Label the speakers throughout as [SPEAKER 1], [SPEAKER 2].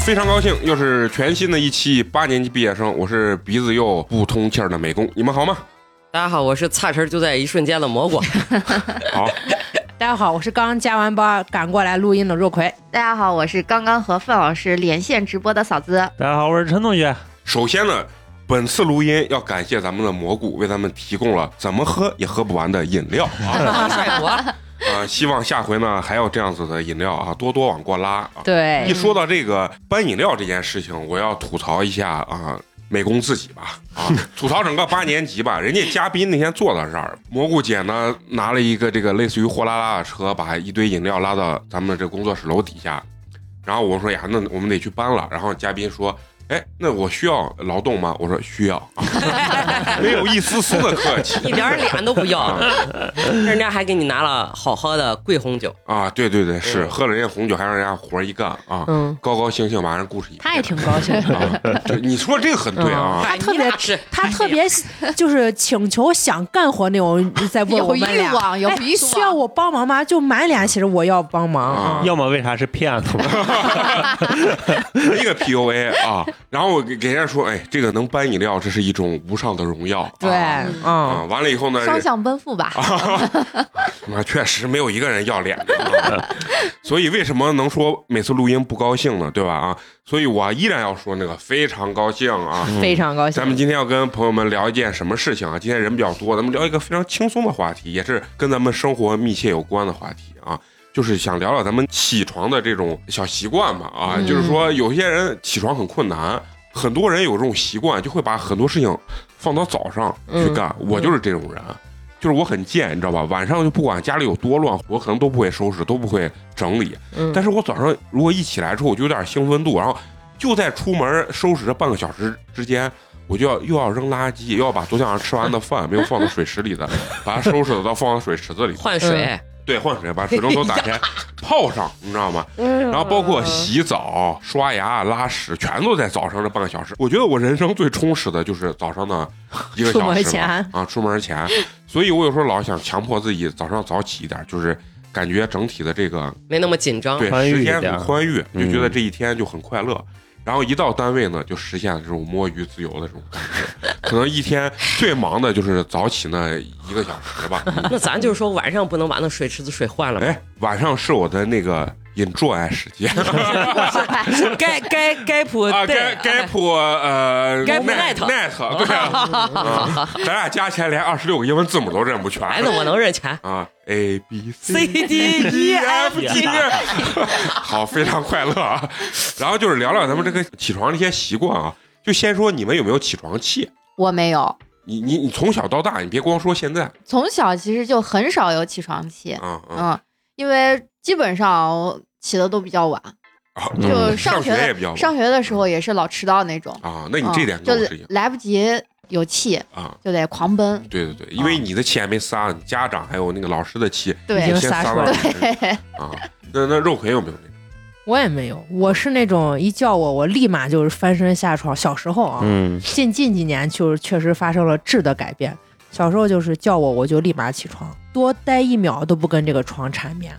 [SPEAKER 1] 非常高兴，又是全新的一期八年级毕业生，我是鼻子又不通气儿的美工，你们好吗？
[SPEAKER 2] 大家好，我是差池就在一瞬间的 蘑菇。
[SPEAKER 1] 好，
[SPEAKER 3] 大家好，我是刚加完班赶过来录音的若葵。
[SPEAKER 4] 大家好，我是刚刚和范老师连线直播的嫂子。
[SPEAKER 5] 大家好，我是陈同学。
[SPEAKER 1] 首先呢，本次录音要感谢咱们的蘑菇为咱们提供了怎么喝也喝不完的饮料啊
[SPEAKER 2] 帅我
[SPEAKER 1] 啊、希望下回呢还有这样子的饮料啊，多多往过拉啊。
[SPEAKER 3] 对
[SPEAKER 1] 一说到这个搬饮料这件事情，我要吐槽一下啊。美工自己吧，啊， 吐槽整个八年级吧。人家嘉宾那天坐到这儿，蘑菇姐呢拿了一个这个类似于货拉拉的车，把一堆饮料拉到咱们这个工作室楼底下。然后我说呀，那我们得去搬了。然后嘉宾说，哎，那我需要劳动吗？我说需要，啊没有一丝丝的客气
[SPEAKER 2] 一点脸都不要， 人家还给你拿了好喝的贵红酒，
[SPEAKER 1] 啊！对对对，是
[SPEAKER 2] 嗯
[SPEAKER 1] 喝了人家红酒，还让人家活儿一干啊，
[SPEAKER 3] 嗯，
[SPEAKER 1] 高高兴兴把人故事一
[SPEAKER 3] 他也挺高兴的。
[SPEAKER 1] 啊，对你说这个很对啊。
[SPEAKER 3] 他特别
[SPEAKER 2] 哎是
[SPEAKER 3] 他特别 就是请求想干活那种，在问我
[SPEAKER 4] 有
[SPEAKER 3] 们
[SPEAKER 4] 欲
[SPEAKER 3] 俩，
[SPEAKER 4] 望，有
[SPEAKER 3] 哎
[SPEAKER 4] 欲望，
[SPEAKER 3] 需要我帮忙吗？就满脸其实我要帮忙
[SPEAKER 1] 啊
[SPEAKER 3] 啊。
[SPEAKER 5] 要么为啥是骗子？
[SPEAKER 3] 嗯
[SPEAKER 1] 一个 PUA 啊，然后我给给人家说，哎，这个能搬饮料，这是一种无上的荣耀。
[SPEAKER 3] 对，
[SPEAKER 1] 啊，
[SPEAKER 3] 嗯，
[SPEAKER 1] 啊完了以后呢，
[SPEAKER 4] 双向奔赴 吧。
[SPEAKER 1] 妈确实没有一个人要脸的啊，所以为什么能说每次录音不高兴呢？对吧？啊，所以我依然要说那个非常高兴啊。
[SPEAKER 3] 非常高兴
[SPEAKER 1] 咱。们今天要跟朋友们聊一件什么事情啊？今天人比较多，咱们聊一个非常轻松的话题，也是跟咱们生活密切有关的话题啊。就是想聊聊咱们起床的这种小习惯吧啊，
[SPEAKER 3] 嗯
[SPEAKER 1] 就是说有些人起床很困难，很多人有这种习惯，就会把很多事情放到早上去干。
[SPEAKER 3] 嗯
[SPEAKER 1] 我就是这种人，啊就是我很贱，你知道吧？晚上就不管家里有多乱，我可能都不会收拾，都不会整理。
[SPEAKER 3] 嗯
[SPEAKER 1] 但是我早上如果一起来之后，我就有点兴奋度，然后就在出门收拾这半个小时之间。我就要又要扔垃圾，又要把昨天晚上吃完的饭没有放到水池里的，把它收拾到放到水池子里。
[SPEAKER 2] 换
[SPEAKER 3] 嗯
[SPEAKER 2] 水，
[SPEAKER 1] 对，换水把水龙头打开，泡上，你知道 吗？
[SPEAKER 3] 嗯
[SPEAKER 1] 然后包括洗澡、刷牙、拉屎，全都在早上这半个小时。我觉得我人生最充实的就是早上的一个小时吧
[SPEAKER 3] 出门前
[SPEAKER 1] 啊，出门前。所以我有时候老想强迫自己早上早起一点，就是感觉整体的这个
[SPEAKER 2] 没那么紧张。
[SPEAKER 1] 对
[SPEAKER 5] 宽裕
[SPEAKER 1] 时
[SPEAKER 5] 一
[SPEAKER 1] 间
[SPEAKER 5] 点
[SPEAKER 1] 很宽裕，就觉得
[SPEAKER 5] 嗯
[SPEAKER 1] 这一天就很快乐。然后一到单位呢，就实现了这种摸鱼自由的这种感觉。可能一天最忙的就是早起那一个小时 吧。
[SPEAKER 2] 那咱就是说晚上不能把那水池子水换了吗，
[SPEAKER 1] 哎，晚上是我的那个 enjoy 时 间
[SPEAKER 2] 该该该普
[SPEAKER 1] 啊，该
[SPEAKER 2] 对，
[SPEAKER 1] 该普呃
[SPEAKER 2] 该普
[SPEAKER 1] net
[SPEAKER 2] net
[SPEAKER 1] net 对啊，啊咱俩加起来连二十六个英文字母都认不全
[SPEAKER 2] 孩子我能认 全
[SPEAKER 1] 啊，A B
[SPEAKER 2] ，C D
[SPEAKER 1] E
[SPEAKER 2] E
[SPEAKER 1] F
[SPEAKER 2] F
[SPEAKER 1] G，
[SPEAKER 2] G，
[SPEAKER 1] 好，非常快乐啊。然后就是聊聊咱们这个起床这些习惯啊，就先说你们有没有起床气？
[SPEAKER 4] 我没有，
[SPEAKER 1] 你你你从小到大，你别光说现在
[SPEAKER 4] 从小其实就很少有起床气，
[SPEAKER 1] 啊啊
[SPEAKER 4] 嗯，因为基本上我起的都比较晚，
[SPEAKER 1] 啊，
[SPEAKER 5] 嗯
[SPEAKER 4] 就
[SPEAKER 1] 上
[SPEAKER 4] 学
[SPEAKER 1] 也比较晚
[SPEAKER 4] 上学的时候也是老迟到那种。
[SPEAKER 1] 啊，那你这点
[SPEAKER 4] 嗯就
[SPEAKER 1] 跟我是一样
[SPEAKER 4] 来不及有气
[SPEAKER 1] 啊。
[SPEAKER 4] 就得狂奔，
[SPEAKER 1] 对对对，因为你的气还没撒，你家长还有那个老师的气
[SPEAKER 3] 已
[SPEAKER 4] 嗯对
[SPEAKER 3] 经
[SPEAKER 1] 先
[SPEAKER 3] 撒
[SPEAKER 1] 撒
[SPEAKER 3] 出来
[SPEAKER 1] 到
[SPEAKER 3] 了
[SPEAKER 1] 你身上
[SPEAKER 4] 对，
[SPEAKER 1] 啊，那那肉葵有没有那种？
[SPEAKER 3] 我也没有，我是那种一叫我，我立马就是翻身下床。小时候啊，
[SPEAKER 5] 嗯，
[SPEAKER 3] 近近几年就是确实发生了质的改变。小时候就是叫我，我就立马起床，多待一秒都不跟这个床缠绵。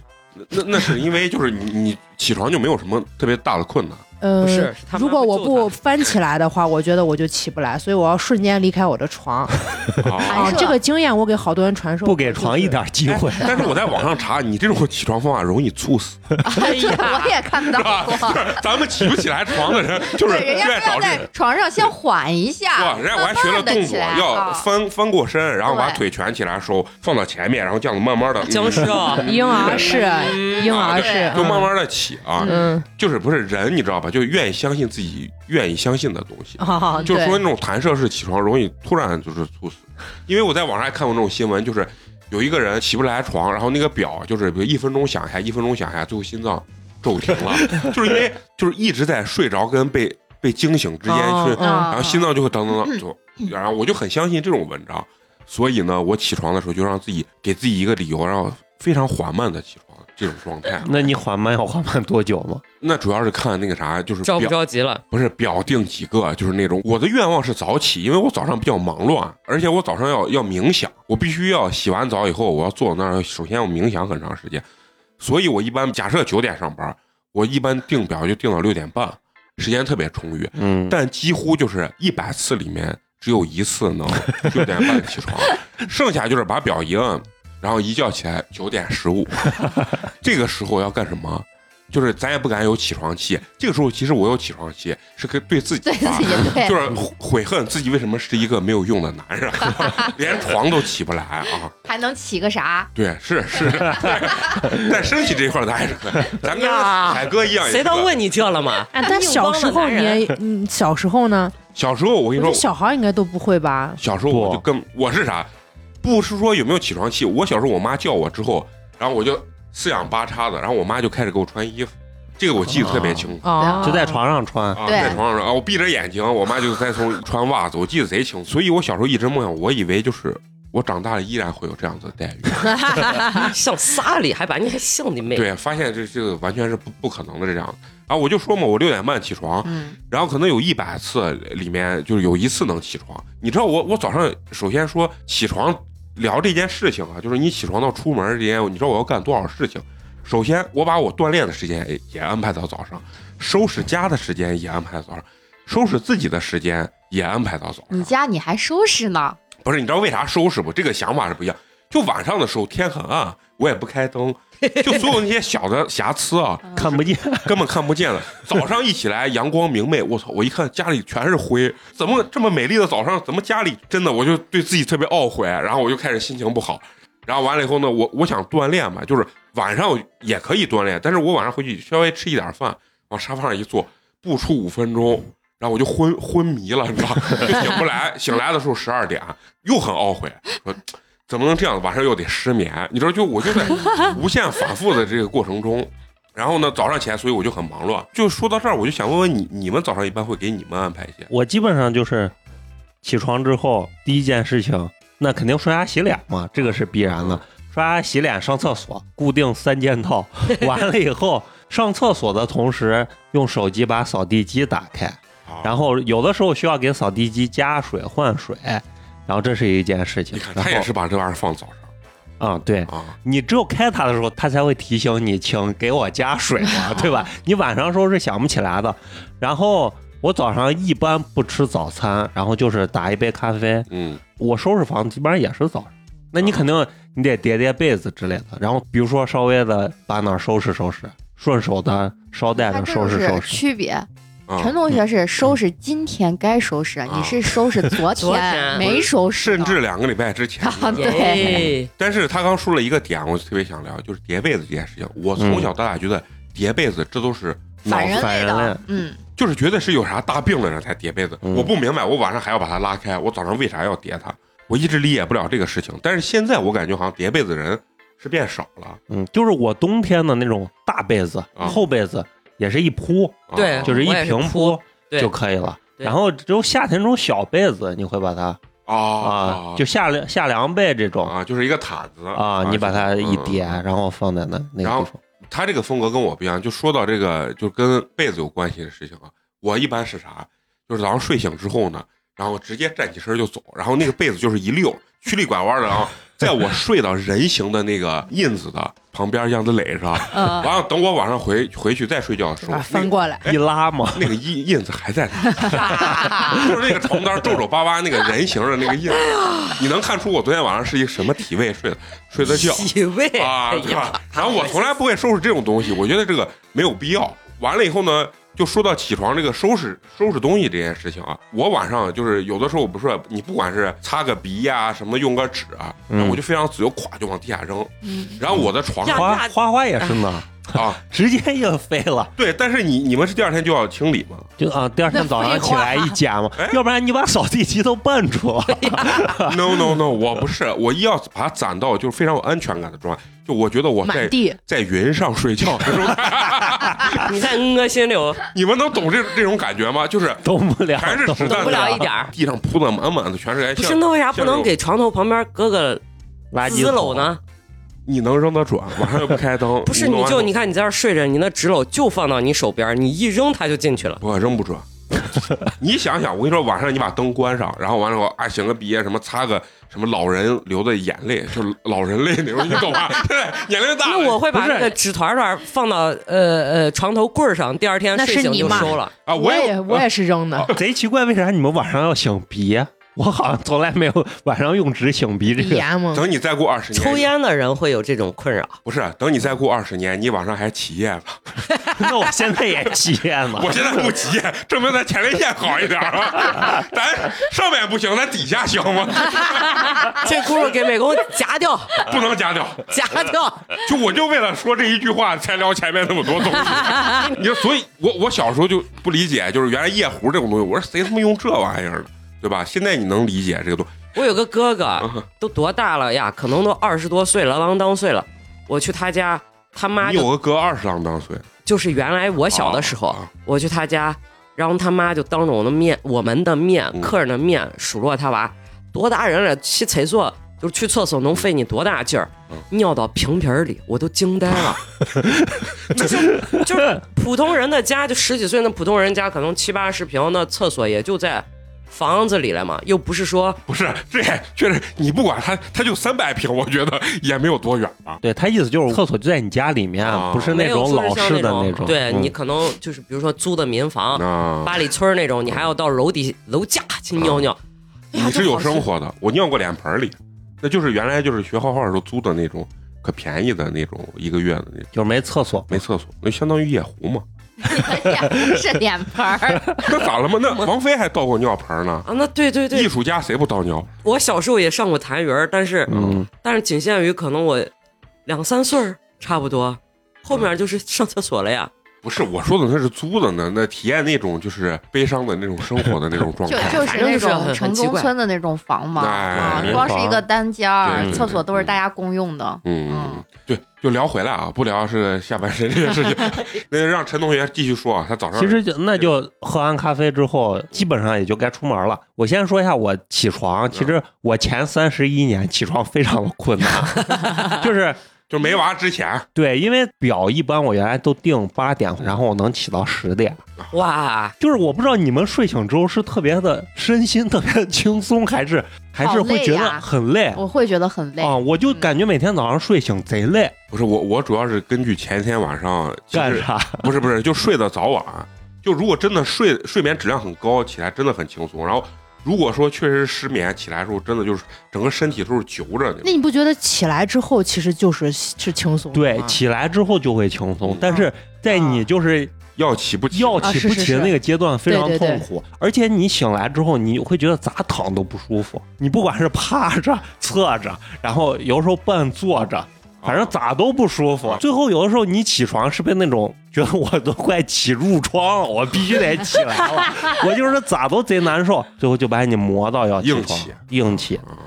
[SPEAKER 1] 那那是因为就是你你起床就没有什么特别大的困 难
[SPEAKER 3] 呃，
[SPEAKER 2] 不是是他妈
[SPEAKER 3] 如果我
[SPEAKER 2] 会
[SPEAKER 3] 不
[SPEAKER 2] 揍
[SPEAKER 3] 翻起来的话，我觉得我就起不来，所以我要瞬间离开我的床。
[SPEAKER 1] 啊。
[SPEAKER 3] 啊
[SPEAKER 4] 是，
[SPEAKER 3] 这个经验我给好多人传授。
[SPEAKER 5] 不给床一点机会。
[SPEAKER 1] 但是我在网上查，你这种起床方法容易猝死。
[SPEAKER 2] 哎呀
[SPEAKER 4] 我也看到
[SPEAKER 1] 啊
[SPEAKER 4] 过。
[SPEAKER 1] 咱们起不起来床的人，就是
[SPEAKER 4] 对，
[SPEAKER 1] 愿
[SPEAKER 4] 人
[SPEAKER 1] 意
[SPEAKER 4] 家非
[SPEAKER 1] 找
[SPEAKER 4] 要
[SPEAKER 1] 这
[SPEAKER 4] 在
[SPEAKER 1] 种。
[SPEAKER 4] 床上先缓一下，
[SPEAKER 1] 哇，人家我还学了动作，
[SPEAKER 4] 嗯啊
[SPEAKER 1] 要翻翻过身，然后把腿蜷起来，手放到前面，然后这样子慢慢嗯的，
[SPEAKER 2] 僵尸啊，
[SPEAKER 3] 婴儿式，婴儿式，
[SPEAKER 1] 啊就慢慢的起啊。
[SPEAKER 3] 嗯
[SPEAKER 1] 就是不是人，你知道吧？就愿意相信自己愿意相信的东西。
[SPEAKER 3] 啊，
[SPEAKER 1] 就是说
[SPEAKER 3] 对
[SPEAKER 1] 那种弹射式起床容易突然就是猝死，因为我在网上还看过那种新闻，就是有一个人起不来床，然后那个表就是比如一分钟响一下，一分钟响一下，最后心脏骤停 了，就是因为就是一直在睡着跟被被惊醒之间去，嗯
[SPEAKER 3] 哦嗯
[SPEAKER 1] 然后
[SPEAKER 4] 嗯
[SPEAKER 1] 心脏就会噔噔噔就，然后我就很相信这种文章，所以呢，我起床的时候就让自己给自己一个理由，然后非常缓慢的起床这种状 态。
[SPEAKER 5] 那你缓慢要缓慢多久吗？
[SPEAKER 1] 那主要是看那个啥，就是
[SPEAKER 2] 着
[SPEAKER 1] 表
[SPEAKER 2] 不着急了？
[SPEAKER 1] 不是表定几个，就是那种我的愿望是早起，因为我早上比较忙乱，而且我早上要要冥想，我必须要洗完澡以后，我要坐在那儿，首先我冥想很长时间，所以我一般假设九点上班，我一般定表就定到六点半，时间特别充裕，
[SPEAKER 5] 嗯，
[SPEAKER 1] 但几乎就是一百次里面只有一次能六点半起床，剩下就是把表一摁，然后一觉起来九点十五。 这个时候要干什么？就是咱也不敢有起床气。这个时候其实我有起床气，是跟对自己
[SPEAKER 4] 对
[SPEAKER 1] 发
[SPEAKER 4] 自己对，
[SPEAKER 1] 就是悔恨自己为什么是一个没有用的男人，啊连床都起不来啊！
[SPEAKER 4] 还能起个啥？
[SPEAKER 1] 对，是是，但身体这一块儿咱还是可以，咱跟
[SPEAKER 2] 呀
[SPEAKER 1] 海哥一样。
[SPEAKER 2] 谁都问你这了吗？
[SPEAKER 3] 哎但小时候
[SPEAKER 2] 啊
[SPEAKER 3] 你也，嗯，小时候呢，
[SPEAKER 1] 小时候，我
[SPEAKER 3] 我
[SPEAKER 1] 跟
[SPEAKER 3] 觉
[SPEAKER 1] 你说
[SPEAKER 3] 得，小孩应该都不会吧？
[SPEAKER 1] 小时候我就跟我是啥，不是说有没有起床气，我小时候我妈叫我之后，然后我就四仰八叉的，然后我妈就开始给我穿衣服，这个我记得特别清楚。
[SPEAKER 3] 啊，
[SPEAKER 5] 就在床上穿，
[SPEAKER 1] 啊，
[SPEAKER 4] 对
[SPEAKER 1] 在床上啊，我闭着眼睛，我妈就在从穿袜子，我记得贼清。所以我小时候一直梦想，我以为就是我长大了依然会有这样子的待遇。
[SPEAKER 2] 哎像萨里还把你还像你妹，
[SPEAKER 1] 对，发现这这个完全是不不可能的这样。啊，我就说嘛，我六点半起床，
[SPEAKER 4] 嗯，
[SPEAKER 1] 然后可能有一百次里面就是有一次能起床。你知道我我早上首先说起床聊这件事情啊，就是你起床到出门之间，你知道我要干多少事情。首先我把我锻炼的时间也也安排到早上，收拾家的时间也安排到早上，收拾自己的时间也安排到早
[SPEAKER 4] 你
[SPEAKER 1] 上。
[SPEAKER 4] 家你还收拾呢？
[SPEAKER 1] 不是，你知道为啥收拾不？这个想法是不一样。就晚上的时候天很暗，我也不开灯，就所有那些小的瑕疵啊，
[SPEAKER 5] 看不见，
[SPEAKER 1] 根本看不见了。 早上一起来，阳光明媚，我操！我一看家里全是灰，怎么这么美丽的早上，怎么家里真的我就对自己特别懊悔，然后我就开始心情不好。然后完了以后呢，我我想锻炼嘛，就是晚上我也可以锻炼，但是我晚上回去稍微吃一点饭，往沙发上一坐，不出五分钟，然后我就昏昏迷了，你知道吧，就醒不来。醒来的时候十二点，又很懊悔，说怎么能这样？晚上又得失眠，你知道，就我就在无限反复的这个过程中。然后呢，早上起来，所以我就很忙乱。就说到这儿，我就想问问你，你们早上一般会给你们安排一些？
[SPEAKER 5] 我基本上就是起床之后第一件事情，那肯定刷牙洗脸嘛，这个是必然的。刷牙洗脸上厕所，固定三件 套。完了以后，上厕所的同时用手机把扫地机打开，
[SPEAKER 1] 啊
[SPEAKER 5] 然后有的时候需要给扫地机加水换水，然后这是一件事情
[SPEAKER 1] 你看。
[SPEAKER 5] 然
[SPEAKER 1] 他
[SPEAKER 5] 后
[SPEAKER 1] 也是把这玩意儿放早上
[SPEAKER 5] 啊、对，
[SPEAKER 1] 啊，
[SPEAKER 5] 你只有开它的时候，它才会提醒你，请给我加 水嘛，对吧？你晚上的时候是想不起来的。然后我早上一般不吃早餐，然后就是打一杯咖啡。
[SPEAKER 1] 嗯，
[SPEAKER 5] 我收拾房基本上也是早上，那你肯定你得叠叠被子之类的。然后比如说稍微的把哪儿收拾收拾，顺手的捎带
[SPEAKER 4] 它
[SPEAKER 5] 着
[SPEAKER 4] 这就
[SPEAKER 5] 收拾收
[SPEAKER 4] 是
[SPEAKER 5] 拾。
[SPEAKER 4] 区别。
[SPEAKER 1] 啊
[SPEAKER 4] 陈同学是收拾今天该收拾，
[SPEAKER 1] 啊
[SPEAKER 4] 你是收拾昨
[SPEAKER 2] 昨天
[SPEAKER 4] 没收拾
[SPEAKER 1] 甚
[SPEAKER 4] 呢，
[SPEAKER 1] 至两个礼拜之前呢。
[SPEAKER 4] 啊对
[SPEAKER 2] 耶，
[SPEAKER 1] 但是他刚说了一个点，我就特别想聊，就是叠被子这件事情。我从小到大觉得叠被子这都是脑
[SPEAKER 4] 反人
[SPEAKER 5] 反
[SPEAKER 4] 类
[SPEAKER 5] 人类
[SPEAKER 4] 的，嗯，
[SPEAKER 1] 就是觉得是有啥大病的人才叠被子。
[SPEAKER 5] 嗯
[SPEAKER 1] 我不明白，我晚上还要把它拉开，我早上为啥要叠它？我一直理解不了这个事情。但是现在我感觉好像叠被子的人是变少了。
[SPEAKER 5] 嗯，就是我冬天的那种大被子、
[SPEAKER 1] 啊
[SPEAKER 5] 厚被子，也是一铺，
[SPEAKER 1] 啊
[SPEAKER 2] 对
[SPEAKER 5] 就是一
[SPEAKER 2] 哎我也是
[SPEAKER 5] 平
[SPEAKER 2] 铺
[SPEAKER 5] 铺
[SPEAKER 2] 对
[SPEAKER 5] 就可以了。
[SPEAKER 2] 对
[SPEAKER 5] 然后只有夏天这种小被子，你会把它
[SPEAKER 1] 啊
[SPEAKER 5] 啊，就夏凉夏凉被这种
[SPEAKER 1] 啊，就是一个毯子
[SPEAKER 5] 啊，你把它一叠，
[SPEAKER 1] 嗯嗯
[SPEAKER 5] 然后放在那那
[SPEAKER 1] 然
[SPEAKER 5] 个
[SPEAKER 1] 后
[SPEAKER 5] 地方。
[SPEAKER 1] 他这个风格跟我不一样。就说到这个，就跟被子有关系的事情啊，我一般是啥？就是早上睡醒之后呢，然后直接站起身就走，然后那个被子就是一溜曲里拐弯的，然后在我睡到人形的那个印子的旁边，样子垒上，
[SPEAKER 4] 呃，
[SPEAKER 1] 完了等我晚上回回去再睡觉的时候，
[SPEAKER 3] 啊，
[SPEAKER 1] 那
[SPEAKER 3] 翻
[SPEAKER 1] 个
[SPEAKER 3] 过来，
[SPEAKER 1] 哎
[SPEAKER 5] 一拉嘛，
[SPEAKER 1] 那个印印子还在那儿，就是那个床单皱皱巴巴那个人形的那个印子，你能看出我昨天晚上是一个什么体位睡的睡的觉。
[SPEAKER 2] 洗胃
[SPEAKER 3] 哎
[SPEAKER 1] 啊，
[SPEAKER 2] 哎
[SPEAKER 1] 对吧？然后我从来不会收拾这种东西，我觉得这个没有必要。完了以后呢，就说到起床这个收拾收拾东西这件事情啊，我晚上就是有的时候我不是你不管是擦个鼻呀、什么用个纸啊，
[SPEAKER 5] 嗯
[SPEAKER 1] 我就非常自由，咵就往地下扔。
[SPEAKER 4] 嗯
[SPEAKER 1] 然后我在床上
[SPEAKER 2] 呀
[SPEAKER 5] 花
[SPEAKER 2] 那
[SPEAKER 5] 花花也是呢，
[SPEAKER 1] 啊，
[SPEAKER 5] 直接就飞了，
[SPEAKER 1] 对，但是你你们是第二天就要清理吗？
[SPEAKER 5] 就啊，第二天早上起来一捡嘛
[SPEAKER 1] 哎，
[SPEAKER 5] 要不然你把扫地机都绊住啊了。
[SPEAKER 1] No no no，我不是，我一要把它攒到就是非常有安全感的状态，就我觉得我
[SPEAKER 3] 满
[SPEAKER 1] 在
[SPEAKER 3] 地
[SPEAKER 5] 啊
[SPEAKER 1] 在云上睡觉的时候，
[SPEAKER 2] 你在恶心流，
[SPEAKER 1] 你们能懂这这种感觉吗？就是
[SPEAKER 5] 动不了，
[SPEAKER 1] 全是
[SPEAKER 5] 动
[SPEAKER 1] 实
[SPEAKER 2] 懂
[SPEAKER 1] 弹
[SPEAKER 2] 不了
[SPEAKER 1] 的，
[SPEAKER 2] 一点儿。
[SPEAKER 1] 地上铺的满满的全是，哎
[SPEAKER 2] 不
[SPEAKER 1] 像
[SPEAKER 2] 是那为啥不
[SPEAKER 1] 像这
[SPEAKER 2] 能
[SPEAKER 1] 种
[SPEAKER 2] 给床头旁边搁个
[SPEAKER 5] 垃圾
[SPEAKER 2] 纸篓？呢？
[SPEAKER 1] 你能扔得准，晚上又不开灯，
[SPEAKER 2] 不是，你
[SPEAKER 1] 啊弄完
[SPEAKER 2] 就你看你在这儿睡着，你那纸篓就放到你手边儿，你一扔它就进去了。
[SPEAKER 1] 我扔不准，你想想，我跟你说，晚上你把灯关上，然后完了以后啊，擤个鼻什么，擦个什么，老人流的眼泪，就是老人泪流，你懂吧？对，眼泪大
[SPEAKER 2] 那
[SPEAKER 1] 了。
[SPEAKER 2] 我会把
[SPEAKER 5] 不是
[SPEAKER 2] 那个纸团团放到呃呃床头柜儿上，第二天
[SPEAKER 3] 那
[SPEAKER 2] 睡
[SPEAKER 3] 是
[SPEAKER 2] 醒
[SPEAKER 3] 你
[SPEAKER 2] 就
[SPEAKER 3] 骂
[SPEAKER 2] 收了。
[SPEAKER 1] 啊，
[SPEAKER 3] 我
[SPEAKER 1] 也
[SPEAKER 3] 也我也是扔的，
[SPEAKER 5] 贼奇怪，为啥你们晚上要擤鼻呀？我好像从来没有晚上用纸擤鼻这
[SPEAKER 3] 鼻
[SPEAKER 5] 个。
[SPEAKER 3] 炎吗？
[SPEAKER 1] 等你再过二十年，
[SPEAKER 2] 抽烟的人会有这种 困扰，
[SPEAKER 1] 不是？等你再过二十年，你晚上还起夜吧？
[SPEAKER 5] 那我现在也吸烟了。
[SPEAKER 1] 我现在不急，证明咱前列腺好一点啊。 咱上面不行，咱底下行吗？ 啊
[SPEAKER 2] 这轱辘给美工夹掉，
[SPEAKER 1] 不能夹掉。
[SPEAKER 2] 夹掉。
[SPEAKER 1] 就我就为了说这一句话才聊前面那么多东西。 你说，所以我我小时候就不理解，就是原来夜壶这种东西，我说谁他妈用这玩意儿的，对吧？现在你能理解这个东西，
[SPEAKER 2] 我有个哥
[SPEAKER 1] 嗯
[SPEAKER 2] 哥，都多大了呀？可能都二十多岁了，啷当岁了。我去他家，他妈
[SPEAKER 1] 你
[SPEAKER 2] 就
[SPEAKER 1] 有个哥二十郎当岁，
[SPEAKER 2] 就是原来我小的时候，
[SPEAKER 1] 啊
[SPEAKER 2] 我去他家，然后他妈就当着我的面，我们的面
[SPEAKER 1] 嗯，
[SPEAKER 2] 客人的面数落他娃，多大人了，去厕所就是去厕所能费你多大劲儿
[SPEAKER 1] 嗯，
[SPEAKER 2] 尿到瓶瓶儿里，我都惊呆了。就是就是普通人的家，就十几岁那普通人家，可能七八十平，那厕所也就在房子里了嘛，又不是说
[SPEAKER 1] 不是这也确实你不管他，他就三百平，我觉得也没有多远啊。
[SPEAKER 5] 对他意思就是厕所就在你家里面
[SPEAKER 1] 啊，
[SPEAKER 5] 不是
[SPEAKER 2] 没
[SPEAKER 5] 那
[SPEAKER 2] 有
[SPEAKER 5] 种
[SPEAKER 2] 就是
[SPEAKER 5] 老
[SPEAKER 2] 像
[SPEAKER 5] 式的
[SPEAKER 2] 那
[SPEAKER 5] 种。
[SPEAKER 2] 对
[SPEAKER 5] 嗯
[SPEAKER 2] 你可能就是比如说租的民房，
[SPEAKER 1] 啊，
[SPEAKER 2] 八里村儿那种，你还要到楼底楼下去尿尿。哎呀
[SPEAKER 1] 你是有生，
[SPEAKER 2] 这好
[SPEAKER 1] 活的，我尿过脸盆里，那就是原来就是学画画的时候租的那种可便宜的那种一个月的那种
[SPEAKER 5] 就是没厕所。
[SPEAKER 1] 没厕所，那相当于夜壶嘛。
[SPEAKER 4] 是脸盆儿，
[SPEAKER 1] 那咋了嘛？ 那王菲还倒过尿盆呢。
[SPEAKER 2] 啊！那对对
[SPEAKER 1] 艺
[SPEAKER 2] 对，
[SPEAKER 1] 术家谁不倒尿？
[SPEAKER 2] 我小时候也上过痰盂儿，但是
[SPEAKER 5] 嗯，
[SPEAKER 2] 但是仅限于可能我两三岁儿差不多，后面就是上厕所了呀。
[SPEAKER 1] 不是我说的，那是租的呢，那体验那种就是悲伤的那种生活的那种状
[SPEAKER 4] 就
[SPEAKER 1] 态。
[SPEAKER 4] 就是那
[SPEAKER 2] 哎反正就是很
[SPEAKER 4] 种城中村的那种房嘛，
[SPEAKER 1] 哎
[SPEAKER 4] 啊
[SPEAKER 5] 民，
[SPEAKER 4] 光是一
[SPEAKER 5] 房
[SPEAKER 4] 个单间
[SPEAKER 1] 对
[SPEAKER 4] 儿
[SPEAKER 1] 对，对
[SPEAKER 4] 厕所都是大家共用的。
[SPEAKER 1] 嗯，对，就聊回来啊，不聊是下半身这个事 情，那让陈同学继续说啊。他早上
[SPEAKER 5] 其实就那就喝完咖啡之后，基本上也就该出门了。我先说一下我起床，其实我前三十一年起床非常的困难，就是
[SPEAKER 1] 就没娃之前，
[SPEAKER 5] 对，因为表一般我原来都定八点，然后我能起到十点。
[SPEAKER 1] 啊
[SPEAKER 2] 哇，
[SPEAKER 5] 就是我不知道你们睡醒之后是特别的身心特别的轻松，还是还是会觉得很累
[SPEAKER 4] 我会觉得很累，
[SPEAKER 5] 啊？我就感觉每天早上睡醒贼累，
[SPEAKER 1] 不是我，我主要是根据前天晚上其
[SPEAKER 5] 干
[SPEAKER 1] 实
[SPEAKER 5] 啥？
[SPEAKER 1] 不是不是，就睡得早晚。就如果真的睡睡眠质量很高，起来真的很轻松。然后如果说确实失眠，起来的时候真的就是整个身体都是揪着的。
[SPEAKER 3] 那你不觉得起来之后其实就是是轻松的
[SPEAKER 5] 对，
[SPEAKER 3] 吗
[SPEAKER 5] 起来之后就会轻松
[SPEAKER 1] 嗯，
[SPEAKER 5] 但是在你就是
[SPEAKER 1] 要起不起？
[SPEAKER 5] 要起不
[SPEAKER 3] 啊啊是
[SPEAKER 5] 起
[SPEAKER 3] 是
[SPEAKER 5] 的那个阶段非常
[SPEAKER 3] 对对对
[SPEAKER 5] 痛苦，而且你醒来之后，你会觉得咋躺都不舒服，你不管是趴着、侧着，然后有时候半坐着。反正咋都不舒服
[SPEAKER 3] 哦
[SPEAKER 1] 啊，
[SPEAKER 5] 最后有的时候你起床是被那种觉得我都快起褥疮了，我必须得起来了，我就是咋都贼难受，最后就把你磨到要起
[SPEAKER 1] 硬
[SPEAKER 5] 床
[SPEAKER 1] 起
[SPEAKER 5] 硬气。
[SPEAKER 3] 嗯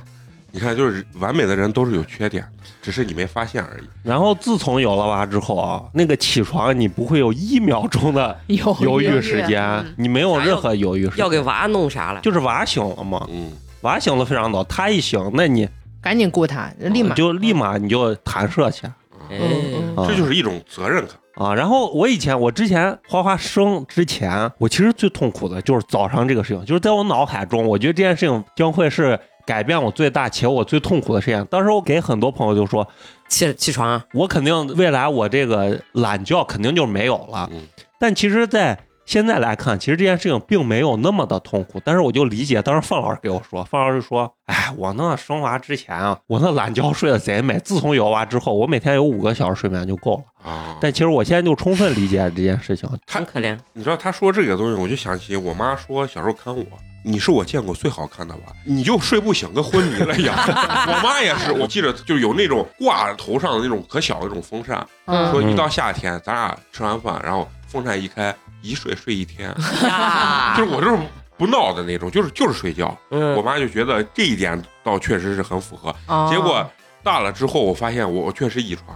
[SPEAKER 1] 你看，就是完美的人都是有缺点的，只是你没发现而已。
[SPEAKER 5] 然后自从有了娃之后啊，那个起床你不会有一秒钟的
[SPEAKER 3] 有
[SPEAKER 5] 犹豫
[SPEAKER 4] 豫
[SPEAKER 5] 时间
[SPEAKER 4] 嗯，
[SPEAKER 5] 你没有任何犹豫时间，
[SPEAKER 2] 要给娃弄啥了？
[SPEAKER 5] 就是娃醒了嘛，
[SPEAKER 1] 嗯，
[SPEAKER 5] 娃醒了非常早，他一醒，那你
[SPEAKER 3] 赶紧雇他，立马
[SPEAKER 5] 就立马你就弹射去啊
[SPEAKER 2] 哎
[SPEAKER 3] 嗯嗯
[SPEAKER 1] 这就是一种责任感。
[SPEAKER 5] 啊！然后我以前我之前花花生之前，我其实最痛苦的就是早上这个事情，就是在我脑海中，我觉得这件事情将会是改变我最大且我最痛苦的事情。当时我给很多朋友就说，
[SPEAKER 2] 起起床啊，
[SPEAKER 5] 我肯定未来我这个懒觉肯定就没有了。
[SPEAKER 1] 嗯
[SPEAKER 5] 但其实，在现在来看，其实这件事情并没有那么的痛苦。但是我就理解，当时范老师给我说，范老师说：“哎，我那生娃之前啊， 我那懒觉睡得贼美。自从有娃之后，我每天有五个小时睡眠就够了。
[SPEAKER 2] 嗯
[SPEAKER 1] 啊，
[SPEAKER 5] 但其实我现在就充分理解这件事情。
[SPEAKER 2] 真可怜。
[SPEAKER 1] 你知道他说这个东西，我就想起我妈说小时候看我，你是我见过最好看的娃，你就睡不醒，跟昏迷了一样。我妈也是，我记着就有那种挂头上的那种可小的那种风扇，
[SPEAKER 4] 嗯
[SPEAKER 1] 说一到夏天，咱俩吃完饭，然后风扇一开，一睡睡一天，
[SPEAKER 2] 呀
[SPEAKER 1] 就是我这种不闹的那种，就是就是睡觉。我
[SPEAKER 2] 嗯，
[SPEAKER 1] 妈就觉得这一点倒确实是很符合。
[SPEAKER 5] 哎
[SPEAKER 3] 啊
[SPEAKER 1] 结果大了之后，我发现我我确实遗传，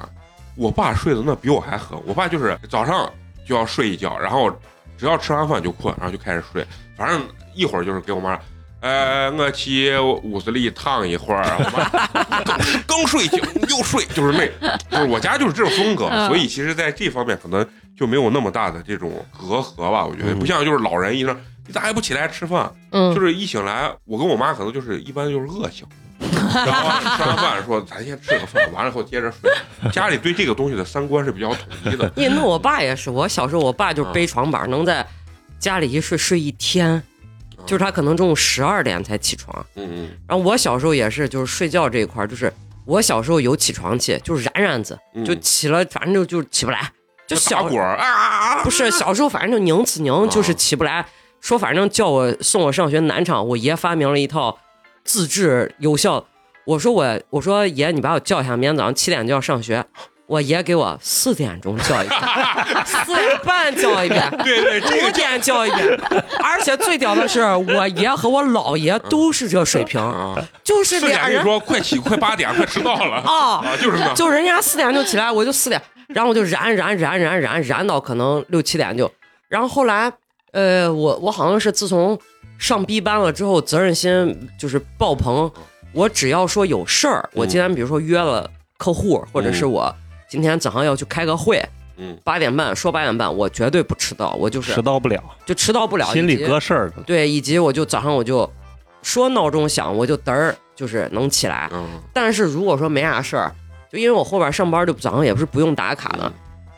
[SPEAKER 1] 我爸睡的那比我还狠。我爸就是早上就要睡一觉，然后只要吃完饭就困，然后就开始睡，反正一会儿就是给我妈。呃，我去屋子里躺一会儿，我妈 刚刚睡醒又睡，就是那，就是我家就是这种风格，
[SPEAKER 4] 嗯
[SPEAKER 1] 所以其实在这方面可能就没有那么大的这种隔阂吧。我觉得
[SPEAKER 5] 嗯
[SPEAKER 1] 不像就是老人一样，咋还不起来吃饭？
[SPEAKER 3] 嗯，
[SPEAKER 1] 就是一醒来，我跟我妈可能就是一般就是饿醒，然后吃完饭说咱先吃个饭，完了后接着睡。家里对这个东西的三观是比较统一的。
[SPEAKER 2] 因为那我爸也是，我小时候我爸
[SPEAKER 1] 嗯
[SPEAKER 2] 就是背床板儿，能在家里一睡睡一天，就是他可能中午十二点才起床。
[SPEAKER 1] 嗯嗯
[SPEAKER 2] 然后我小时候也是，就是睡觉这一块儿，就是我小时候有起床气，就是冉冉子
[SPEAKER 1] 嗯，
[SPEAKER 2] 就起了，反正就就起不来，就
[SPEAKER 1] 打
[SPEAKER 2] 小
[SPEAKER 1] 滚儿啊啊啊！
[SPEAKER 2] 不是小时候，反正就拧死拧，就是起不来。说反正叫我送我上学南昌，我爷发明了一套自制有效。我说我我说爷，你把我叫一下，明天早上七点就要上学。我爷给我四点钟叫一遍，四点半叫一遍，
[SPEAKER 1] 对对，这
[SPEAKER 2] 五
[SPEAKER 1] 个叫
[SPEAKER 2] 点叫一遍，而且最屌的是，我爷和我姥爷都是这水平，
[SPEAKER 1] 啊，
[SPEAKER 2] 就是
[SPEAKER 1] 四点
[SPEAKER 2] 俩
[SPEAKER 1] 跟你
[SPEAKER 2] 人
[SPEAKER 1] 说快起，快八点，快迟到 了
[SPEAKER 2] 啊，
[SPEAKER 1] 啊，就是呢。
[SPEAKER 2] 就人家四点就起来，我就四点，然后我就燃燃燃燃燃燃到可能六七点就，然后后来呃，我我好像是自从上 B 班了之后，责任心就是爆棚，我只要说有事儿，我今天比如说约了客户，或者是我今天早上要去开个会，
[SPEAKER 1] 嗯，
[SPEAKER 2] 八点半说八点半，我绝对不迟到，我就是
[SPEAKER 5] 迟到不了，
[SPEAKER 2] 就迟到不了，
[SPEAKER 5] 心
[SPEAKER 2] 以
[SPEAKER 5] 里
[SPEAKER 2] 及
[SPEAKER 5] 搁事儿了。
[SPEAKER 2] 对，以及我就早上我就说闹钟响，我就嘚儿就是能起来。
[SPEAKER 1] 嗯，
[SPEAKER 2] 但是如果说没啥事儿，就因为我后边上班就早上也不是不用打卡
[SPEAKER 1] 嗯
[SPEAKER 2] 的，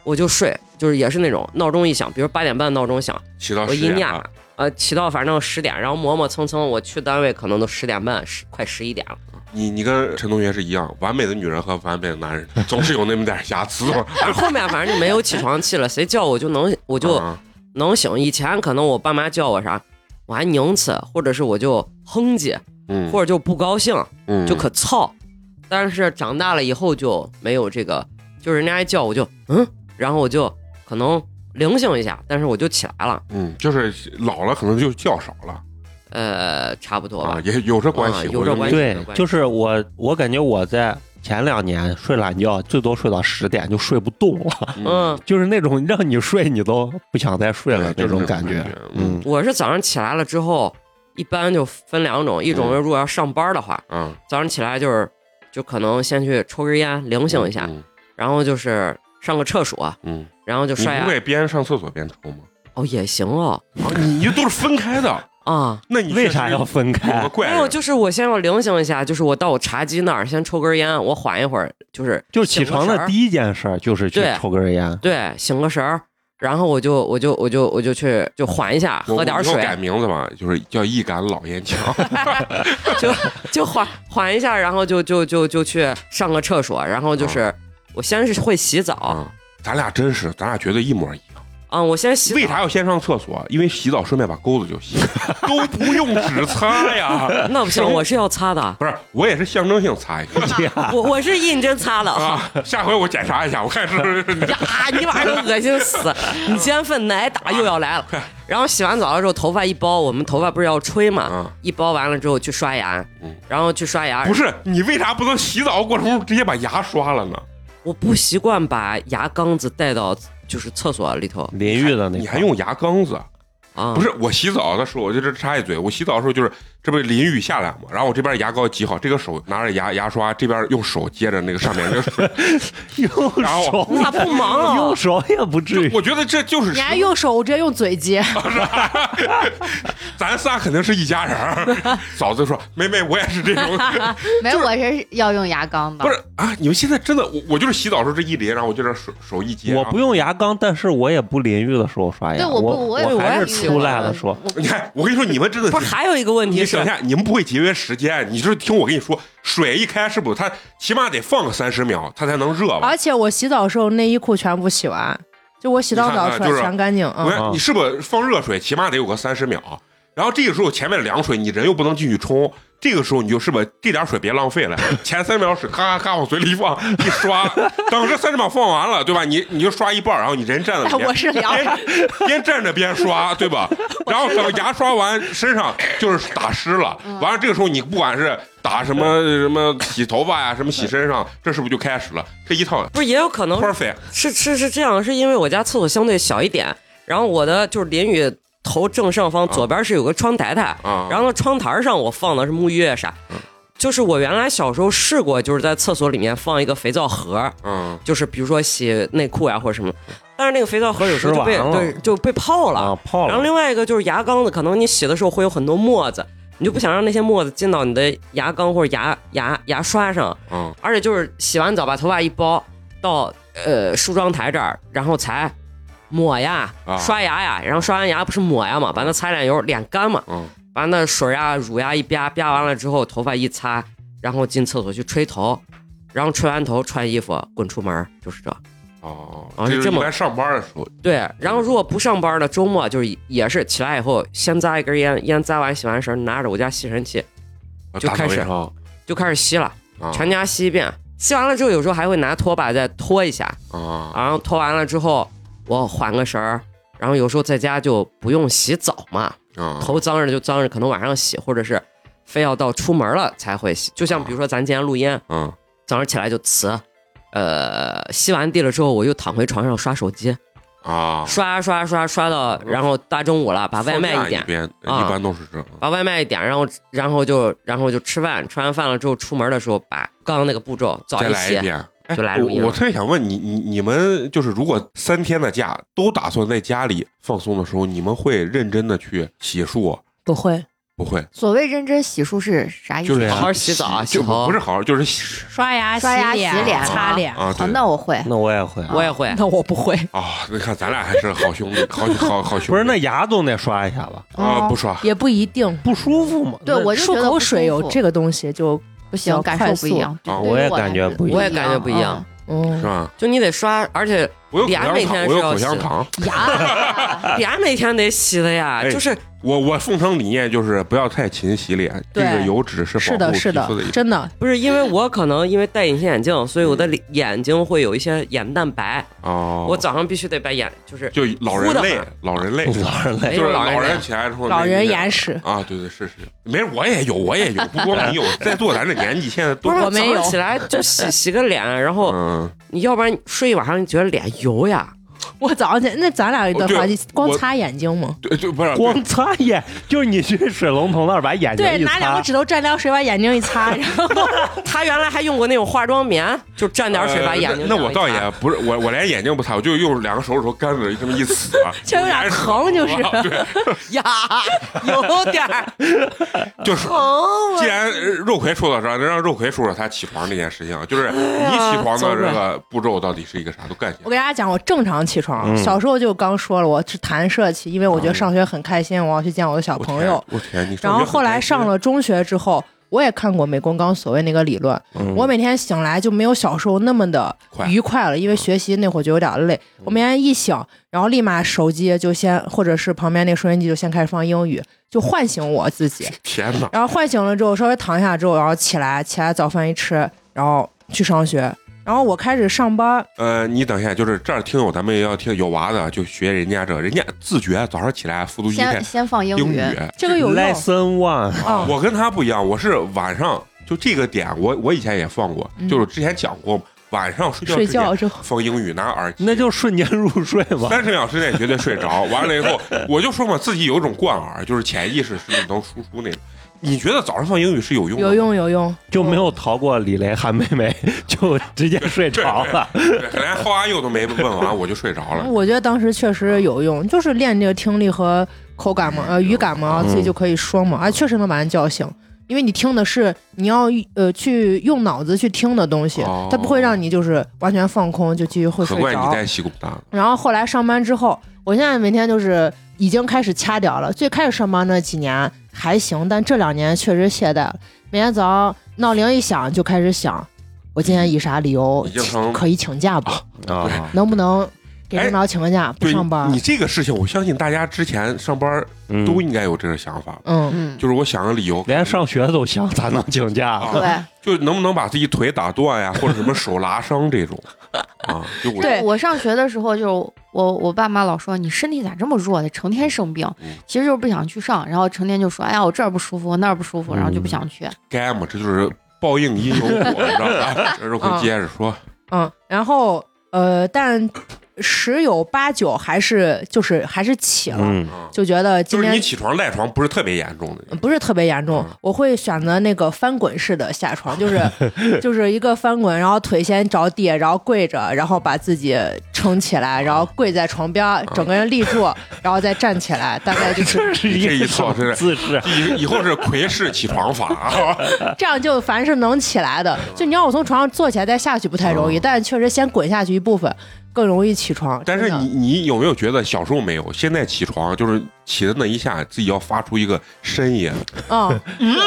[SPEAKER 2] 我就睡，就是也是那种闹钟一响，比如八点半闹钟响，
[SPEAKER 1] 起到
[SPEAKER 2] 我
[SPEAKER 1] 啊十
[SPEAKER 2] 一
[SPEAKER 1] 点
[SPEAKER 2] 念
[SPEAKER 1] 了，，
[SPEAKER 2] 呃，起到反正十点，然后磨磨蹭蹭，我去单位可能都十点半，十快十一点 了。
[SPEAKER 1] 你你跟陈同学是一样，完美的女人和完美的男人总是有那么点瑕疵嘛。
[SPEAKER 2] 但后面反正就没有起床气了，谁叫我就能 我就
[SPEAKER 1] 啊
[SPEAKER 2] 能醒。以前可能我爸妈叫我啥，我还拧次，或者是我就哼唧，
[SPEAKER 1] 嗯，
[SPEAKER 2] 或者就不高兴，
[SPEAKER 1] 嗯
[SPEAKER 2] 就可操。但是长大了以后就没有这个，就是人家一叫我就嗯，然后我就可能灵醒一下，但是我就起来了，
[SPEAKER 1] 嗯，就是老了可能就觉少了
[SPEAKER 2] 呃，差不多吧。
[SPEAKER 1] 啊，也有这关系，
[SPEAKER 2] 啊有这
[SPEAKER 1] 我认为
[SPEAKER 2] 关系
[SPEAKER 5] 对
[SPEAKER 2] 有关，系
[SPEAKER 5] 就是我，我感觉我在前两年睡懒觉，最多睡到十点就睡不动了，
[SPEAKER 1] 啊
[SPEAKER 2] 嗯，
[SPEAKER 5] 就是那种让你睡你都不想再睡了
[SPEAKER 1] 对
[SPEAKER 5] 那
[SPEAKER 1] 哎就是
[SPEAKER 5] 种
[SPEAKER 1] 那种
[SPEAKER 5] 感觉
[SPEAKER 1] 感觉。
[SPEAKER 5] 嗯，
[SPEAKER 2] 我是早上起来了之后，一般就分两种，一种
[SPEAKER 1] 嗯
[SPEAKER 2] 是如果要上班的话，
[SPEAKER 1] 嗯，
[SPEAKER 2] 早上起来就是就可能先去抽根烟，灵醒一下，
[SPEAKER 1] 嗯
[SPEAKER 2] 然后就是上个厕所，
[SPEAKER 1] 嗯，
[SPEAKER 2] 然后就啊
[SPEAKER 1] 你
[SPEAKER 2] 刷
[SPEAKER 1] 不
[SPEAKER 2] 牙。
[SPEAKER 1] 会边上厕所边抽吗？
[SPEAKER 2] 哦，也行哦，
[SPEAKER 1] 啊，你就都是分开 的，
[SPEAKER 2] 啊，
[SPEAKER 1] 那嗯你
[SPEAKER 5] 为啥要
[SPEAKER 1] 有
[SPEAKER 5] 分
[SPEAKER 1] 个
[SPEAKER 5] 开？
[SPEAKER 1] 怪
[SPEAKER 2] 没
[SPEAKER 1] 人？
[SPEAKER 2] 有，就是我先要灵醒一下，就是我到我茶几那儿先抽根烟，我缓一会儿，就是
[SPEAKER 5] 就是起床的第一件事儿就是去
[SPEAKER 2] 对
[SPEAKER 5] 抽根烟。
[SPEAKER 2] 对，醒个神儿，然后我就我就我就我就去就缓一下，
[SPEAKER 1] 我
[SPEAKER 2] 喝点
[SPEAKER 1] 我以后
[SPEAKER 2] 水，
[SPEAKER 1] 改名字吧，就是叫一杆老烟 枪。
[SPEAKER 2] 就就缓缓一下，然后就就就就去上个厕所，然后就是、我先是会洗澡，
[SPEAKER 1] 啊，咱俩真是，咱俩绝对一模一样。
[SPEAKER 2] 啊，我先洗
[SPEAKER 1] 为
[SPEAKER 2] 澡，
[SPEAKER 1] 啥要先上厕所？因为洗澡顺便把钩子就 洗，都不用纸擦呀。
[SPEAKER 2] 那不
[SPEAKER 1] 是
[SPEAKER 2] 行，我是要擦的，
[SPEAKER 1] 不是，我也是象征性擦 一下
[SPEAKER 2] 我我是认真擦的。啊
[SPEAKER 1] 啊。下回我检查一下，我看是 不是
[SPEAKER 2] 呀，你晚上恶心死！你今天份奶打又要来了。
[SPEAKER 1] 啊
[SPEAKER 2] 然后洗完澡的时候，头发一包，我们头发不是要吹嘛
[SPEAKER 1] 嗯？
[SPEAKER 2] 一包完了之后去刷牙
[SPEAKER 1] 嗯，
[SPEAKER 2] 然后去刷牙。
[SPEAKER 1] 不是你为啥不能洗澡过程中直接把牙刷了呢？
[SPEAKER 2] 我不习惯把牙缸子带到就是厕所里头
[SPEAKER 5] 淋浴的那
[SPEAKER 1] 你
[SPEAKER 5] 块
[SPEAKER 1] 还
[SPEAKER 5] 儿
[SPEAKER 1] 用牙缸子？
[SPEAKER 2] 啊。
[SPEAKER 1] 不是我洗澡的时候，我就这插一嘴，我洗澡的时候就是这不是淋雨下来嘛，然后我这边牙膏挤好，这个手拿着牙牙刷，这边用手接着那个上面这个水，
[SPEAKER 5] 用
[SPEAKER 1] 然后
[SPEAKER 5] 手
[SPEAKER 2] 那不忙啊
[SPEAKER 5] 用手也不至于。
[SPEAKER 1] 我觉得这就是
[SPEAKER 3] 你还哎用手，我直接用嘴接。
[SPEAKER 1] 咱仨肯定是一家人儿。嫂子说：“妹妹，我也是这种，
[SPEAKER 4] 没有，我是要用牙膏吧
[SPEAKER 1] 不？是啊？你们现在真的，我我就是洗澡时候这一淋，然后我就这手手一接， 啊
[SPEAKER 5] 我不。用牙膏，但是我也不淋浴的时候刷牙。
[SPEAKER 4] 对，
[SPEAKER 5] 哎我
[SPEAKER 4] 我不，我也
[SPEAKER 5] 我还
[SPEAKER 4] 不
[SPEAKER 5] 是
[SPEAKER 4] 是
[SPEAKER 5] 出来了说，
[SPEAKER 4] 我
[SPEAKER 1] 你看，我跟你说，你们真的
[SPEAKER 2] 不是，还有一个问
[SPEAKER 1] 你
[SPEAKER 2] 题
[SPEAKER 1] 等
[SPEAKER 2] 是
[SPEAKER 1] 一，下，你们不会节约时间。你就是听我跟你说，水一开是不，它起码得放个三十秒，它才能热吧？
[SPEAKER 3] 而且我洗澡的时候内衣裤全部洗完，就我洗到澡
[SPEAKER 1] 你看
[SPEAKER 3] 出
[SPEAKER 1] 看啊就
[SPEAKER 3] 来
[SPEAKER 1] 是
[SPEAKER 3] 全干净。
[SPEAKER 1] 我
[SPEAKER 3] 嗯，
[SPEAKER 1] 看你是不是放热水，起码得有个三十秒。然后这个时候前面凉水，你人又不能进去冲，这个时候你就是不这点水别浪费了，前三秒水咔咔咔往嘴里一放一刷，等这三十秒放完了，对吧？你你就刷一半儿，然后你人站在那边，
[SPEAKER 3] 我是凉
[SPEAKER 1] 边边站着边刷，对吧？然后等牙刷完，身上就是打湿了，完了这个时候你不管是打什么什么洗头发呀、什么洗身上，这是不是就开始了？这一套
[SPEAKER 2] 不是也有可能
[SPEAKER 1] perfect，
[SPEAKER 2] 是是是这样，是因为我家厕所相对小一点，然后我的就是淋雨头正上方左边是有个窗台台，
[SPEAKER 1] 啊
[SPEAKER 2] 然后窗台上我放的是沐浴液啥，就是我原来小时候试过，就是在厕所里面放一个肥皂盒，
[SPEAKER 1] 嗯
[SPEAKER 2] 就是比如说洗内裤呀、或者什么，但是那个肥皂盒有时候就被
[SPEAKER 5] 吃完了
[SPEAKER 2] 对就被泡了。
[SPEAKER 5] 啊，泡
[SPEAKER 2] 然后
[SPEAKER 5] 了，
[SPEAKER 2] 另外一个就是牙缸子，可能你洗的时候会有很多沫子，你就不想让那些沫子进到你的牙缸或者牙牙牙刷上，
[SPEAKER 1] 嗯，
[SPEAKER 2] 而且就是洗完澡把头发一包到呃梳妆台这儿，然后才抹呀、
[SPEAKER 1] 啊
[SPEAKER 2] 刷牙呀，然后刷完牙不是抹呀嘛，把那擦脸油脸干嘛，
[SPEAKER 1] 嗯
[SPEAKER 2] 把那水呀、乳呀一啪啪完了之后，头发一擦，然后进厕所去吹头，然后吹完头穿衣服滚出门儿，就是这。
[SPEAKER 1] 哦，
[SPEAKER 2] 啊
[SPEAKER 1] 这就是
[SPEAKER 2] 这
[SPEAKER 1] 一
[SPEAKER 2] 么
[SPEAKER 1] 般上班的时候，
[SPEAKER 2] 对，然后如果不上班呢，周末就是也是起来以后先扎一根烟，烟扎完洗完身，拿着我家吸尘器
[SPEAKER 1] 啊
[SPEAKER 2] 就
[SPEAKER 1] 打扫
[SPEAKER 2] 开始
[SPEAKER 1] 卫生
[SPEAKER 2] 就开始吸了，
[SPEAKER 1] 啊
[SPEAKER 2] 全家吸一遍。吸完了之后，有时候还会拿拖把再拖一下，
[SPEAKER 1] 啊
[SPEAKER 2] 然后拖完了之后我缓个神儿，然后有时候在家就不用洗澡嘛，
[SPEAKER 1] 啊，
[SPEAKER 2] 头脏着就脏着，可能晚上洗，或者是非要到出门了才会洗。就
[SPEAKER 1] 啊
[SPEAKER 2] 像比如说咱今天录音，
[SPEAKER 1] 嗯
[SPEAKER 2] 早上起来就呲，呃，吸完地了之后我又躺回床上刷手机，
[SPEAKER 1] 啊，
[SPEAKER 2] 刷刷刷刷到，然后大中午了，把外卖
[SPEAKER 1] 放
[SPEAKER 2] 一
[SPEAKER 1] 假一
[SPEAKER 2] 点，
[SPEAKER 1] 边
[SPEAKER 2] 啊
[SPEAKER 1] 一般都是这样
[SPEAKER 2] 把外卖一点，然后然后就然后就吃饭，吃完饭了之后出门的时候，把刚刚那个步骤早
[SPEAKER 1] 再来一
[SPEAKER 2] 些，
[SPEAKER 1] 遍。哎
[SPEAKER 2] 就来录音了
[SPEAKER 1] 我我特别想问你，你你们就是如果三天的假都打算在家里放松的时候，你们会认真的去洗漱？啊
[SPEAKER 3] 不会
[SPEAKER 1] 不会，
[SPEAKER 4] 所谓认真洗漱是啥意思？
[SPEAKER 5] 就是呀
[SPEAKER 2] 好好洗澡啊洗
[SPEAKER 1] 就不
[SPEAKER 2] 头
[SPEAKER 1] 不是好好，就是洗
[SPEAKER 3] 刷牙、
[SPEAKER 4] 刷牙
[SPEAKER 3] 脸、
[SPEAKER 4] 洗脸
[SPEAKER 3] 擦脸。
[SPEAKER 1] 啊。
[SPEAKER 4] 哦
[SPEAKER 1] 对，
[SPEAKER 4] 那我会，
[SPEAKER 5] 那我也会，
[SPEAKER 2] 我也会。
[SPEAKER 3] 那我不会，
[SPEAKER 1] 啊，你看咱俩还是好兄弟，好好好兄弟。
[SPEAKER 5] 不是那牙总得刷一下吧？
[SPEAKER 1] 啊，
[SPEAKER 4] 哦
[SPEAKER 1] 不说
[SPEAKER 3] 也不一定。
[SPEAKER 5] 不舒服吗？
[SPEAKER 4] 对
[SPEAKER 5] 那
[SPEAKER 4] 我就觉
[SPEAKER 3] 漱
[SPEAKER 4] 得
[SPEAKER 3] 口
[SPEAKER 4] 不
[SPEAKER 3] 水
[SPEAKER 4] 舒
[SPEAKER 3] 有
[SPEAKER 4] 服
[SPEAKER 3] 这个东西就
[SPEAKER 4] 不行，
[SPEAKER 3] 比较
[SPEAKER 4] 感
[SPEAKER 3] 快
[SPEAKER 4] 受
[SPEAKER 3] 速
[SPEAKER 4] 不一样。
[SPEAKER 1] 啊
[SPEAKER 4] 对于
[SPEAKER 5] 我也
[SPEAKER 4] 来
[SPEAKER 5] 感觉
[SPEAKER 4] 说
[SPEAKER 5] 不一
[SPEAKER 2] 样我也感觉不一样
[SPEAKER 1] 是
[SPEAKER 3] 嗯，
[SPEAKER 1] 吧？
[SPEAKER 2] 就你得刷，而且
[SPEAKER 1] 我有口
[SPEAKER 2] 脸
[SPEAKER 1] 香
[SPEAKER 2] 每
[SPEAKER 1] 糖，
[SPEAKER 2] 天
[SPEAKER 1] 我有
[SPEAKER 2] 是要
[SPEAKER 1] 口香
[SPEAKER 2] 洗
[SPEAKER 1] 糖。
[SPEAKER 4] 嗯呀，
[SPEAKER 2] 脸每天得洗的呀，
[SPEAKER 1] 啊哎
[SPEAKER 2] 就是
[SPEAKER 1] 我我奉承理念就是不要太勤洗脸，这
[SPEAKER 3] 对
[SPEAKER 1] 个油脂是
[SPEAKER 3] 是
[SPEAKER 1] 保护
[SPEAKER 3] 的，
[SPEAKER 1] 皮
[SPEAKER 3] 是
[SPEAKER 1] 肤的
[SPEAKER 3] 的
[SPEAKER 1] 一，
[SPEAKER 3] 真的，
[SPEAKER 2] 不是因为我可能因为戴隐形眼镜，所以我的脸眼睛会有一些眼蛋白，
[SPEAKER 1] 哦。
[SPEAKER 2] 我早上必须得把眼就是
[SPEAKER 1] 就老人
[SPEAKER 2] 敷得
[SPEAKER 1] 累
[SPEAKER 2] 很，
[SPEAKER 1] 老人累，
[SPEAKER 5] 老人累
[SPEAKER 2] 没
[SPEAKER 1] 就
[SPEAKER 2] 有
[SPEAKER 1] 是
[SPEAKER 2] 哎老
[SPEAKER 1] 老
[SPEAKER 2] 人
[SPEAKER 1] 人
[SPEAKER 2] 累
[SPEAKER 1] 起来之后那
[SPEAKER 3] 老
[SPEAKER 1] 个
[SPEAKER 3] 人 眼屎，
[SPEAKER 1] 啊，对对是是，没事，我也有，我 也有，不光你有，在座咱这年纪现在都
[SPEAKER 2] 不是
[SPEAKER 3] 我没有
[SPEAKER 2] 早上起来 就洗洗个脸，然后
[SPEAKER 1] 嗯，
[SPEAKER 2] 你要不然睡一晚上你觉得脸油呀，
[SPEAKER 3] 我早上起那咱俩的话，
[SPEAKER 1] 对
[SPEAKER 3] 你光
[SPEAKER 1] 我
[SPEAKER 3] 擦眼睛吗？
[SPEAKER 1] 对，就不是
[SPEAKER 5] 光擦眼，就是你去水龙头那儿把眼睛
[SPEAKER 3] 对，
[SPEAKER 5] 一
[SPEAKER 3] 拿两
[SPEAKER 5] 擦
[SPEAKER 3] 个，指头蘸凉水把眼睛 一擦，然后
[SPEAKER 2] 他原来还用过那种化妆棉，就蘸点水把眼睛、
[SPEAKER 1] 呃那那我倒也，不是，我我连眼睛不擦，我就用两个手指头干着这么一呲，
[SPEAKER 3] 就有点疼，就是
[SPEAKER 1] 对，
[SPEAKER 2] 呀， 有点儿
[SPEAKER 1] 就是
[SPEAKER 2] 疼。我
[SPEAKER 3] 啊
[SPEAKER 1] 既然呃肉葵说到这儿，能让肉葵说说他起床这件事情啊，就是
[SPEAKER 3] 哎
[SPEAKER 1] 你起床的这个步骤到底是一个啥？都干些
[SPEAKER 3] 我给大家讲，我正常起床，
[SPEAKER 5] 嗯
[SPEAKER 3] 小时候就刚说了，我是弹射起，因为我觉得
[SPEAKER 1] 嗯
[SPEAKER 3] 上学很开心，我要去见我的小
[SPEAKER 1] 我
[SPEAKER 3] 朋友。
[SPEAKER 1] 天我天，你上学
[SPEAKER 3] 然后后来
[SPEAKER 1] 很开心
[SPEAKER 3] 上了中学之后，我也看过美工刚所谓那个理论，
[SPEAKER 5] 嗯
[SPEAKER 3] 我每天醒来就没有小时候那么的
[SPEAKER 1] 快嗯
[SPEAKER 3] 愉快了，因为学习那会儿就有点累。我每天一醒，然后立马手机就先，或者是旁边那收音机就先开始放英语，就唤醒我自己。
[SPEAKER 1] 天哪，
[SPEAKER 3] 然后唤醒了之后，稍微躺一下之后，然后起来，起来早饭一吃，然后去上学。然后我开始上班，
[SPEAKER 1] 呃，你等一下，就是这儿听友咱们也要听有娃的，就学人家这，人家自觉早上起来复读机
[SPEAKER 4] 先
[SPEAKER 1] 开
[SPEAKER 4] 先放英
[SPEAKER 1] 英
[SPEAKER 4] 语
[SPEAKER 1] 语，
[SPEAKER 3] 这个有用
[SPEAKER 5] lesson one
[SPEAKER 3] 啊。
[SPEAKER 1] 我跟他不一样，我是晚上就这个点，我我以前也放过，
[SPEAKER 3] 嗯
[SPEAKER 1] 就是之前讲过，晚上睡觉
[SPEAKER 3] 睡
[SPEAKER 1] 之前
[SPEAKER 3] 觉之后，
[SPEAKER 1] 放英语拿耳机，
[SPEAKER 5] 那就瞬间入睡 嘛。
[SPEAKER 1] 三十秒之内绝对睡着。完了以后，我就说嘛，自己有一种惯耳，就是潜意识是你能输出那种。你觉得早上放英语是有用的吗？
[SPEAKER 3] 有用有用，
[SPEAKER 5] 就没有逃过李雷韩妹妹，就直接睡着了。
[SPEAKER 1] 对，可能后阿佑都没问完，我就睡着了。
[SPEAKER 3] 我觉得当时确实有用，就是练这个听力和口感嘛，呃，语感嘛，
[SPEAKER 5] 嗯
[SPEAKER 3] 自己就可以说嘛，啊，确实能把人叫醒，因为你听的是你要呃去用脑子去听的东西
[SPEAKER 1] 哦，
[SPEAKER 3] 它不会让你就是完全放空就继续会
[SPEAKER 1] 可
[SPEAKER 3] 睡
[SPEAKER 1] 怪你
[SPEAKER 3] 着。
[SPEAKER 1] 在西工大，
[SPEAKER 3] 然后后来上班之后，我现在每天就是已经开始掐掉了，最开始上班那几年还行，但这两年确实懈怠了，每天早上闹铃一响就开始想，我今天以啥理由
[SPEAKER 1] 已经成
[SPEAKER 3] 可以请假不？
[SPEAKER 5] 啊，
[SPEAKER 3] 能不能给领导请个假，
[SPEAKER 1] 哎
[SPEAKER 3] 不
[SPEAKER 1] 对
[SPEAKER 3] 上班？
[SPEAKER 1] 你这个事情，我相信大家之前上班都
[SPEAKER 5] 嗯，
[SPEAKER 1] 应该有这个想法，
[SPEAKER 3] 嗯，
[SPEAKER 4] 嗯，
[SPEAKER 1] 就是我想个理由，
[SPEAKER 5] 连上学都想咋能请假？
[SPEAKER 1] 啊，
[SPEAKER 4] 对。
[SPEAKER 1] 就是能不能把自己腿打断 呀，或者什么手拉伤这种啊，就我
[SPEAKER 3] 对
[SPEAKER 4] 我上学的时候就，我我爸妈老说你身体咋这么弱的，成天生病
[SPEAKER 1] 嗯，
[SPEAKER 4] 其实就是不想去上，然后成天就说，哎呀，我这儿不舒服，我那儿不舒服，然后就不想去。
[SPEAKER 1] 该嘛，这就是报应因有果，你知道 吧？这肉葵接着说，
[SPEAKER 3] 嗯，然后呃，但十有八九还是就是还是起了，
[SPEAKER 5] 嗯，
[SPEAKER 1] 啊
[SPEAKER 3] 就觉得
[SPEAKER 1] 就
[SPEAKER 3] 今
[SPEAKER 1] 是你
[SPEAKER 3] 天
[SPEAKER 1] 起床赖床不是特别严重的，
[SPEAKER 3] 不是特别严重
[SPEAKER 1] 嗯，
[SPEAKER 3] 我会选择那个翻滚式的 下床，就是就是一个翻滚，然后腿先着地，然后跪着，然后把自己
[SPEAKER 1] 撑
[SPEAKER 3] 撑起来，然后跪在床边
[SPEAKER 1] 嗯
[SPEAKER 3] 儿，整个人立住，然后再站起来，大概就是
[SPEAKER 5] 这是
[SPEAKER 1] 这一
[SPEAKER 5] 一
[SPEAKER 1] 套
[SPEAKER 5] 种
[SPEAKER 1] 是
[SPEAKER 5] 姿势。
[SPEAKER 1] 以以后是魁式起床法 啊，
[SPEAKER 3] 这样就凡是能起来的，就你让我从床上坐起来再下去不太容易，但确实先滚下去一部分更容易起床。
[SPEAKER 1] 嗯但是
[SPEAKER 3] 真的
[SPEAKER 1] 你你有没有觉得小时候没有，现在起床就是起的那一下，自己要发出一个呻吟，
[SPEAKER 3] 嗯对对对，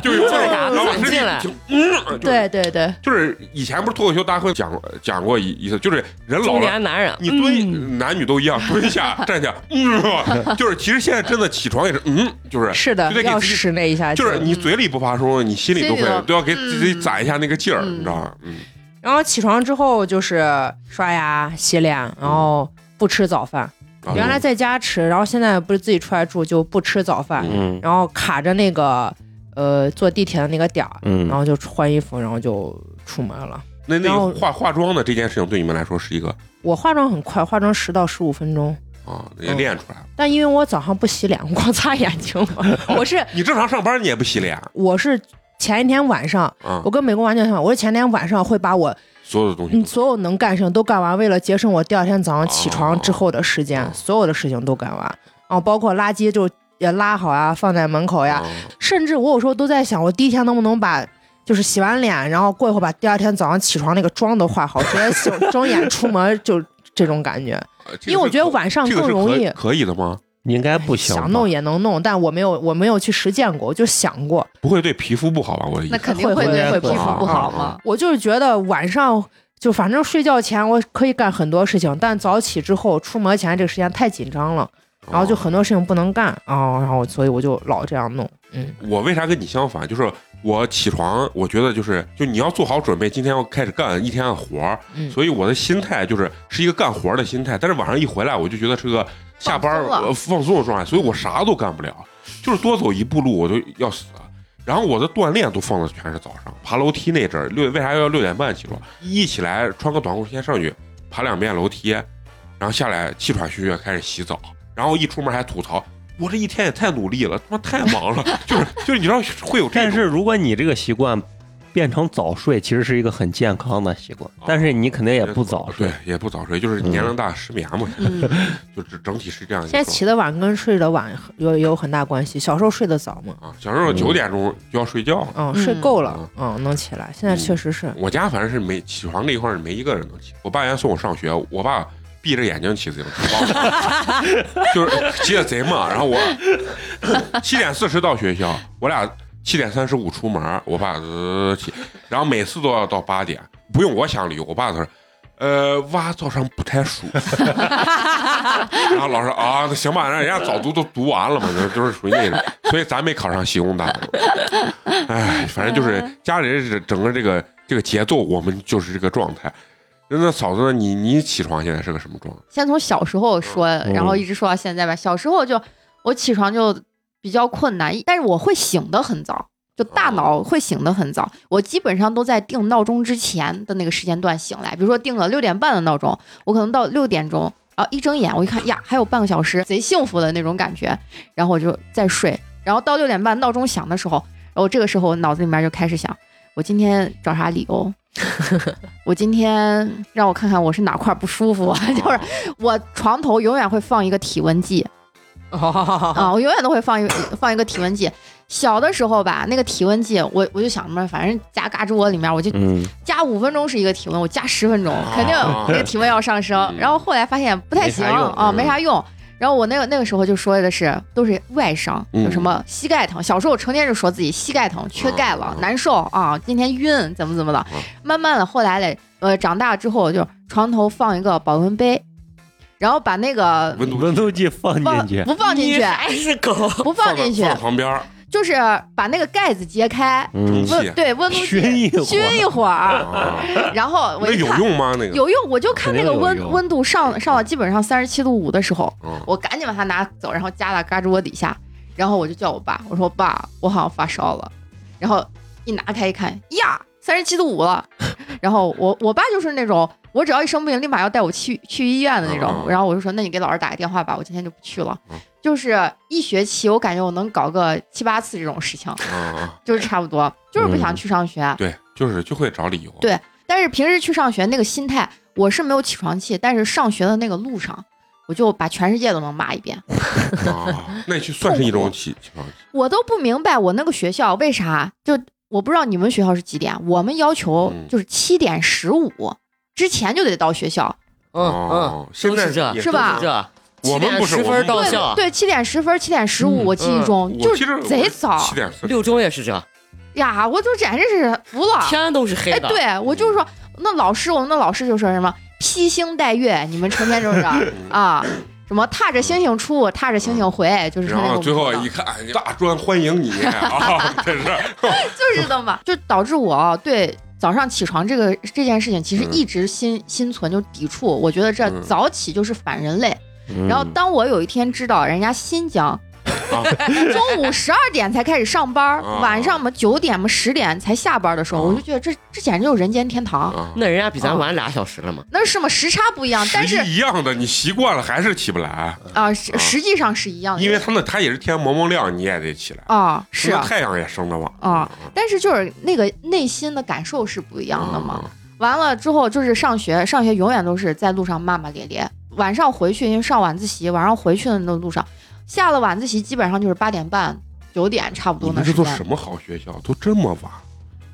[SPEAKER 1] 就是有
[SPEAKER 2] 就是打
[SPEAKER 1] 然后
[SPEAKER 2] 攒
[SPEAKER 1] 身体
[SPEAKER 2] 进来
[SPEAKER 1] 就嗯，就是
[SPEAKER 3] 对对对，
[SPEAKER 1] 就是以前不是脱口秀大会讲讲过一一次，就是人老
[SPEAKER 2] 中
[SPEAKER 1] 了。
[SPEAKER 2] 年男人，
[SPEAKER 1] 你
[SPEAKER 4] 嗯
[SPEAKER 1] 蹲，男女都一样，蹲下、 站起来，嗯，就是其实现在真的起床也是，嗯，就是
[SPEAKER 3] 是嗯的
[SPEAKER 1] 就得，给
[SPEAKER 3] 要
[SPEAKER 1] 自己
[SPEAKER 3] 室内一下
[SPEAKER 1] 就是你嘴里不发声，你心里都
[SPEAKER 4] 心里
[SPEAKER 1] 会
[SPEAKER 4] 头
[SPEAKER 1] 都要给自己攒一下那个劲儿，
[SPEAKER 4] 嗯
[SPEAKER 1] 你知道吧？嗯，
[SPEAKER 3] 然后起床之后就是刷牙、洗脸，然后不吃早饭。
[SPEAKER 1] 啊
[SPEAKER 3] 原来在家吃，然后现在不是自己出来住就不吃早饭，
[SPEAKER 1] 嗯
[SPEAKER 5] 嗯
[SPEAKER 3] 然后卡着那个呃坐地铁的那个点儿，然
[SPEAKER 5] 嗯，
[SPEAKER 3] 后就换衣服，然后就出门了。
[SPEAKER 1] 那那
[SPEAKER 3] 然后
[SPEAKER 1] 个化化妆的这件事情对你们来说是一个
[SPEAKER 3] 我化妆很快，化妆十到十五分钟。
[SPEAKER 1] 啊，也
[SPEAKER 3] 嗯
[SPEAKER 1] 练出来了。
[SPEAKER 3] 但因为我早上不洗脸，我光擦眼睛 了。我是
[SPEAKER 1] 你正常上班你也不洗脸
[SPEAKER 3] 我是前一天晚上，
[SPEAKER 1] 啊
[SPEAKER 3] 我，跟美工完全相反，我是前一天晚上会把我
[SPEAKER 1] 所有的东西
[SPEAKER 3] 嗯
[SPEAKER 1] 都
[SPEAKER 3] 所有能干的事情都干完，为了节省我第二天早上起床之后的时间
[SPEAKER 1] 哦，
[SPEAKER 3] 所有的事情都干完。啊，包括垃圾就也拉好啊，放在门口呀，
[SPEAKER 1] 啊
[SPEAKER 3] 甚至我有时候都在想，我第一天能不能把就是洗完脸，然后过一会儿把第二天早上起床那个妆都化好，直接洗 睁眼出门就这种感觉。
[SPEAKER 1] 呃这个
[SPEAKER 3] 因为我
[SPEAKER 1] 是
[SPEAKER 3] 觉得
[SPEAKER 1] 可
[SPEAKER 3] 晚上
[SPEAKER 1] 这个
[SPEAKER 3] 更
[SPEAKER 1] 是
[SPEAKER 3] 容
[SPEAKER 1] 可
[SPEAKER 3] 易。
[SPEAKER 1] 可以的吗？
[SPEAKER 5] 你应该不行吧。
[SPEAKER 3] 想弄也能弄，但我没有，我没有去实践过，我就想过，
[SPEAKER 1] 不会对皮肤不好吧？我的意
[SPEAKER 4] 那
[SPEAKER 1] 思。
[SPEAKER 4] 肯定
[SPEAKER 3] 会
[SPEAKER 4] 对
[SPEAKER 5] 会
[SPEAKER 4] 皮
[SPEAKER 5] 不
[SPEAKER 4] 肤
[SPEAKER 5] 好
[SPEAKER 4] 不好
[SPEAKER 1] 嗯
[SPEAKER 4] 嘛。
[SPEAKER 3] 我就是觉得晚上就反正睡觉前我可以干很多事情，但早起之后出门前这个时间太紧张了，然后就很多事情不能干啊、然后所以我就老这样弄，嗯，
[SPEAKER 1] 我为啥跟你相反？就是我起床，我觉得就是就你要做好准备，今天要开始干一天的活儿，
[SPEAKER 3] 嗯
[SPEAKER 1] 所以我的心态就是是一个干活儿的心态。但是晚上一回来，我就觉得是个下班儿
[SPEAKER 4] 放松了
[SPEAKER 1] 呃放松的状态，所以我啥都干不了，就是多走一步路我就要死。然后我的锻炼都放的全是早上，爬楼梯那阵儿六为啥要六点半起床？一起来穿个短裤先上去爬两遍楼梯，然后下来气喘吁吁开始洗澡，然后一出门还吐槽。我这一天也太努力了，他妈太忙了， 就是就是你知道会有这种，
[SPEAKER 5] 但是如果你这个习惯变成早睡，其实是一个很健康的习惯
[SPEAKER 1] 啊，
[SPEAKER 5] 但是你肯定也不早睡
[SPEAKER 1] 对。也不早睡，就是年龄大失眠嘛， 就整整体是这样一
[SPEAKER 3] 嗯现在
[SPEAKER 1] 个
[SPEAKER 3] 起得晚跟睡得晚有有很大关系，小时候睡得早嘛，
[SPEAKER 1] 啊。小时候
[SPEAKER 5] 嗯
[SPEAKER 1] 九点钟就要睡觉了，
[SPEAKER 3] 嗯，睡够了，嗯，能起来，现在确实是，
[SPEAKER 1] 我家反正是没起床这一块儿是没一个人能起。我爸原来送我上学，我爸闭着眼睛骑自行车， 就是骑的贼慢。然后我七点四十到学校，我俩七点三十五出门，我爸呃骑，然后每次都要到八点，不用我想理由，我爸他说。呃，娃早上不太舒服， 然后老师啊，那行吧，让人家早读都读完了嘛，就就是属于那种，所以咱没考上西工大。哎，反正就是
[SPEAKER 4] 嗯
[SPEAKER 1] 家里人是整个这个这个节奏，我们就是这个状态。那那嫂子呢，你你起床现在是个什么状态？
[SPEAKER 4] 先从小时候说，然后一直说到现在吧。小时候就我起床就比较困难，但是我会醒得很早，就大脑会醒得很早。我基本上都在定闹钟之前的那个时间段醒来，比如说定了六点半的闹钟，我可能到六点钟啊一睁眼，我一看呀还有半个小时，贼幸福的那种感觉，然后我就再睡，然后到六点半闹钟响的时候，然后这个时候我脑子里面就开始想，我今天找啥理由。 我今天让我看看我是哪块儿不舒服啊， 就是我床头永远会放一个体温计啊，我永远都会放一 个放一个体温计。小的时候吧，那个体温计，我我就想着嘛，反正加嘎吱窝里面，我就
[SPEAKER 5] 嗯，
[SPEAKER 4] 加五分钟是一个体温，我加十分钟
[SPEAKER 1] 啊
[SPEAKER 4] 肯定那个体温要上升
[SPEAKER 1] 嗯。
[SPEAKER 4] 然后后来发现不太行
[SPEAKER 5] 没啥用
[SPEAKER 4] 啊，
[SPEAKER 1] 嗯
[SPEAKER 4] 没啥用。然后我那个那个时候就说的是都是外伤，
[SPEAKER 1] 嗯
[SPEAKER 4] 有什么膝盖疼。小时候我成天就说自己膝盖疼，缺钙了
[SPEAKER 1] 嗯，
[SPEAKER 4] 难受啊，今天晕，怎么怎么的
[SPEAKER 1] 嗯。
[SPEAKER 4] 慢慢的后来嘞，呃，长大之后就床头放一个保温杯，然后把那个
[SPEAKER 1] 温度
[SPEAKER 5] 温度计放
[SPEAKER 4] 放
[SPEAKER 5] 进去，
[SPEAKER 4] 不放进
[SPEAKER 2] 你
[SPEAKER 4] 去，
[SPEAKER 2] 还是狗，
[SPEAKER 4] 不放进去
[SPEAKER 1] 放，到旁边 儿
[SPEAKER 4] 就是把那个盖子揭开，
[SPEAKER 1] 蒸
[SPEAKER 5] 嗯
[SPEAKER 1] 汽，
[SPEAKER 4] 温对温度计
[SPEAKER 5] 熏一会儿
[SPEAKER 4] 熏一会 儿，
[SPEAKER 1] 啊，
[SPEAKER 4] 然后我
[SPEAKER 1] 那
[SPEAKER 4] 一
[SPEAKER 1] 有
[SPEAKER 4] 看。
[SPEAKER 1] 用吗？那个
[SPEAKER 4] 有用，我就看那个
[SPEAKER 5] 肯定有
[SPEAKER 4] 温
[SPEAKER 5] 用
[SPEAKER 4] 温度上上到基本上三十七度五的时候，
[SPEAKER 1] 嗯
[SPEAKER 4] 我赶紧把它拿走，然后夹到嘎吱窝底下，然后我就叫我爸，我说爸，我好像发烧了，然后一拿开一看，呀，三十七度五了， 然后我我爸就是那种我只要一生病，立马要带我去去医院的那种
[SPEAKER 1] 嗯，嗯
[SPEAKER 4] 然后我就说那你给老师打个电话吧，我今天就不去了
[SPEAKER 1] 嗯，
[SPEAKER 4] 就是一学期我感觉我能搞个七八次这种事情，
[SPEAKER 1] 啊，
[SPEAKER 4] 就是差不多，就是不想
[SPEAKER 5] 嗯
[SPEAKER 4] 去上学，
[SPEAKER 1] 对，就是就会找理由。
[SPEAKER 4] 对但是平时去上学那个心态，我是没有起床气，但是上学的那个路上，我就把全世界都能骂一遍。
[SPEAKER 1] 啊，那就算是一种起起床气
[SPEAKER 4] 我都不明白我那个学校为啥就我不知道你们学校是几点，我们要求
[SPEAKER 1] 嗯
[SPEAKER 4] 就是七点十五之前就得到学校，
[SPEAKER 2] 嗯嗯，
[SPEAKER 1] 哦现在
[SPEAKER 2] 都是这
[SPEAKER 1] 也
[SPEAKER 4] 是吧
[SPEAKER 1] 都
[SPEAKER 2] 这
[SPEAKER 1] 我们不是
[SPEAKER 2] 7:10
[SPEAKER 1] 我们
[SPEAKER 2] 到
[SPEAKER 1] 不是
[SPEAKER 2] 校啊
[SPEAKER 4] 对，七点十分、七点十五，
[SPEAKER 5] 嗯
[SPEAKER 4] 我记忆中、
[SPEAKER 1] 我
[SPEAKER 4] 就
[SPEAKER 1] 其实
[SPEAKER 4] 是
[SPEAKER 1] 我
[SPEAKER 4] 贼早
[SPEAKER 1] 七点四十
[SPEAKER 2] 六中也是这，
[SPEAKER 4] 呀，我就简直是服了。
[SPEAKER 2] 天都是黑
[SPEAKER 4] 哎，
[SPEAKER 2] 的。，
[SPEAKER 4] 对我就是
[SPEAKER 1] 嗯
[SPEAKER 4] 说，那老师，我们的老师就说什么披星戴月，你们成天就是
[SPEAKER 1] 嗯
[SPEAKER 4] 啊，什么踏着星星出，踏着星星回，就是说
[SPEAKER 1] 然
[SPEAKER 4] 那
[SPEAKER 1] 后
[SPEAKER 4] 种
[SPEAKER 1] 最后
[SPEAKER 4] 舞蹈
[SPEAKER 1] 一看，哎大专欢 迎你啊！真是，
[SPEAKER 4] 就是的嘛，就导致我啊对早上起床这个这件事情，其实
[SPEAKER 1] 嗯
[SPEAKER 4] 一直心、心存就抵触。我觉得这
[SPEAKER 1] 嗯
[SPEAKER 4] 早起就是反人类。
[SPEAKER 5] 嗯
[SPEAKER 4] 然后当我有一天知道人家新疆。
[SPEAKER 1] 啊
[SPEAKER 4] 中午十二点才开始上班，
[SPEAKER 1] 啊
[SPEAKER 4] 晚上嘛九点嘛十点才下班的时候，
[SPEAKER 1] 啊
[SPEAKER 4] 我就觉得这这简直就是人间天堂。
[SPEAKER 1] 啊
[SPEAKER 2] 那人家比咱晚俩小时了嘛。
[SPEAKER 4] 那是嘛时差不一样，但
[SPEAKER 1] 实
[SPEAKER 4] 是
[SPEAKER 1] 际一样的，你习惯了还是起不来，
[SPEAKER 4] 啊，实
[SPEAKER 1] 啊
[SPEAKER 4] 实际上是一样的，
[SPEAKER 1] 因为他那他也是天蒙蒙亮，你也得起来。
[SPEAKER 4] 啊是
[SPEAKER 1] 那
[SPEAKER 4] 啊，
[SPEAKER 1] 太阳也升得晚
[SPEAKER 4] 啊，但是就是那个内心的感受是不一样的嘛。
[SPEAKER 1] 啊
[SPEAKER 4] 完了之后就是上学，上学永远都是在路上骂骂咧咧。晚上回去，因为上晚自习，晚上回去的那路上，下了晚自习基本上就是八点半、九点差不
[SPEAKER 1] 你
[SPEAKER 4] 多那
[SPEAKER 1] 们这
[SPEAKER 4] 时
[SPEAKER 1] 都
[SPEAKER 4] 间
[SPEAKER 1] 什，么好学校，都这么晚？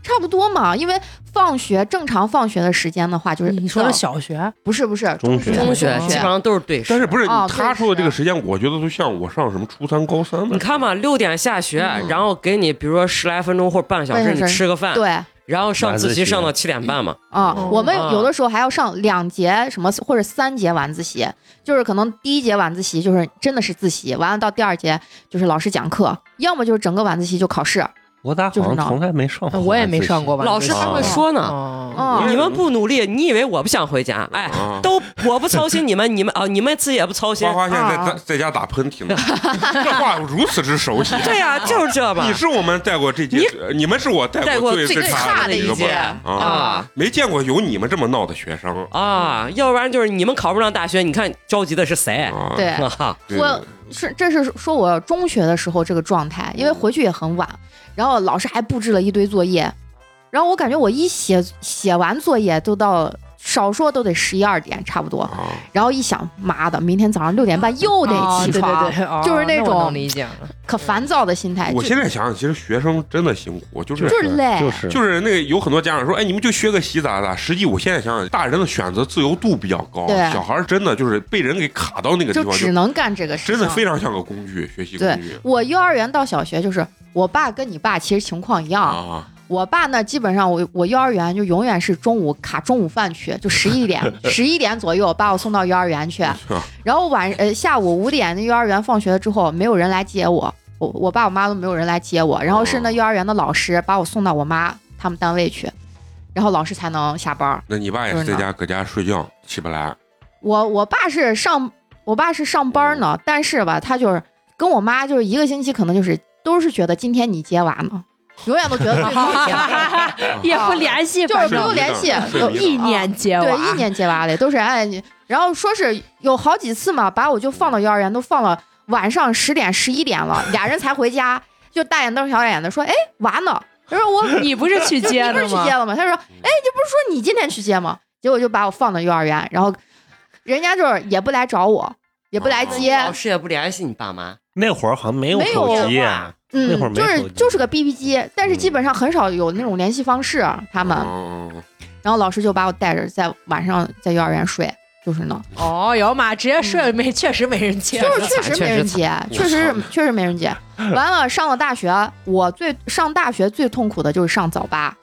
[SPEAKER 4] 差不多嘛。因为放学正常放学的时间的话，就是
[SPEAKER 3] 你说
[SPEAKER 4] 到
[SPEAKER 3] 的小学，
[SPEAKER 4] 不是不嗯是啊
[SPEAKER 5] 中学
[SPEAKER 2] 中学
[SPEAKER 4] 学
[SPEAKER 2] 基本上都是对
[SPEAKER 1] 但是不是
[SPEAKER 4] 啊
[SPEAKER 1] 他
[SPEAKER 4] 对
[SPEAKER 1] 说的这
[SPEAKER 4] 是
[SPEAKER 1] 个时间，我觉得都像我上什么初三、高三的。
[SPEAKER 2] 你看嘛，六点下学，然后给你比如说十来分钟或者半个小时，
[SPEAKER 4] 嗯半
[SPEAKER 2] 你
[SPEAKER 4] 小时
[SPEAKER 2] 吃个饭，
[SPEAKER 4] 对。
[SPEAKER 2] 然后上自
[SPEAKER 5] 晚自
[SPEAKER 2] 习
[SPEAKER 5] 习
[SPEAKER 2] 上到七点半嘛。
[SPEAKER 4] 啊、
[SPEAKER 1] 哦
[SPEAKER 4] 我们
[SPEAKER 2] 啊
[SPEAKER 4] 有的时候还要上两节什么或者三节晚自习，就是可能第一节晚自习就是真的是自习，完了到第二节就是老师讲课，要么就是整个晚自习就考试。
[SPEAKER 5] 我咋好
[SPEAKER 4] 就是
[SPEAKER 5] 像
[SPEAKER 4] 呢
[SPEAKER 5] 从来没上过？
[SPEAKER 3] 呃嗯我也没上过。吧？
[SPEAKER 2] 老师他
[SPEAKER 3] 啊
[SPEAKER 2] 们说呢，
[SPEAKER 3] 哦，
[SPEAKER 4] 嗯，
[SPEAKER 2] 你们不努力，你以为我不想回家？哎
[SPEAKER 1] 啊，
[SPEAKER 2] 都我不操心你们，你们啊，你们自己也不操心
[SPEAKER 1] 花。花现在
[SPEAKER 4] 啊
[SPEAKER 1] 在在家打喷嚏呢， 这话如此之熟 悉。
[SPEAKER 2] 对呀，就是这嘛
[SPEAKER 1] 你。是我们带过这届，你们是我带
[SPEAKER 2] 带过
[SPEAKER 1] 最
[SPEAKER 2] 最
[SPEAKER 1] 差
[SPEAKER 4] 差
[SPEAKER 1] 的
[SPEAKER 4] 的
[SPEAKER 1] 一
[SPEAKER 4] 一
[SPEAKER 1] 个
[SPEAKER 4] 届
[SPEAKER 1] 班啊，
[SPEAKER 2] 啊
[SPEAKER 1] 没见过有你们这么闹的学生
[SPEAKER 2] 啊，要不然就是你们考不上大学，你看着急的是谁？
[SPEAKER 1] 啊。
[SPEAKER 4] 对，
[SPEAKER 2] 啊，
[SPEAKER 1] 对，
[SPEAKER 4] 我是这是说我中学的时候这个状态，
[SPEAKER 3] 嗯
[SPEAKER 4] 因为回去也很晚，然后老师还布置了一堆作业，然后我感觉我一写写完作业都到少说都得十一二点差不
[SPEAKER 3] 哦
[SPEAKER 4] 多，
[SPEAKER 1] 啊，
[SPEAKER 4] 然后一想，妈的，明天早上六点半 又得起床，
[SPEAKER 3] 对对对，哦
[SPEAKER 4] 就是那
[SPEAKER 3] 我
[SPEAKER 4] 种
[SPEAKER 3] 能理解了。
[SPEAKER 4] 可烦躁的心态，
[SPEAKER 1] 我
[SPEAKER 4] 哎就
[SPEAKER 1] 现在想想，其实学生真的辛苦，就是
[SPEAKER 4] 就是累，
[SPEAKER 5] 就是
[SPEAKER 1] 就是那个有很多家长说，哎，你们就学个习咋咋。实际我现在想想，大人的选择自由度比较高，啊
[SPEAKER 4] 对
[SPEAKER 1] 小孩儿真的就是被人给卡到那个地
[SPEAKER 4] 就
[SPEAKER 1] 方，
[SPEAKER 4] 只
[SPEAKER 1] 就
[SPEAKER 4] 能干这个事
[SPEAKER 1] 真的非
[SPEAKER 4] 情。
[SPEAKER 1] 常像个工具，学习
[SPEAKER 4] 对
[SPEAKER 1] 工具
[SPEAKER 4] 我幼儿园到小学就是。我爸跟你爸其实情况一样，
[SPEAKER 1] 啊。
[SPEAKER 4] 我爸那基本上我我幼儿园就永远是中午卡中午饭去，就十一点十一点左右把我送到幼儿园去，
[SPEAKER 1] 嗯
[SPEAKER 4] 然后晚呃下午五点那幼儿园放学了之后没有人来接我，我我爸我妈都没有人来接我，然后是那幼儿园的老师把我送到我妈他们单位去，然后老师才能下班儿。
[SPEAKER 1] 那你爸也是在家搁家睡觉，起不来。
[SPEAKER 4] 我我爸是上我爸是上班呢，但是吧，他就是跟我妈就是一个星期，可能就是都是觉得今天你接娃呢，永远都觉得对方 接娃，
[SPEAKER 6] 也
[SPEAKER 3] 哦
[SPEAKER 6] 不联系，
[SPEAKER 4] 就是没有联系，
[SPEAKER 1] 是
[SPEAKER 4] 有
[SPEAKER 1] 迷
[SPEAKER 6] 一年
[SPEAKER 5] 哎
[SPEAKER 6] 接
[SPEAKER 4] 对
[SPEAKER 6] 娃，
[SPEAKER 5] 啊
[SPEAKER 4] 一年接娃的都是哎你，然后说是有好几次嘛，把我就放到幼儿园都放了晚上十点十一点了，俩人才回家，就大眼瞪小眼的说哎娃呢，他说 我
[SPEAKER 6] 你不是去接
[SPEAKER 4] 你不
[SPEAKER 6] 的
[SPEAKER 4] 是去
[SPEAKER 6] 吗
[SPEAKER 4] 接？了吗？他说，
[SPEAKER 5] 嗯
[SPEAKER 4] 哎，你不是说你今天去接吗？结果就把我放到幼儿园，然后人家就是也不来找我，也不来
[SPEAKER 5] 哦
[SPEAKER 4] 接，
[SPEAKER 2] 老师也不联系你爸妈，
[SPEAKER 5] 那会儿好像没有
[SPEAKER 4] 没有
[SPEAKER 5] 手机，啊那会儿
[SPEAKER 4] 嗯，就
[SPEAKER 5] 没手
[SPEAKER 4] 是
[SPEAKER 5] 机嗯
[SPEAKER 4] 就是个 BB 机，但是基本上很少有那种联系方式，啊他们。
[SPEAKER 1] 嗯，嗯
[SPEAKER 4] 然后老师就把我带着在晚上在幼儿园睡，就是呢，
[SPEAKER 3] 哦，哟妈，直接睡了没？确实没人接。
[SPEAKER 4] 就是确实没人接，
[SPEAKER 1] 确
[SPEAKER 4] 确
[SPEAKER 1] 实
[SPEAKER 4] 实
[SPEAKER 1] 惨
[SPEAKER 4] 是确实没人接。完了，上了大学，我最上大学最痛苦的就是上早八。
[SPEAKER 1] 嗯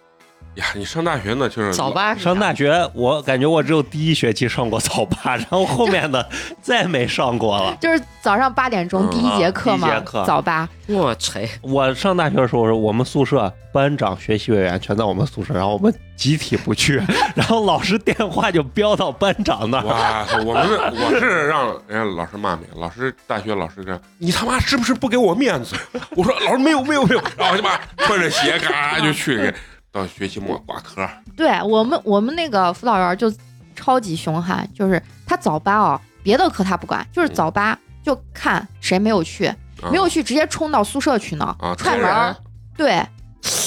[SPEAKER 1] 呀，你上大学呢，就是
[SPEAKER 2] 早八是啥
[SPEAKER 5] 上大学，我感觉我只有第一学期上过早八， 然后后面的再没上过了。
[SPEAKER 4] 就是早上八点钟
[SPEAKER 1] 嗯
[SPEAKER 4] 第一节课
[SPEAKER 5] 第一
[SPEAKER 4] 嘛，
[SPEAKER 5] 节课
[SPEAKER 4] 早八，
[SPEAKER 2] 我trời，
[SPEAKER 5] 我上大学的时候，我们宿舍班长、学习委员全在我们宿舍，然后我们集体不去， 然后老师电话就飙到班长那儿。
[SPEAKER 1] 哇，我们是我是让人家老师骂没，老师大学老师这样，你他妈是不是不给我面子？我说老师没有没有没有，然后就把穿着鞋嘎就去，到学期末挂科，
[SPEAKER 4] 对我们我们那个辅导员就超级凶悍，就是他早八哦，别的课他不管，就是早八就看谁没有去，
[SPEAKER 1] 啊
[SPEAKER 4] 没有去直接冲到宿舍去呢，
[SPEAKER 1] 啊
[SPEAKER 4] 踹门
[SPEAKER 1] 踹人
[SPEAKER 4] 儿，对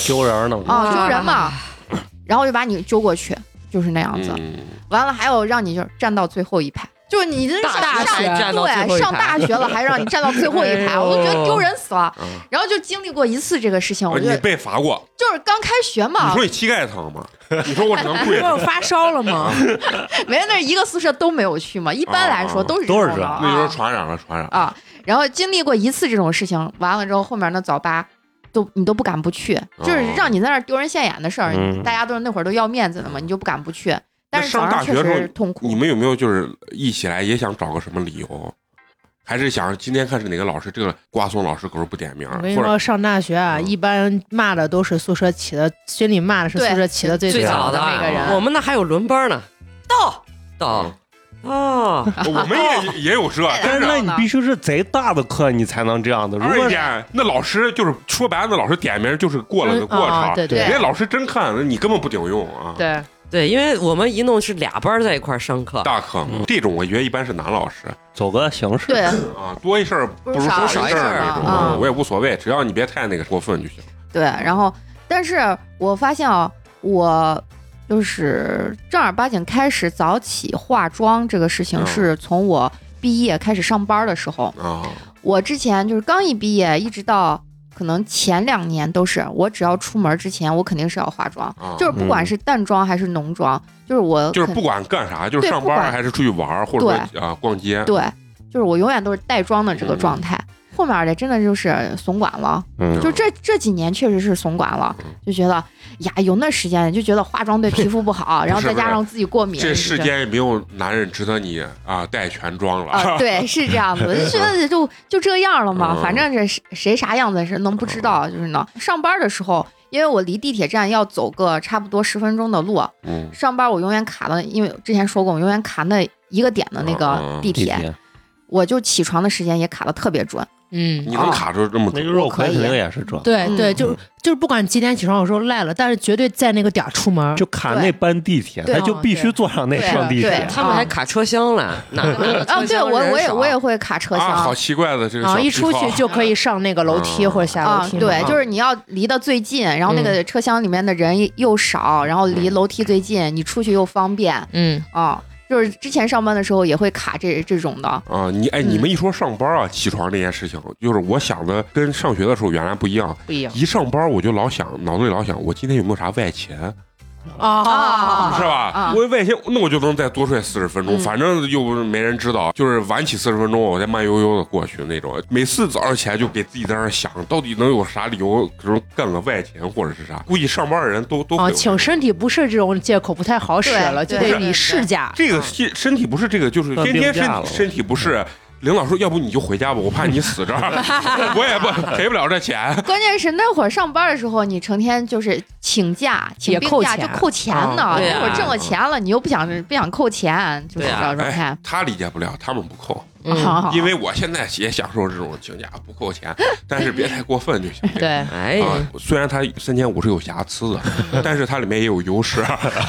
[SPEAKER 5] 揪人呢嘛，
[SPEAKER 4] 啊，揪人嘛，然后就把你揪过去，就是那样子。
[SPEAKER 1] 嗯，
[SPEAKER 4] 完了还有让你就是站到最后一排，就是你这
[SPEAKER 2] 大
[SPEAKER 4] 上大
[SPEAKER 2] 学站到最后
[SPEAKER 4] 对
[SPEAKER 2] 一
[SPEAKER 4] 上
[SPEAKER 2] 排
[SPEAKER 4] 大学了还让你站到最后一
[SPEAKER 2] 哎
[SPEAKER 4] 排，
[SPEAKER 2] 呦嗯
[SPEAKER 4] 我都觉得丢人死了。
[SPEAKER 1] 啊
[SPEAKER 4] 然后就经历过一次这个事情，
[SPEAKER 1] 啊
[SPEAKER 4] 我觉
[SPEAKER 1] 你
[SPEAKER 4] 得啊
[SPEAKER 1] 被罚过？
[SPEAKER 4] 就是刚开学
[SPEAKER 1] 你
[SPEAKER 4] 嘛
[SPEAKER 1] 说，你膝盖疼吗？你说我只能跪
[SPEAKER 3] 不
[SPEAKER 1] 着。
[SPEAKER 3] 是发烧了吗？
[SPEAKER 4] 没那一个宿舍都没有去嘛，一般来
[SPEAKER 1] 啊啊
[SPEAKER 4] 说
[SPEAKER 1] 啊
[SPEAKER 4] 都是
[SPEAKER 5] 都是
[SPEAKER 4] 种
[SPEAKER 5] 这
[SPEAKER 4] 的
[SPEAKER 5] 样
[SPEAKER 1] 那就是
[SPEAKER 4] 啊
[SPEAKER 1] 传染了，传染了。
[SPEAKER 4] 啊。然后经历过一次这种事情，完了之后后面那早八都你都不敢不去，
[SPEAKER 1] 哦
[SPEAKER 4] 就是让你在那儿丢人现眼的事儿，
[SPEAKER 5] 嗯
[SPEAKER 4] 大家都是那会儿都要面子的嘛，你就不敢不去。但是
[SPEAKER 1] 那上
[SPEAKER 4] 早
[SPEAKER 1] 大
[SPEAKER 4] 上
[SPEAKER 1] 学
[SPEAKER 4] 确
[SPEAKER 1] 的时候
[SPEAKER 4] 实痛苦。
[SPEAKER 1] 你们有没有就是一起来也想找个什么理由？还是想今天看是哪个老师，这个瓜怂老师可是不点名儿，
[SPEAKER 3] 我
[SPEAKER 1] 或
[SPEAKER 3] 跟你
[SPEAKER 1] 者
[SPEAKER 3] 说，上大学啊，
[SPEAKER 1] 嗯
[SPEAKER 3] 一般骂的都是宿舍起的，心里骂的是宿舍起的最
[SPEAKER 2] 最
[SPEAKER 3] 早
[SPEAKER 2] 早
[SPEAKER 3] 的
[SPEAKER 2] 的
[SPEAKER 3] 那个人。
[SPEAKER 2] 我们那还有轮班呢，到到 啊，
[SPEAKER 1] 我们也也有这，
[SPEAKER 5] 但
[SPEAKER 1] 真
[SPEAKER 5] 是
[SPEAKER 1] 是。
[SPEAKER 5] 那你必须是贼大的课，你才能这样
[SPEAKER 4] 哎
[SPEAKER 5] 的。如
[SPEAKER 1] 而
[SPEAKER 5] 果
[SPEAKER 1] 且那老师就是说白了，那老师点名就是过了个过
[SPEAKER 3] 嗯啊
[SPEAKER 1] 场，
[SPEAKER 3] 对对
[SPEAKER 1] 人家老师真看，那你根本不顶用啊。
[SPEAKER 3] 对，
[SPEAKER 2] 对，因为我们一弄是俩班在一块儿上课，
[SPEAKER 1] 大坑
[SPEAKER 5] 嗯
[SPEAKER 1] 这种，我觉得一般是男老师
[SPEAKER 5] 走个形式，
[SPEAKER 4] 对
[SPEAKER 1] 啊，多一事儿不
[SPEAKER 4] 不
[SPEAKER 1] 如
[SPEAKER 4] 如少
[SPEAKER 1] 少一
[SPEAKER 2] 一事
[SPEAKER 1] 儿
[SPEAKER 2] 儿
[SPEAKER 1] 那种
[SPEAKER 4] 啊
[SPEAKER 1] 啊
[SPEAKER 4] 啊
[SPEAKER 1] 我也无所谓，只要你别太那个过分就行。
[SPEAKER 4] 对，然后但是我发现啊，我就是正儿八经开始早起化妆这个事情，
[SPEAKER 1] 嗯
[SPEAKER 4] 是从我毕业开始上班的时候。
[SPEAKER 1] 啊，
[SPEAKER 4] 我之前就是刚一毕业，一直到可能前两年都是，我只要出门之前，我肯定是要化妆，
[SPEAKER 1] 啊
[SPEAKER 4] 就是不管
[SPEAKER 5] 嗯
[SPEAKER 4] 是淡妆还是浓妆，就是我
[SPEAKER 1] 就是
[SPEAKER 4] 肯
[SPEAKER 1] 不管干啥，就是
[SPEAKER 4] 对
[SPEAKER 1] 上
[SPEAKER 4] 不
[SPEAKER 1] 班
[SPEAKER 4] 管
[SPEAKER 1] 还是出去玩儿，或者说啊逛街，
[SPEAKER 4] 对，就是我永远都是带妆的这
[SPEAKER 1] 嗯
[SPEAKER 4] 个状态。后面的真的就是怂管了，
[SPEAKER 5] 嗯
[SPEAKER 4] 就这这几年确实是怂管
[SPEAKER 1] 嗯
[SPEAKER 4] 了，就觉得哎呀有那时间就觉得化妆对皮肤不好，然后再加上自己过敏，
[SPEAKER 1] 这
[SPEAKER 4] 就
[SPEAKER 1] 世
[SPEAKER 4] 觉得
[SPEAKER 1] 间也没有男人值得你啊带全妆了。
[SPEAKER 4] 啊，对，是这样子，就觉得就就这样了嘛，
[SPEAKER 1] 嗯
[SPEAKER 4] 反正这谁谁啥样子是能不知道，就是呢。上班的时候，因为我离地铁站要走个差不多十分钟的路，
[SPEAKER 1] 嗯，
[SPEAKER 4] 上班我永远卡的，因为之前说过，我永远卡那一个点的那
[SPEAKER 1] 嗯
[SPEAKER 4] 个
[SPEAKER 1] 嗯
[SPEAKER 4] 地
[SPEAKER 5] 地
[SPEAKER 4] 铁，
[SPEAKER 5] 铁，
[SPEAKER 4] 我就起床的时间也卡的特别 准。
[SPEAKER 3] 嗯，
[SPEAKER 1] 你
[SPEAKER 4] 哦
[SPEAKER 1] 能卡住这么啊
[SPEAKER 5] 那
[SPEAKER 1] 准？
[SPEAKER 5] 就是我啊
[SPEAKER 4] 我可
[SPEAKER 5] 肯
[SPEAKER 4] 以
[SPEAKER 5] 定也是这，
[SPEAKER 3] 对
[SPEAKER 4] 嗯
[SPEAKER 3] 对，就是就是不管几点起床，有时候赖了，但是绝对在那个点儿出门。
[SPEAKER 5] 就卡那班地铁，
[SPEAKER 4] 对
[SPEAKER 5] 他就必须坐上那
[SPEAKER 4] 对
[SPEAKER 5] 上地
[SPEAKER 4] 对
[SPEAKER 5] 铁。
[SPEAKER 2] 他们还卡车厢了， 哪嗯个
[SPEAKER 4] 啊，对我我也我也会卡车
[SPEAKER 1] 啊，好
[SPEAKER 4] 厢。
[SPEAKER 1] 奇怪的这个
[SPEAKER 3] 啊，
[SPEAKER 1] 小
[SPEAKER 3] 一
[SPEAKER 1] 癖
[SPEAKER 3] 出去
[SPEAKER 1] 好
[SPEAKER 3] 就可以上那个楼梯
[SPEAKER 1] 嗯
[SPEAKER 3] 或者下
[SPEAKER 4] 啊
[SPEAKER 3] 楼，梯嘛。
[SPEAKER 4] 对，就是你要离得最近，然后那个车厢里面的人又少，然后离楼梯最近，你出去又方便
[SPEAKER 3] 嗯，
[SPEAKER 4] 啊。就是之前上班的时候也会卡这这种的，
[SPEAKER 1] 啊，你哎，
[SPEAKER 4] 嗯
[SPEAKER 1] 你们一说上班啊，起床这件事情，就是我想的跟上学的时候原来不一样。
[SPEAKER 3] 不一样
[SPEAKER 1] 一上班我就老想，脑子里老想，我今天有没有啥外勤，
[SPEAKER 3] 哦
[SPEAKER 4] 啊
[SPEAKER 1] 哦是吧
[SPEAKER 4] 啊？
[SPEAKER 1] 我外勤，那我就能再多睡四十分钟，
[SPEAKER 4] 嗯
[SPEAKER 1] 反正又不是没人知道，就是晚起四十分钟，我再慢悠悠的过去那种。每次早上起来就给自己在那儿想，到底能有啥理由，比如干个外勤或者是啥？估计上班的人都都
[SPEAKER 5] 哦
[SPEAKER 1] 会
[SPEAKER 3] 啊，
[SPEAKER 1] 有
[SPEAKER 3] 请身体不适这种借口不太好使
[SPEAKER 4] 对
[SPEAKER 3] 了，就
[SPEAKER 4] 对
[SPEAKER 3] 得
[SPEAKER 4] 对
[SPEAKER 3] 以
[SPEAKER 4] 对
[SPEAKER 3] 事假。
[SPEAKER 1] 这个身身体不是这个，就是
[SPEAKER 5] 算
[SPEAKER 1] 天天
[SPEAKER 5] 病假
[SPEAKER 1] 身
[SPEAKER 5] 了嗯
[SPEAKER 1] 身体不适。领导说：“要不你就回家吧，我怕你 死这儿，我也不赔不了这钱。”
[SPEAKER 4] 关键是那会儿上班的时候，你成天就是请假、请病假
[SPEAKER 3] 也扣
[SPEAKER 4] 就
[SPEAKER 3] 钱
[SPEAKER 4] 扣钱
[SPEAKER 1] 啊
[SPEAKER 4] 呢。
[SPEAKER 2] 对啊
[SPEAKER 4] 那会儿挣了钱了，你又不想不想扣钱，就是
[SPEAKER 2] 对
[SPEAKER 4] 这
[SPEAKER 2] 啊
[SPEAKER 4] 种状态。
[SPEAKER 1] 哎他理解不了，他们不扣，
[SPEAKER 3] 嗯，
[SPEAKER 5] 哦
[SPEAKER 1] 因为我现在也享受这种请假不扣钱，但是别太过分 就行。
[SPEAKER 3] 对，
[SPEAKER 2] 哎，
[SPEAKER 1] 啊，虽然他三千五是有瑕疵的，但是它里面也有优势。啊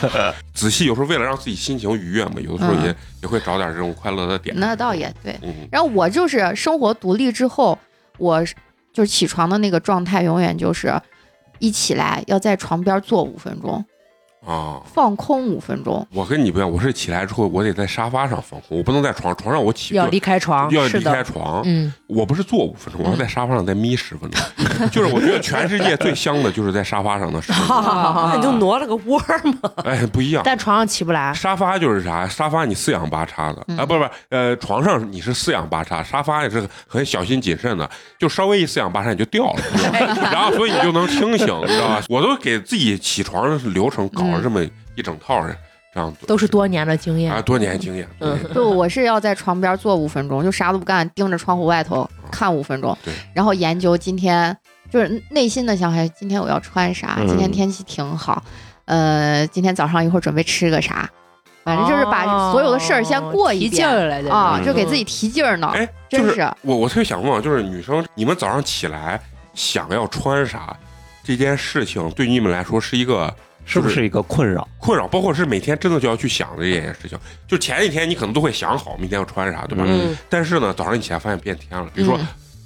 [SPEAKER 1] 仔细有时候为了让自己心情愉悦嘛，有的时候
[SPEAKER 3] 嗯
[SPEAKER 1] 也、也会找点这种快乐的点。
[SPEAKER 4] 那倒也对。
[SPEAKER 1] 嗯，
[SPEAKER 4] 然后我就是生活独立之后，我是就是起床的那个状态，永远就是一起来要在床边坐五分钟，
[SPEAKER 1] 啊，
[SPEAKER 4] 放空五分钟。
[SPEAKER 1] 我跟你不一样，我是起来之后我得在沙发上放空，我不能在床床上我起不
[SPEAKER 3] 要离开床，
[SPEAKER 1] 要
[SPEAKER 3] 是
[SPEAKER 1] 离开
[SPEAKER 3] 的，
[SPEAKER 1] 床，
[SPEAKER 3] 嗯，
[SPEAKER 1] 我不是坐五分钟，我要在沙发上再眯十分钟。 就是我觉得全世界最香的就是在沙发上的时候，
[SPEAKER 4] 啊
[SPEAKER 2] 那你就挪了个窝儿嘛，
[SPEAKER 1] 哎，不一样。
[SPEAKER 3] 但嗯床上起不来。
[SPEAKER 1] 沙发就是啥？沙发你四仰八叉的、
[SPEAKER 4] 嗯
[SPEAKER 1] 啊，不是不是，呃，床上你是四仰八叉，沙发也是很小心谨慎的，就稍微一四仰八叉你就掉了，然后所以你就能清醒，你知道吧？我都给自己起床流程搞了这么一整套人，这样子
[SPEAKER 3] 都是多年的经验
[SPEAKER 1] 啊，。多年经验，
[SPEAKER 2] 嗯
[SPEAKER 1] 对
[SPEAKER 4] 就我是要在床边坐五分钟，就啥都不干，盯着窗户外头看五分钟
[SPEAKER 1] 对，
[SPEAKER 4] 然后研究今天就是内心的想，哎，今天我要穿啥？
[SPEAKER 5] 嗯
[SPEAKER 4] 今天天气挺好，呃，今天早上一会儿准备吃个啥？反正就是把所有的事儿先过一
[SPEAKER 3] 哦提劲
[SPEAKER 4] 遍
[SPEAKER 3] 儿来的
[SPEAKER 4] 啊、
[SPEAKER 5] 嗯
[SPEAKER 4] 就给自己提劲儿呢。
[SPEAKER 1] 哎，就
[SPEAKER 4] 啊真
[SPEAKER 1] 是
[SPEAKER 4] 是
[SPEAKER 1] 我我特别想问，啊就是女生，你们早上起来想要穿啥这件事情，对你们来说是一个
[SPEAKER 5] 是不是一个困扰？
[SPEAKER 1] 困扰，包括是每天真的就要去想的这件事情。就前一天你可能都会想好明天要穿啥，对吧？
[SPEAKER 2] 嗯，
[SPEAKER 1] 但是呢，早上你起来发现变天了，比如说，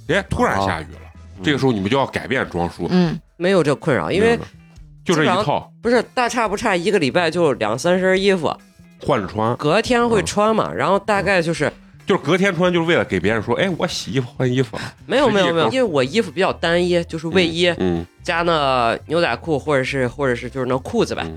[SPEAKER 1] 哎，突然下雨了，
[SPEAKER 5] 嗯
[SPEAKER 1] 这个时候你们就要改变装束。
[SPEAKER 4] 嗯，
[SPEAKER 2] 没有这困扰，因为
[SPEAKER 1] 明白就这
[SPEAKER 2] 基本
[SPEAKER 1] 一
[SPEAKER 2] 上
[SPEAKER 1] 套
[SPEAKER 2] 不是大差不差，一个礼拜就两三身衣服，
[SPEAKER 1] 换着穿，
[SPEAKER 2] 隔天会穿嘛，然后大概就是
[SPEAKER 1] 就是隔天穿，就是为了给别人说，哎，我洗衣服换衣服了。
[SPEAKER 2] 没有
[SPEAKER 1] 实际
[SPEAKER 2] 没有没有，
[SPEAKER 1] 够
[SPEAKER 2] 因为我衣服比较单一，就是卫衣、
[SPEAKER 1] 嗯，
[SPEAKER 2] 加那牛仔裤或者是或者是就是那裤子呗，
[SPEAKER 1] 嗯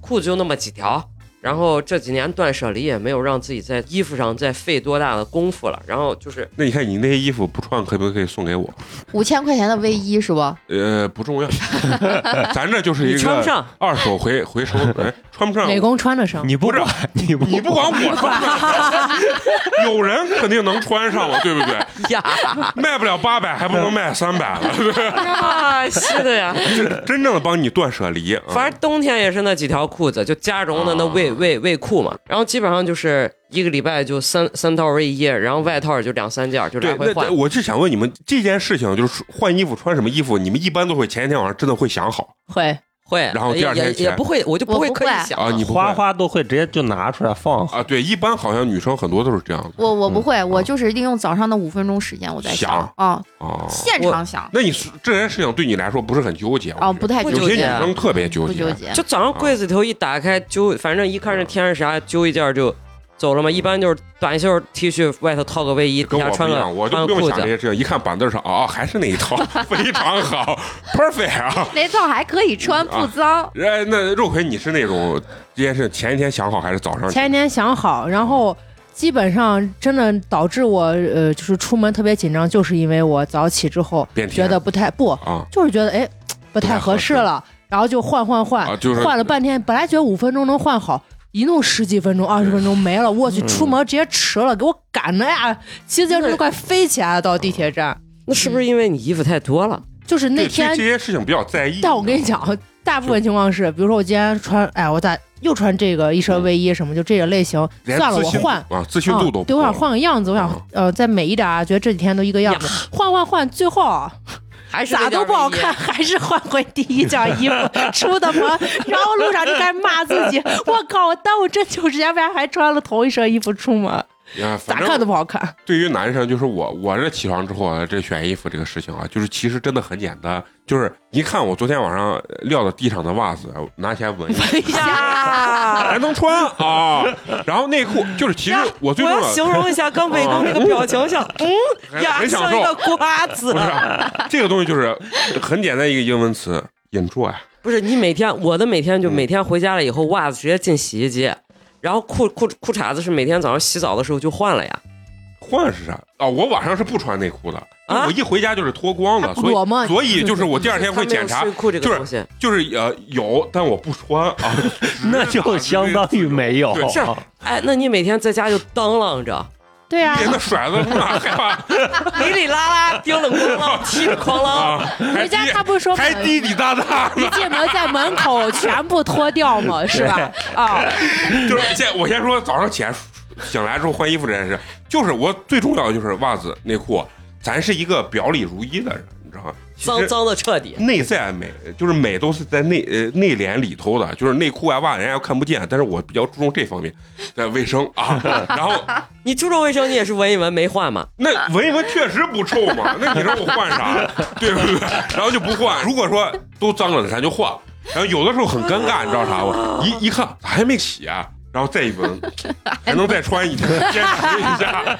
[SPEAKER 2] 裤子就那么几条。然后这几年断舍离也没有让自己在衣服上再费多大的功夫了，然后 就是
[SPEAKER 1] 那你看你那些衣服不穿，可不可以送给我？
[SPEAKER 4] 五千块钱的卫衣是不？
[SPEAKER 1] 呃，不重 要，咱这就是
[SPEAKER 2] 你
[SPEAKER 1] 一
[SPEAKER 2] 穿不
[SPEAKER 1] 个
[SPEAKER 2] 上，
[SPEAKER 1] 二手回回收，哎，穿不上。
[SPEAKER 3] 美工穿得上，
[SPEAKER 5] 你不
[SPEAKER 1] 不是
[SPEAKER 5] 管，你不
[SPEAKER 1] 你不管我穿 不上，有人肯定能穿上了，对不对？
[SPEAKER 2] 呀，
[SPEAKER 1] 卖不了八百，还不能卖三百了，对不对
[SPEAKER 2] 啊， 是的呀。
[SPEAKER 1] 这真正的帮你断舍离。啊
[SPEAKER 2] 反正冬天也是那几条裤子，就加绒的那
[SPEAKER 1] 啊
[SPEAKER 2] 卫卫卫裤嘛，然后基本上就是一个礼拜就三三套卫衣，然后外套也就两三件，就来
[SPEAKER 1] 对，
[SPEAKER 2] 回
[SPEAKER 1] 那
[SPEAKER 2] 换
[SPEAKER 1] 那。我是想问你们这件事情，就是换衣服穿什么衣服，你们一般都会前一天晚上真的会想好
[SPEAKER 3] 会
[SPEAKER 2] 会，
[SPEAKER 1] 然后第二天
[SPEAKER 2] 也
[SPEAKER 1] 起
[SPEAKER 2] 也
[SPEAKER 1] 来
[SPEAKER 2] 也不会，我就不会
[SPEAKER 4] 我不
[SPEAKER 2] 刻
[SPEAKER 4] 会
[SPEAKER 2] 意想
[SPEAKER 1] 啊？你不会
[SPEAKER 5] 花花都会直接就拿出来放。，
[SPEAKER 1] 啊？对，一般好像女生很多都是这样子
[SPEAKER 4] 我我不会，
[SPEAKER 1] 嗯
[SPEAKER 4] 我就是利用早上的五分钟时间我在
[SPEAKER 1] 想
[SPEAKER 4] 啊，
[SPEAKER 1] 啊。
[SPEAKER 4] 现场想
[SPEAKER 1] 那你是这件事情对你来说不是很哦纠结
[SPEAKER 4] 啊，
[SPEAKER 1] 我觉
[SPEAKER 4] 不
[SPEAKER 1] 得
[SPEAKER 4] 太
[SPEAKER 2] 不
[SPEAKER 4] 纠
[SPEAKER 1] 有些
[SPEAKER 2] 纠
[SPEAKER 1] 女
[SPEAKER 2] 结啊
[SPEAKER 1] 生特别纠
[SPEAKER 4] 不
[SPEAKER 1] 结
[SPEAKER 4] 纠。结。
[SPEAKER 2] 就早上柜子头一打开，揪，反正一看这天是啥，揪一件就走了嘛。一般就是短袖 T 恤，外头套个卫衣，底
[SPEAKER 1] 跟
[SPEAKER 2] 下
[SPEAKER 1] 我不
[SPEAKER 2] 穿
[SPEAKER 1] 一
[SPEAKER 2] 个
[SPEAKER 1] 样，我就
[SPEAKER 2] 穿
[SPEAKER 1] 不用
[SPEAKER 2] 个裤
[SPEAKER 1] 想这
[SPEAKER 2] 子。
[SPEAKER 1] 些事情，一看板凳上啊，还是那一 套，非常好，perfect 啊！
[SPEAKER 4] 那套还可以穿，
[SPEAKER 1] 啊
[SPEAKER 4] 不脏。
[SPEAKER 1] 哎，那肉葵，你是那种这件事前一天想好还是早上？
[SPEAKER 3] 前一天想好，然后基本上真的导致我呃，就是出门特别紧张，就是因为我早起之后
[SPEAKER 1] 变天
[SPEAKER 3] 觉得不太不，
[SPEAKER 1] 啊
[SPEAKER 3] 就是觉得哎不太合适了，然后就换换换，
[SPEAKER 1] 啊，就是
[SPEAKER 3] 换了半天，本来觉得五分钟能换好。一弄十几分钟、二十分钟没了，
[SPEAKER 1] 嗯
[SPEAKER 3] 我去，出门直接迟了，给我赶的呀，骑自行车都快飞起来了。到地铁站，
[SPEAKER 2] 那是不是因为你衣服太多了？
[SPEAKER 3] 就是那
[SPEAKER 1] 对对
[SPEAKER 3] 天
[SPEAKER 1] 这些事情比较在意。
[SPEAKER 3] 但我跟你讲，大部分情况是，比如说我今天穿，哎，我咋又穿这个一身卫衣什么，就这个类型，
[SPEAKER 1] 嗯连
[SPEAKER 3] 算了，
[SPEAKER 1] 自
[SPEAKER 3] 我
[SPEAKER 1] 信
[SPEAKER 3] 换。
[SPEAKER 1] 啊，自信度都
[SPEAKER 3] 嗯对，我想换个样子，我想
[SPEAKER 1] 嗯
[SPEAKER 3] 呃再美一点啊，觉得这几天都一个样子，换换换，最后啊
[SPEAKER 2] 还是
[SPEAKER 3] 咋都不好看，？还是换回第一件衣服出的门，然后路上就该骂自己，我靠，我耽误这九十年，为啥还穿了同一身衣服出门？
[SPEAKER 1] 啊，
[SPEAKER 3] 咋
[SPEAKER 1] 反
[SPEAKER 3] 看都
[SPEAKER 1] 正
[SPEAKER 3] 不好看。
[SPEAKER 1] 对于男生，就是我，我这起床之后啊，这选衣服这个事情啊，就是其实真的很简单，就是一看我昨天晚上撂到地上的袜子，拿起来闻一下，
[SPEAKER 2] 呀，
[SPEAKER 1] 还能穿啊，然后内裤就是其实我最重
[SPEAKER 2] 我要
[SPEAKER 1] 要的
[SPEAKER 2] 形容一下刚美工那个表情，像
[SPEAKER 3] 哎
[SPEAKER 2] 嗯呀，
[SPEAKER 1] 很享
[SPEAKER 2] 像一
[SPEAKER 1] 受，
[SPEAKER 2] 个瓜子
[SPEAKER 1] 不。是这个东西就是很简单一个英文词，enjoy
[SPEAKER 2] 不是你每天，我的每天就
[SPEAKER 1] 嗯
[SPEAKER 2] 每天回家了以后，袜子直接进洗衣机，然后裤裤裤衩子是每天早上洗澡的时候就换了呀。
[SPEAKER 1] 换是啥啊？我晚上是不穿内裤的，
[SPEAKER 2] 啊
[SPEAKER 1] 我一回家就是脱光的，
[SPEAKER 3] 还不
[SPEAKER 1] 所
[SPEAKER 3] 裸吗
[SPEAKER 1] 以所以就是我第二天会检查
[SPEAKER 2] 他没有睡裤这
[SPEAKER 1] 就
[SPEAKER 2] 个
[SPEAKER 1] 是
[SPEAKER 2] 东西，
[SPEAKER 1] 就是呃有，但我不穿啊
[SPEAKER 5] 那就相当于没有。
[SPEAKER 1] 对
[SPEAKER 2] 是哎，那你每天在家就当啷着，
[SPEAKER 3] 对呀、
[SPEAKER 1] 别那甩子嘛，害 怕
[SPEAKER 2] 里里拉拉，叮了咣啷，踢了哐啷。
[SPEAKER 1] 啊！
[SPEAKER 3] 回
[SPEAKER 1] 还
[SPEAKER 3] 哦家
[SPEAKER 1] 滴
[SPEAKER 3] 他不是说
[SPEAKER 1] 还滴滴答答
[SPEAKER 3] 一
[SPEAKER 1] 呢，
[SPEAKER 3] 进门在门口全部脱掉吗？是吧？啊，
[SPEAKER 1] 就是先我先说早上起来醒来之后换衣服这件事，就是我最重要的就是袜子内裤，咱是一个表里如一的人，你知道吗？其
[SPEAKER 2] 脏
[SPEAKER 1] 实
[SPEAKER 2] 脏的彻底。
[SPEAKER 1] 内在美就是美都是在内呃内敛里头的，就是内裤啊袜子人家又看不见，但是我比较注重这方面，在卫生啊。 然后
[SPEAKER 2] 你注重卫生，你也是闻一闻没换嘛？
[SPEAKER 1] 那闻一闻确实不臭嘛，那你让我换啥，对不对？然后就不换。如果说都脏了，咱就换。然后有的时候很尴尬，你知道啥不？一一看咋还没洗啊？然后再一闻，还能再穿一天，坚持一下。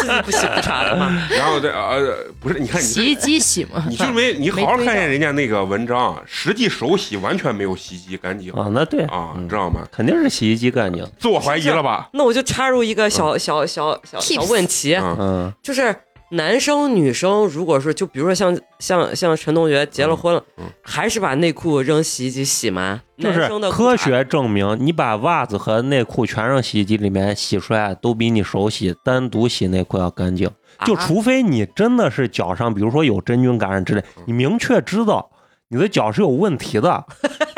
[SPEAKER 2] 自己不洗不查 的嘛？
[SPEAKER 1] 然后再呃，不是，你看你
[SPEAKER 3] 洗
[SPEAKER 1] 这
[SPEAKER 3] 衣机洗吗？
[SPEAKER 1] 你就没你好好
[SPEAKER 3] 没追
[SPEAKER 1] 看
[SPEAKER 3] 到
[SPEAKER 1] 见人家那个文章，啊实际手洗完全没有洗衣机干净
[SPEAKER 5] 啊，那对
[SPEAKER 1] 啊，
[SPEAKER 5] 嗯
[SPEAKER 1] 你知道吗？
[SPEAKER 5] 肯定是洗衣机干净。
[SPEAKER 1] 自我怀疑了吧？
[SPEAKER 2] 那我就插入一个小小小小小
[SPEAKER 4] Tips
[SPEAKER 2] 问题，
[SPEAKER 1] 嗯，
[SPEAKER 5] 嗯，
[SPEAKER 2] 就是男生女生如果说就比如说像像像陈同学结了婚了
[SPEAKER 1] 嗯嗯，
[SPEAKER 2] 还是把内裤扔洗衣机洗吗？
[SPEAKER 5] 就是
[SPEAKER 2] 男生的裤衩
[SPEAKER 5] 科学证明，你把袜子和内裤全扔洗衣机里面洗出来，都比你手洗单独洗内裤要干净。就
[SPEAKER 2] 啊
[SPEAKER 5] 除非你真的是脚上，比如说有真菌感染之类，
[SPEAKER 2] 嗯
[SPEAKER 5] 你明确知道你的脚是有问 题的，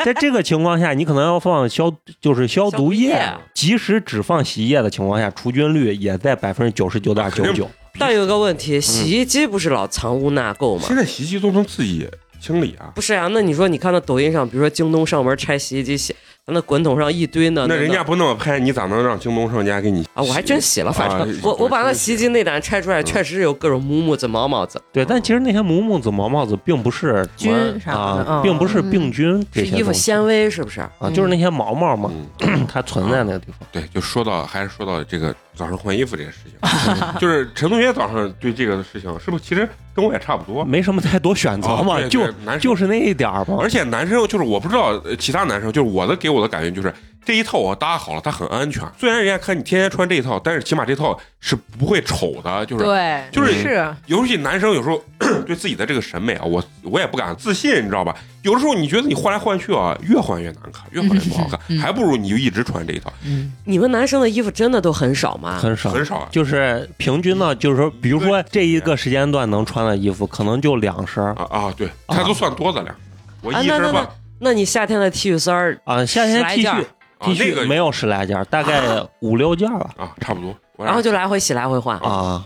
[SPEAKER 5] 在这个情况下，你可能要放消就是消
[SPEAKER 2] 消毒
[SPEAKER 5] 毒
[SPEAKER 2] 液
[SPEAKER 5] 液，即使只放洗衣液的情况下，除菌率也在百分之九十九点九 九。
[SPEAKER 2] 但有个问题，
[SPEAKER 1] 嗯
[SPEAKER 2] 洗衣机不是老藏污纳垢吗
[SPEAKER 1] 现？在洗衣机都能自己清理啊。
[SPEAKER 2] 不是呀、那你说你看到抖音上，比如说京东上门拆洗衣机洗，那滚筒上一堆呢。
[SPEAKER 1] 那人家不那么拍，你咋能让京东商家给你洗？
[SPEAKER 2] 啊，我还真洗了，反正、
[SPEAKER 1] 啊
[SPEAKER 2] 我我把那洗衣机内胆拆出来，
[SPEAKER 1] 嗯
[SPEAKER 2] 确实有各种母母子、毛毛子，
[SPEAKER 5] 对，但其实那些母母子、毛毛子并不是
[SPEAKER 3] 菌
[SPEAKER 5] 什么
[SPEAKER 3] 啥的
[SPEAKER 5] 啊
[SPEAKER 3] 嗯，
[SPEAKER 5] 并不是病菌这
[SPEAKER 2] 是
[SPEAKER 5] 些
[SPEAKER 2] 衣服
[SPEAKER 5] 东西
[SPEAKER 2] 纤维是不是？
[SPEAKER 5] 啊，就是那些毛毛嘛，
[SPEAKER 1] 嗯，
[SPEAKER 5] 它存在那个地方。
[SPEAKER 1] 对，就说到还是说到这个早上换衣服这件事情，就是陈同学早上对这个事情是不是其实跟我也差不多？
[SPEAKER 5] 啊没什么太多选择
[SPEAKER 1] 哦
[SPEAKER 5] 嘛，
[SPEAKER 1] 对
[SPEAKER 5] 嗯就
[SPEAKER 1] 对男生
[SPEAKER 5] 就是那一点儿嘛。
[SPEAKER 1] 而且男生就是我不知道呃其他男生，就是我的给我的感觉就是这一套我搭好了，它很安全。虽然人家看你天天穿这一套，但是起码这套是不会丑的，就是
[SPEAKER 6] 对，
[SPEAKER 1] 就是啊
[SPEAKER 3] 是
[SPEAKER 1] 尤其男生有时候 对自己的这个审美啊，我我也不敢自信，你知道吧？有的时候你觉得你换来换去啊，越换越难看，越换越不好看，
[SPEAKER 4] 嗯
[SPEAKER 1] 还不如你就一直穿这一套，
[SPEAKER 3] 嗯，
[SPEAKER 2] 你们男生的衣服真的都很少吗？
[SPEAKER 5] 很少，
[SPEAKER 1] 很少啊。
[SPEAKER 5] 就是平均呢，就是说，比如说
[SPEAKER 1] 对
[SPEAKER 5] 这一个时间段能穿的衣服，可能就两身儿
[SPEAKER 1] 啊啊，对，他都算多的了。我一
[SPEAKER 2] 啊那
[SPEAKER 1] 身
[SPEAKER 2] 那
[SPEAKER 1] 吧，
[SPEAKER 2] 那你夏天的 T 恤衫儿
[SPEAKER 5] 啊。夏天
[SPEAKER 2] 十来
[SPEAKER 5] T
[SPEAKER 2] 件儿
[SPEAKER 5] 恤
[SPEAKER 1] 啊
[SPEAKER 5] T
[SPEAKER 1] 那个
[SPEAKER 5] 恤没有十来件儿，大概五六件儿吧。
[SPEAKER 1] 啊，差不多。我
[SPEAKER 2] 然后就来回洗，来回换。
[SPEAKER 5] 啊，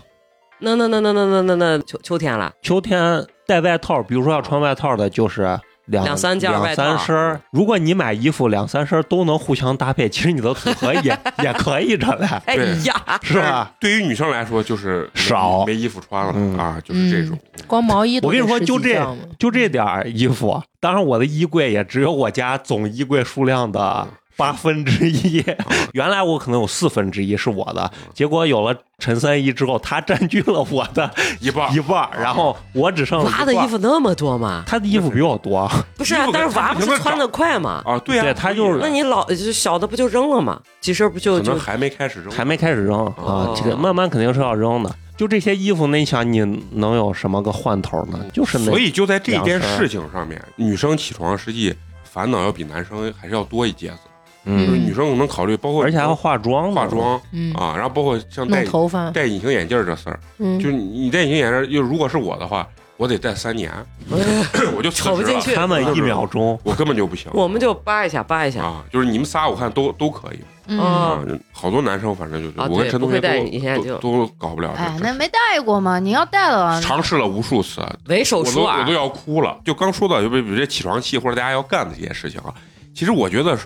[SPEAKER 2] 那那那那那那那那秋秋天了，
[SPEAKER 5] 秋天带外套，比如说要穿外套的，就是。两
[SPEAKER 2] 两三件儿
[SPEAKER 5] 两
[SPEAKER 2] 外套
[SPEAKER 5] 三身儿如果你买衣服两三身儿都能互相搭配，其实你的组合也 也可以着嘞，
[SPEAKER 2] 哎
[SPEAKER 1] 对
[SPEAKER 2] 呀，
[SPEAKER 5] 是吧？？
[SPEAKER 1] 对于女生来说，就是没
[SPEAKER 5] 少
[SPEAKER 1] 没衣服穿
[SPEAKER 5] 嗯
[SPEAKER 1] 了啊，就是这种。
[SPEAKER 3] 光毛衣都
[SPEAKER 5] 我跟你
[SPEAKER 3] 得
[SPEAKER 5] 说
[SPEAKER 3] 十
[SPEAKER 5] 就
[SPEAKER 3] 几
[SPEAKER 5] 这
[SPEAKER 3] 件嘛
[SPEAKER 5] 就这点儿衣服，啊当然我的衣柜也只有我家总衣柜数量的
[SPEAKER 1] 嗯
[SPEAKER 5] 八分之一。 原来我可能有四分之一是我的，
[SPEAKER 1] 嗯
[SPEAKER 5] 结果有了陈三一之后，他占据了我的
[SPEAKER 1] 一半儿
[SPEAKER 5] 一半儿，然
[SPEAKER 1] 啊
[SPEAKER 5] 后我只剩了
[SPEAKER 2] 娃的
[SPEAKER 5] 一半
[SPEAKER 2] 衣
[SPEAKER 5] 儿，
[SPEAKER 2] 服那么多吗？
[SPEAKER 5] 他的衣服比我多，
[SPEAKER 1] 嗯
[SPEAKER 2] 不是啊
[SPEAKER 1] 衣服，
[SPEAKER 2] 但是
[SPEAKER 1] 可
[SPEAKER 2] 娃不
[SPEAKER 1] 能
[SPEAKER 2] 是
[SPEAKER 1] 找
[SPEAKER 2] 穿的快吗？
[SPEAKER 1] 啊，对啊，
[SPEAKER 5] 对他就是
[SPEAKER 2] 那你老就小的不就扔了吗？几身不就
[SPEAKER 1] 可
[SPEAKER 2] 就
[SPEAKER 1] 能还没开始扔，
[SPEAKER 5] 还没开始扔啊
[SPEAKER 2] 哦，
[SPEAKER 5] 这个慢慢肯定是要扔的。就这些衣服，那你想你能有什么个换头呢？就是那
[SPEAKER 1] 所以就在这件
[SPEAKER 5] 两身儿
[SPEAKER 1] 事情上面，女生起床实际烦恼要比男生还是要多一截子。
[SPEAKER 5] 嗯，
[SPEAKER 1] 就是女生可能考虑，包括
[SPEAKER 5] 而且还要化妆呢，
[SPEAKER 1] 化妆
[SPEAKER 3] 嗯，
[SPEAKER 1] 啊，然后包括像戴
[SPEAKER 3] 弄头发，
[SPEAKER 1] 戴隐形眼镜儿这事儿，
[SPEAKER 3] 嗯
[SPEAKER 1] 就是你你戴隐形眼镜儿，就如果是我的话，我得戴三年， 我就辞职
[SPEAKER 2] 瞅不进
[SPEAKER 1] 了
[SPEAKER 2] 去
[SPEAKER 5] 啊他们一秒钟
[SPEAKER 1] 我根本就不行
[SPEAKER 2] 我们就扒一下扒一下。
[SPEAKER 1] 啊。就是你们仨，我看都都可以
[SPEAKER 4] 嗯，
[SPEAKER 2] 啊
[SPEAKER 1] 啊，就好多男生反正就是
[SPEAKER 2] 啊
[SPEAKER 1] 我跟
[SPEAKER 2] 对
[SPEAKER 1] 陈同学
[SPEAKER 2] 不会戴隐形眼
[SPEAKER 1] 都
[SPEAKER 2] 镜
[SPEAKER 1] 都都搞不了
[SPEAKER 4] 哎，
[SPEAKER 1] 这
[SPEAKER 4] 那
[SPEAKER 1] 事，
[SPEAKER 4] 没戴过吗？你要戴了，
[SPEAKER 1] 尝试了无数次，啊
[SPEAKER 2] 唯手啊
[SPEAKER 1] 我都
[SPEAKER 2] 熟
[SPEAKER 1] 我
[SPEAKER 2] 耳
[SPEAKER 1] 都，要哭了。就刚说到，就比比如这起床气或者大家要干的这些事情啊，其实我觉得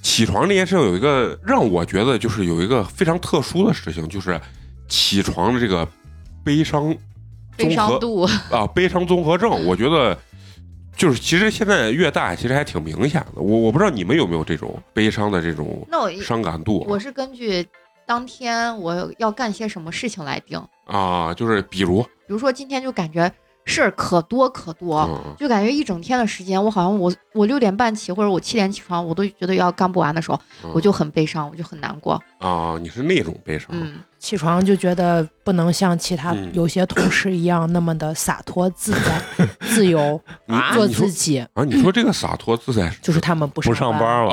[SPEAKER 1] 起床这件事情有一个让我觉得就是有一个非常特殊的事情，就是起床的这个悲伤
[SPEAKER 4] 悲
[SPEAKER 1] 综
[SPEAKER 4] 伤
[SPEAKER 1] 合
[SPEAKER 4] 度，
[SPEAKER 1] 啊，悲伤综合症，我觉得就是其实现在越大，其实还挺明显的。我我不知道你们有没有这种悲伤的这种
[SPEAKER 4] 那我
[SPEAKER 1] 伤感度
[SPEAKER 4] 我是根据当天我要干些什么事情来定。
[SPEAKER 1] 啊，就是比如，
[SPEAKER 4] 比如说今天就感觉事儿可多可多，
[SPEAKER 1] 嗯，
[SPEAKER 4] 就感觉一整天的时间，我好像我我六点半起或者我七点起床，我都觉得要干不完的时候，
[SPEAKER 1] 嗯
[SPEAKER 4] 我就很悲伤，我就很难过。
[SPEAKER 1] 啊，你是那种悲伤，
[SPEAKER 4] 嗯，
[SPEAKER 7] 起床就觉得不能像其他
[SPEAKER 1] 嗯
[SPEAKER 7] 有些同事一样那么的洒脱自在、自由
[SPEAKER 1] 你
[SPEAKER 2] 啊
[SPEAKER 7] 做
[SPEAKER 1] 你说
[SPEAKER 7] 自己，
[SPEAKER 1] 啊，你说这个洒脱自在
[SPEAKER 7] 就是他们不
[SPEAKER 5] 不
[SPEAKER 7] 上
[SPEAKER 5] 上班了，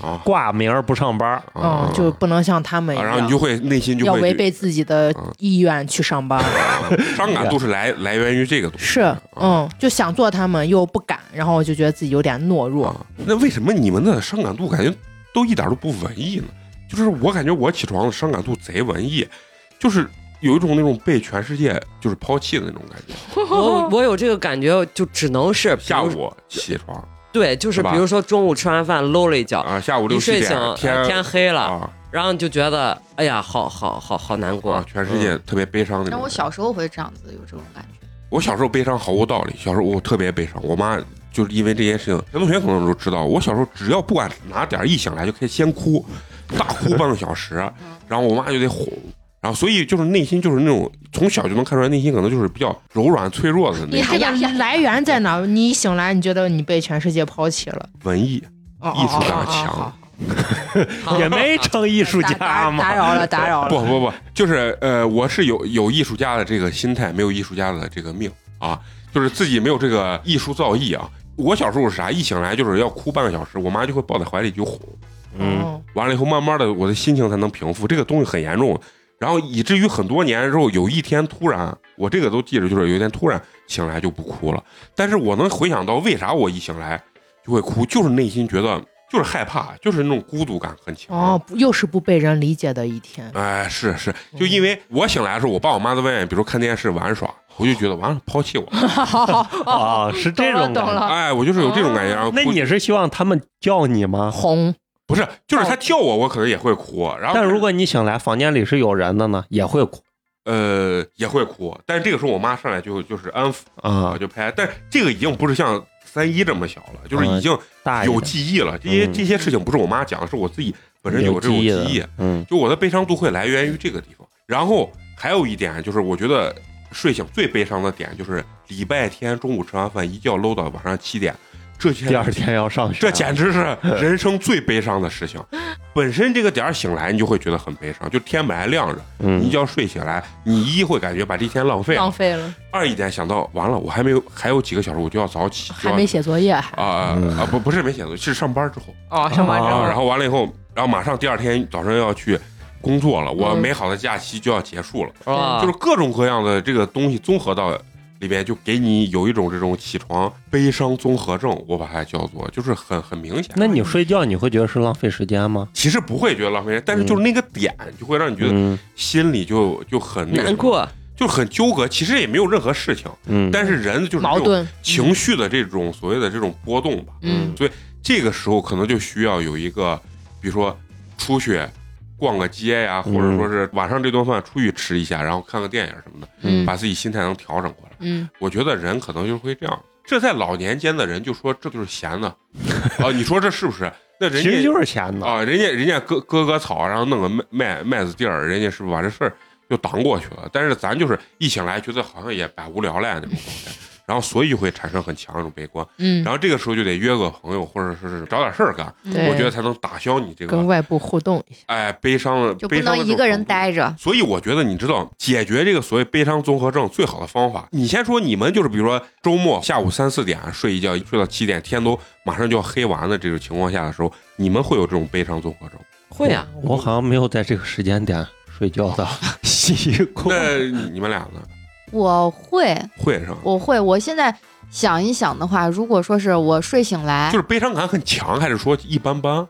[SPEAKER 1] 啊
[SPEAKER 5] 挂名儿不上班儿，
[SPEAKER 1] 啊，
[SPEAKER 7] 嗯，就不能像他们一
[SPEAKER 1] 啊，
[SPEAKER 7] 样，
[SPEAKER 1] 然后你就会内心就
[SPEAKER 7] 要
[SPEAKER 1] 会
[SPEAKER 7] 违背自己的
[SPEAKER 1] 嗯
[SPEAKER 7] 意愿去上班。
[SPEAKER 1] 伤感度是来来源于这个东西，啊
[SPEAKER 7] 是，嗯，就想做他们又不敢，然后就觉得自己有点懦弱。
[SPEAKER 1] 啊，那为什么你们的伤感度感觉都一点都不文艺呢？就是我感觉我起床的伤感度贼文艺，就是有一种那种被全世界就是抛弃的那种感觉。
[SPEAKER 2] 我我有这个感觉，就只能是比如
[SPEAKER 1] 下午起床
[SPEAKER 2] 对，就是
[SPEAKER 1] 是吧
[SPEAKER 2] 比如说中午吃完饭搂了一觉，
[SPEAKER 1] 啊，下午
[SPEAKER 2] 一
[SPEAKER 1] 六七
[SPEAKER 2] 睡
[SPEAKER 1] 点
[SPEAKER 2] 醒哎
[SPEAKER 1] 天
[SPEAKER 2] 天黑了，
[SPEAKER 1] 啊
[SPEAKER 2] 然后你就觉得哎呀，好好好好难过
[SPEAKER 1] 啊，。全世
[SPEAKER 2] 嗯
[SPEAKER 1] 界特别悲伤那
[SPEAKER 4] 那
[SPEAKER 1] 种
[SPEAKER 4] 我
[SPEAKER 1] 感觉。
[SPEAKER 4] 小时候会这样子有这种感觉。
[SPEAKER 1] 我小时候悲伤毫无道理，小时候我特别悲伤，我妈就是因为这件事情，陈同学可能都知道，我小时候只要不管哪点儿一醒来就开始先哭，大哭半个小时，
[SPEAKER 7] 嗯
[SPEAKER 1] 然后我妈就得哄。然后，所以就是内心就是那种从小就能看出来，内心可能就是比较柔软脆弱的那
[SPEAKER 7] 你
[SPEAKER 1] 种
[SPEAKER 7] 这个
[SPEAKER 4] 哎呀呀呀
[SPEAKER 7] 来源在哪儿？你一醒来，你觉得你被全世界抛弃 了，
[SPEAKER 1] 文艺
[SPEAKER 7] 哦
[SPEAKER 1] 艺术感
[SPEAKER 7] 哦哦哦
[SPEAKER 1] 强
[SPEAKER 7] 哦哦
[SPEAKER 2] 好
[SPEAKER 5] 也没成艺术
[SPEAKER 7] 打
[SPEAKER 5] 家
[SPEAKER 7] 打打
[SPEAKER 5] 嘛。
[SPEAKER 7] 扰了，打扰了。
[SPEAKER 1] 不不不，就是呃，我是有有艺术家的这个心态，没有艺术家的这个命啊，就是自己没有这个艺术造诣啊。我小时候是啥？一醒来就是要哭半个小时，我妈就会抱在怀里就哄，
[SPEAKER 5] 嗯，
[SPEAKER 7] 哦，
[SPEAKER 1] 完了以后慢慢的我的心情才能平复。这个东西很严重，然后以至于很多年之后，有一天突然，我这个都记着，就是有一天突然醒来就不哭了。但是我能回想到为啥我一醒来就会哭，就是内心觉得就是害怕，就是那种孤独感很强。
[SPEAKER 3] 哦，不又是不被人理解的一天。
[SPEAKER 1] 哎，是是，
[SPEAKER 5] 嗯
[SPEAKER 1] 就因为我醒来的时候，我爸我妈在外面，比如看电视玩耍，我就觉得完了抛弃我，
[SPEAKER 5] 啊，是这种感
[SPEAKER 4] 哦懂
[SPEAKER 5] 觉。
[SPEAKER 4] 了。
[SPEAKER 1] 哎，我就是有这种感觉。然后
[SPEAKER 5] 哦那
[SPEAKER 1] 哭
[SPEAKER 5] 你是希望他们叫你吗？
[SPEAKER 3] 红，
[SPEAKER 1] 不是就是他叫我，我可能也会哭，然后
[SPEAKER 5] 但如果你醒来房间里是有人的呢，也会哭
[SPEAKER 1] 呃也会哭，但是这个时候我妈上来就就是安抚
[SPEAKER 5] 啊
[SPEAKER 1] 我，就拍，但这个已经不是像三一这么小了，就是已经
[SPEAKER 5] 哦大一
[SPEAKER 1] 有
[SPEAKER 5] 点
[SPEAKER 1] 记忆了。这些
[SPEAKER 5] 嗯
[SPEAKER 1] 这些事情不是我妈讲，是我自己本身有
[SPEAKER 5] 有
[SPEAKER 1] 这种记
[SPEAKER 5] 的
[SPEAKER 1] 忆，
[SPEAKER 5] 嗯
[SPEAKER 1] 就我的悲伤度会来源于这个地方。然后还有一点啊就是，我觉得睡醒最悲伤的点就是礼拜天中午吃完饭一觉搂到晚上七点，这些
[SPEAKER 5] 第二天要上学，
[SPEAKER 1] 这简直是人生最悲伤的事情。本身这个点儿醒来，你就会觉得很悲伤，就天本来亮着，你一
[SPEAKER 5] 嗯，
[SPEAKER 1] 觉睡醒来，你一会感觉把这一天浪费了，
[SPEAKER 3] 浪费了，
[SPEAKER 1] 二一点想到完了，我还没有还有几个小时我就要早起，
[SPEAKER 3] 还没写作业，
[SPEAKER 1] 就要啊
[SPEAKER 5] 嗯
[SPEAKER 1] 啊不不是没写作业，是上班之后
[SPEAKER 3] 哦，上班之
[SPEAKER 5] 啊
[SPEAKER 1] 啊，然
[SPEAKER 3] 后，
[SPEAKER 1] 后完了以后，然后马上第二天早上要去工作了，我
[SPEAKER 3] 嗯
[SPEAKER 1] 美好的假期就要结束了，
[SPEAKER 2] 啊，
[SPEAKER 1] 嗯就是各种各样的这个东西综合到里边，就给你有一种这种起床悲伤综合症，我把它叫做就是很很明显。
[SPEAKER 5] 那你睡觉你会觉得是浪费时间吗？
[SPEAKER 1] 其实不会觉得浪费时间，但是就是那个点就会让你觉得
[SPEAKER 5] 嗯
[SPEAKER 1] 心里就就很那个
[SPEAKER 2] 嗯难，过，
[SPEAKER 1] 就很纠葛。其实也没有任何事情，
[SPEAKER 5] 嗯，
[SPEAKER 1] 但是人就是
[SPEAKER 3] 矛
[SPEAKER 1] 这种
[SPEAKER 3] 盾，
[SPEAKER 1] 情绪的这种所谓的这种波动吧。
[SPEAKER 3] 嗯，
[SPEAKER 1] 这个时候可能就需要有一个，比如说出去逛个街呀、或
[SPEAKER 5] 嗯
[SPEAKER 1] 者说是晚上这顿饭出去吃一下，然后看个电影什么的，
[SPEAKER 3] 嗯
[SPEAKER 1] 把自己心态能调整过来。
[SPEAKER 3] 嗯，
[SPEAKER 1] 我觉得人可能就会这样。这在老年间的人就说这就是闲的， 啊，你说这是不是？那人
[SPEAKER 5] 其实
[SPEAKER 1] 家
[SPEAKER 5] 就是闲的，
[SPEAKER 1] 啊，人家人家割割割草，然后弄个麦麦麦子地儿，人家是不是把这事儿就挡过去了？但是咱就是一醒来觉得好像也百无聊赖那种状态，然后所以就会产生很强的一种悲观。
[SPEAKER 3] 嗯，
[SPEAKER 1] 然后这个时候就得约个朋友，或者说是找点事儿干，
[SPEAKER 4] 嗯
[SPEAKER 3] 对
[SPEAKER 1] 我觉得才能打消你这
[SPEAKER 3] 跟
[SPEAKER 1] 个
[SPEAKER 3] 外部互动一下，
[SPEAKER 1] 哎悲伤的
[SPEAKER 4] 就不
[SPEAKER 1] 悲伤
[SPEAKER 4] 能
[SPEAKER 1] 的
[SPEAKER 4] 一个人
[SPEAKER 1] 着。
[SPEAKER 4] 待着，
[SPEAKER 1] 所以我觉得，你知道解决这个所谓悲伤综合症最好的方法，你先说你们就是比如说周末下午三四点睡一觉，睡到七点，天都马上就要黑完了这种情况下的时候，你们会有这种悲伤综合症吗？
[SPEAKER 2] 会啊，
[SPEAKER 5] 我好像没有在这个时间点睡觉 的习
[SPEAKER 1] 那
[SPEAKER 5] 惯。
[SPEAKER 1] 你们俩呢？
[SPEAKER 4] 我会，
[SPEAKER 1] 会是吧？
[SPEAKER 4] 我会，我现在想一想的话，如果说是我睡醒来
[SPEAKER 1] 就是悲伤感很强，还是说一般般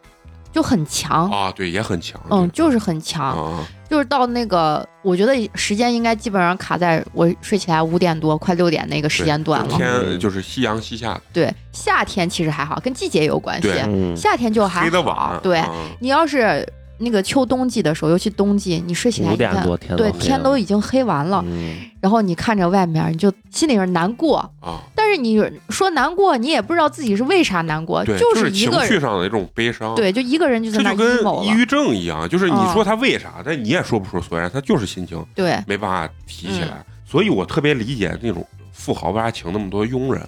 [SPEAKER 4] 就很强，
[SPEAKER 1] 啊？对，也很强。
[SPEAKER 4] 嗯，就是很强，
[SPEAKER 1] 啊，
[SPEAKER 4] 就是到那个，我觉得时间应该基本上卡在我睡起来五点多快六点那个时间段
[SPEAKER 1] 就
[SPEAKER 4] 了。
[SPEAKER 1] 天就是夕阳西下，
[SPEAKER 4] 对，夏天其实还好，跟季节有关系
[SPEAKER 1] 对，
[SPEAKER 5] 嗯，
[SPEAKER 4] 夏天就还
[SPEAKER 1] 黑的
[SPEAKER 4] 好
[SPEAKER 1] 晚。。
[SPEAKER 4] 对
[SPEAKER 1] 啊
[SPEAKER 4] 你要是那个秋冬季的时候，尤其冬季，你睡起来
[SPEAKER 5] 五
[SPEAKER 4] 你
[SPEAKER 5] 点
[SPEAKER 4] 看，
[SPEAKER 5] 多天
[SPEAKER 4] 对，天都已经黑完了，
[SPEAKER 5] 嗯
[SPEAKER 4] 然后你看着外面，你就心里边难过，
[SPEAKER 1] 啊，
[SPEAKER 4] 但是你说难过，你也不知道自己是为啥难过，
[SPEAKER 1] 对，
[SPEAKER 4] 就是一
[SPEAKER 1] 情
[SPEAKER 4] 个
[SPEAKER 1] 绪
[SPEAKER 4] 人，
[SPEAKER 1] 上的一种悲伤。，
[SPEAKER 4] 对，就一个人就在
[SPEAKER 1] 这
[SPEAKER 4] 那
[SPEAKER 1] 就
[SPEAKER 4] emo
[SPEAKER 1] 跟抑
[SPEAKER 4] 了，
[SPEAKER 1] 郁症一样，就是你
[SPEAKER 3] 嗯
[SPEAKER 1] 说他为啥，但你也说不出所以然，他就是心情
[SPEAKER 4] 对，
[SPEAKER 1] 没办法提起来。
[SPEAKER 3] 嗯
[SPEAKER 1] 所以我特别理解那种富豪为啥请那么多佣人，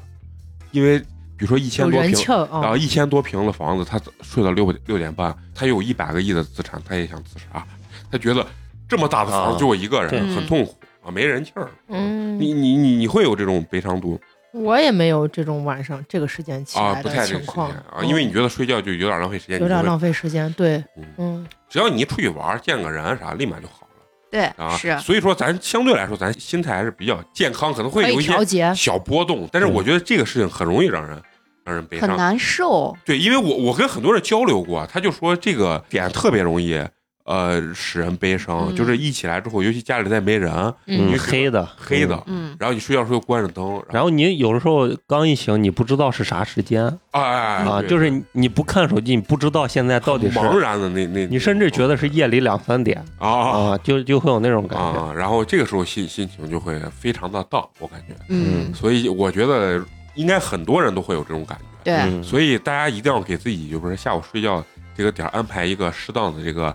[SPEAKER 1] 因为比如说一千
[SPEAKER 3] 有
[SPEAKER 1] 多
[SPEAKER 3] 人
[SPEAKER 1] 平
[SPEAKER 3] 气儿啊
[SPEAKER 7] 哦
[SPEAKER 1] 然，后一千多平的房子，他睡到六六点半，他有一百个亿的资产，他也想自杀，他觉得这么大的房子
[SPEAKER 5] 啊
[SPEAKER 1] 就我一个
[SPEAKER 5] 对
[SPEAKER 1] 人，很痛苦啊，没人气儿。
[SPEAKER 3] 嗯，
[SPEAKER 1] 你你你你会有这种悲伤度
[SPEAKER 3] 我也没有这种晚上这个时间起
[SPEAKER 1] 啊？
[SPEAKER 3] 来
[SPEAKER 1] 不
[SPEAKER 3] 的
[SPEAKER 1] 太这
[SPEAKER 3] 情
[SPEAKER 1] 个时间
[SPEAKER 3] 况嗯
[SPEAKER 1] 啊，因为你觉得睡觉就有点浪费
[SPEAKER 7] 嗯
[SPEAKER 1] 时间，
[SPEAKER 3] 有
[SPEAKER 1] 你
[SPEAKER 3] 点
[SPEAKER 1] 就会
[SPEAKER 3] 浪费时间，对
[SPEAKER 1] 嗯，
[SPEAKER 3] 嗯，
[SPEAKER 1] 只要你一出去玩儿见个人啊啥，立马就好了
[SPEAKER 4] 对，
[SPEAKER 1] 啊。
[SPEAKER 4] 是，
[SPEAKER 1] 所以说咱相对来说，咱心态还是比较健康，可能会
[SPEAKER 3] 可
[SPEAKER 1] 有
[SPEAKER 3] 以
[SPEAKER 1] 一些
[SPEAKER 3] 调节，
[SPEAKER 1] 小波动，但是
[SPEAKER 5] 嗯
[SPEAKER 1] 我觉得这个事情很容易让人让人悲
[SPEAKER 4] 很
[SPEAKER 1] 伤。
[SPEAKER 4] 难受，
[SPEAKER 1] 对，因为我我跟很多人交流过，他就说这个点特别容易，呃，使人悲伤，
[SPEAKER 4] 嗯
[SPEAKER 1] 就是一起来之后，尤其家里再没人，
[SPEAKER 5] 嗯
[SPEAKER 1] 你
[SPEAKER 5] 黑的
[SPEAKER 1] 黑的，
[SPEAKER 5] 嗯
[SPEAKER 4] 嗯，
[SPEAKER 1] 然后你睡觉的时候关着灯，然后
[SPEAKER 5] 然后你有的时候刚一醒，你不知道是啥时间
[SPEAKER 1] 哎，
[SPEAKER 5] 啊，
[SPEAKER 1] 对
[SPEAKER 5] 就是你你不看手机，你不知道现在到底是，
[SPEAKER 1] 茫然的那那，
[SPEAKER 5] 你甚至觉得是夜里两三点
[SPEAKER 1] 啊
[SPEAKER 5] 啊，就就会有那种感觉。
[SPEAKER 1] 啊，然后这个时候心心情就会非常的荡，我感觉，
[SPEAKER 4] 嗯，
[SPEAKER 1] 所以我觉得应该很多人都会有这种感觉。
[SPEAKER 4] 对，
[SPEAKER 5] 嗯
[SPEAKER 1] 所以大家一定要给自己，就不是下午睡觉这个点儿安排一个适当的这个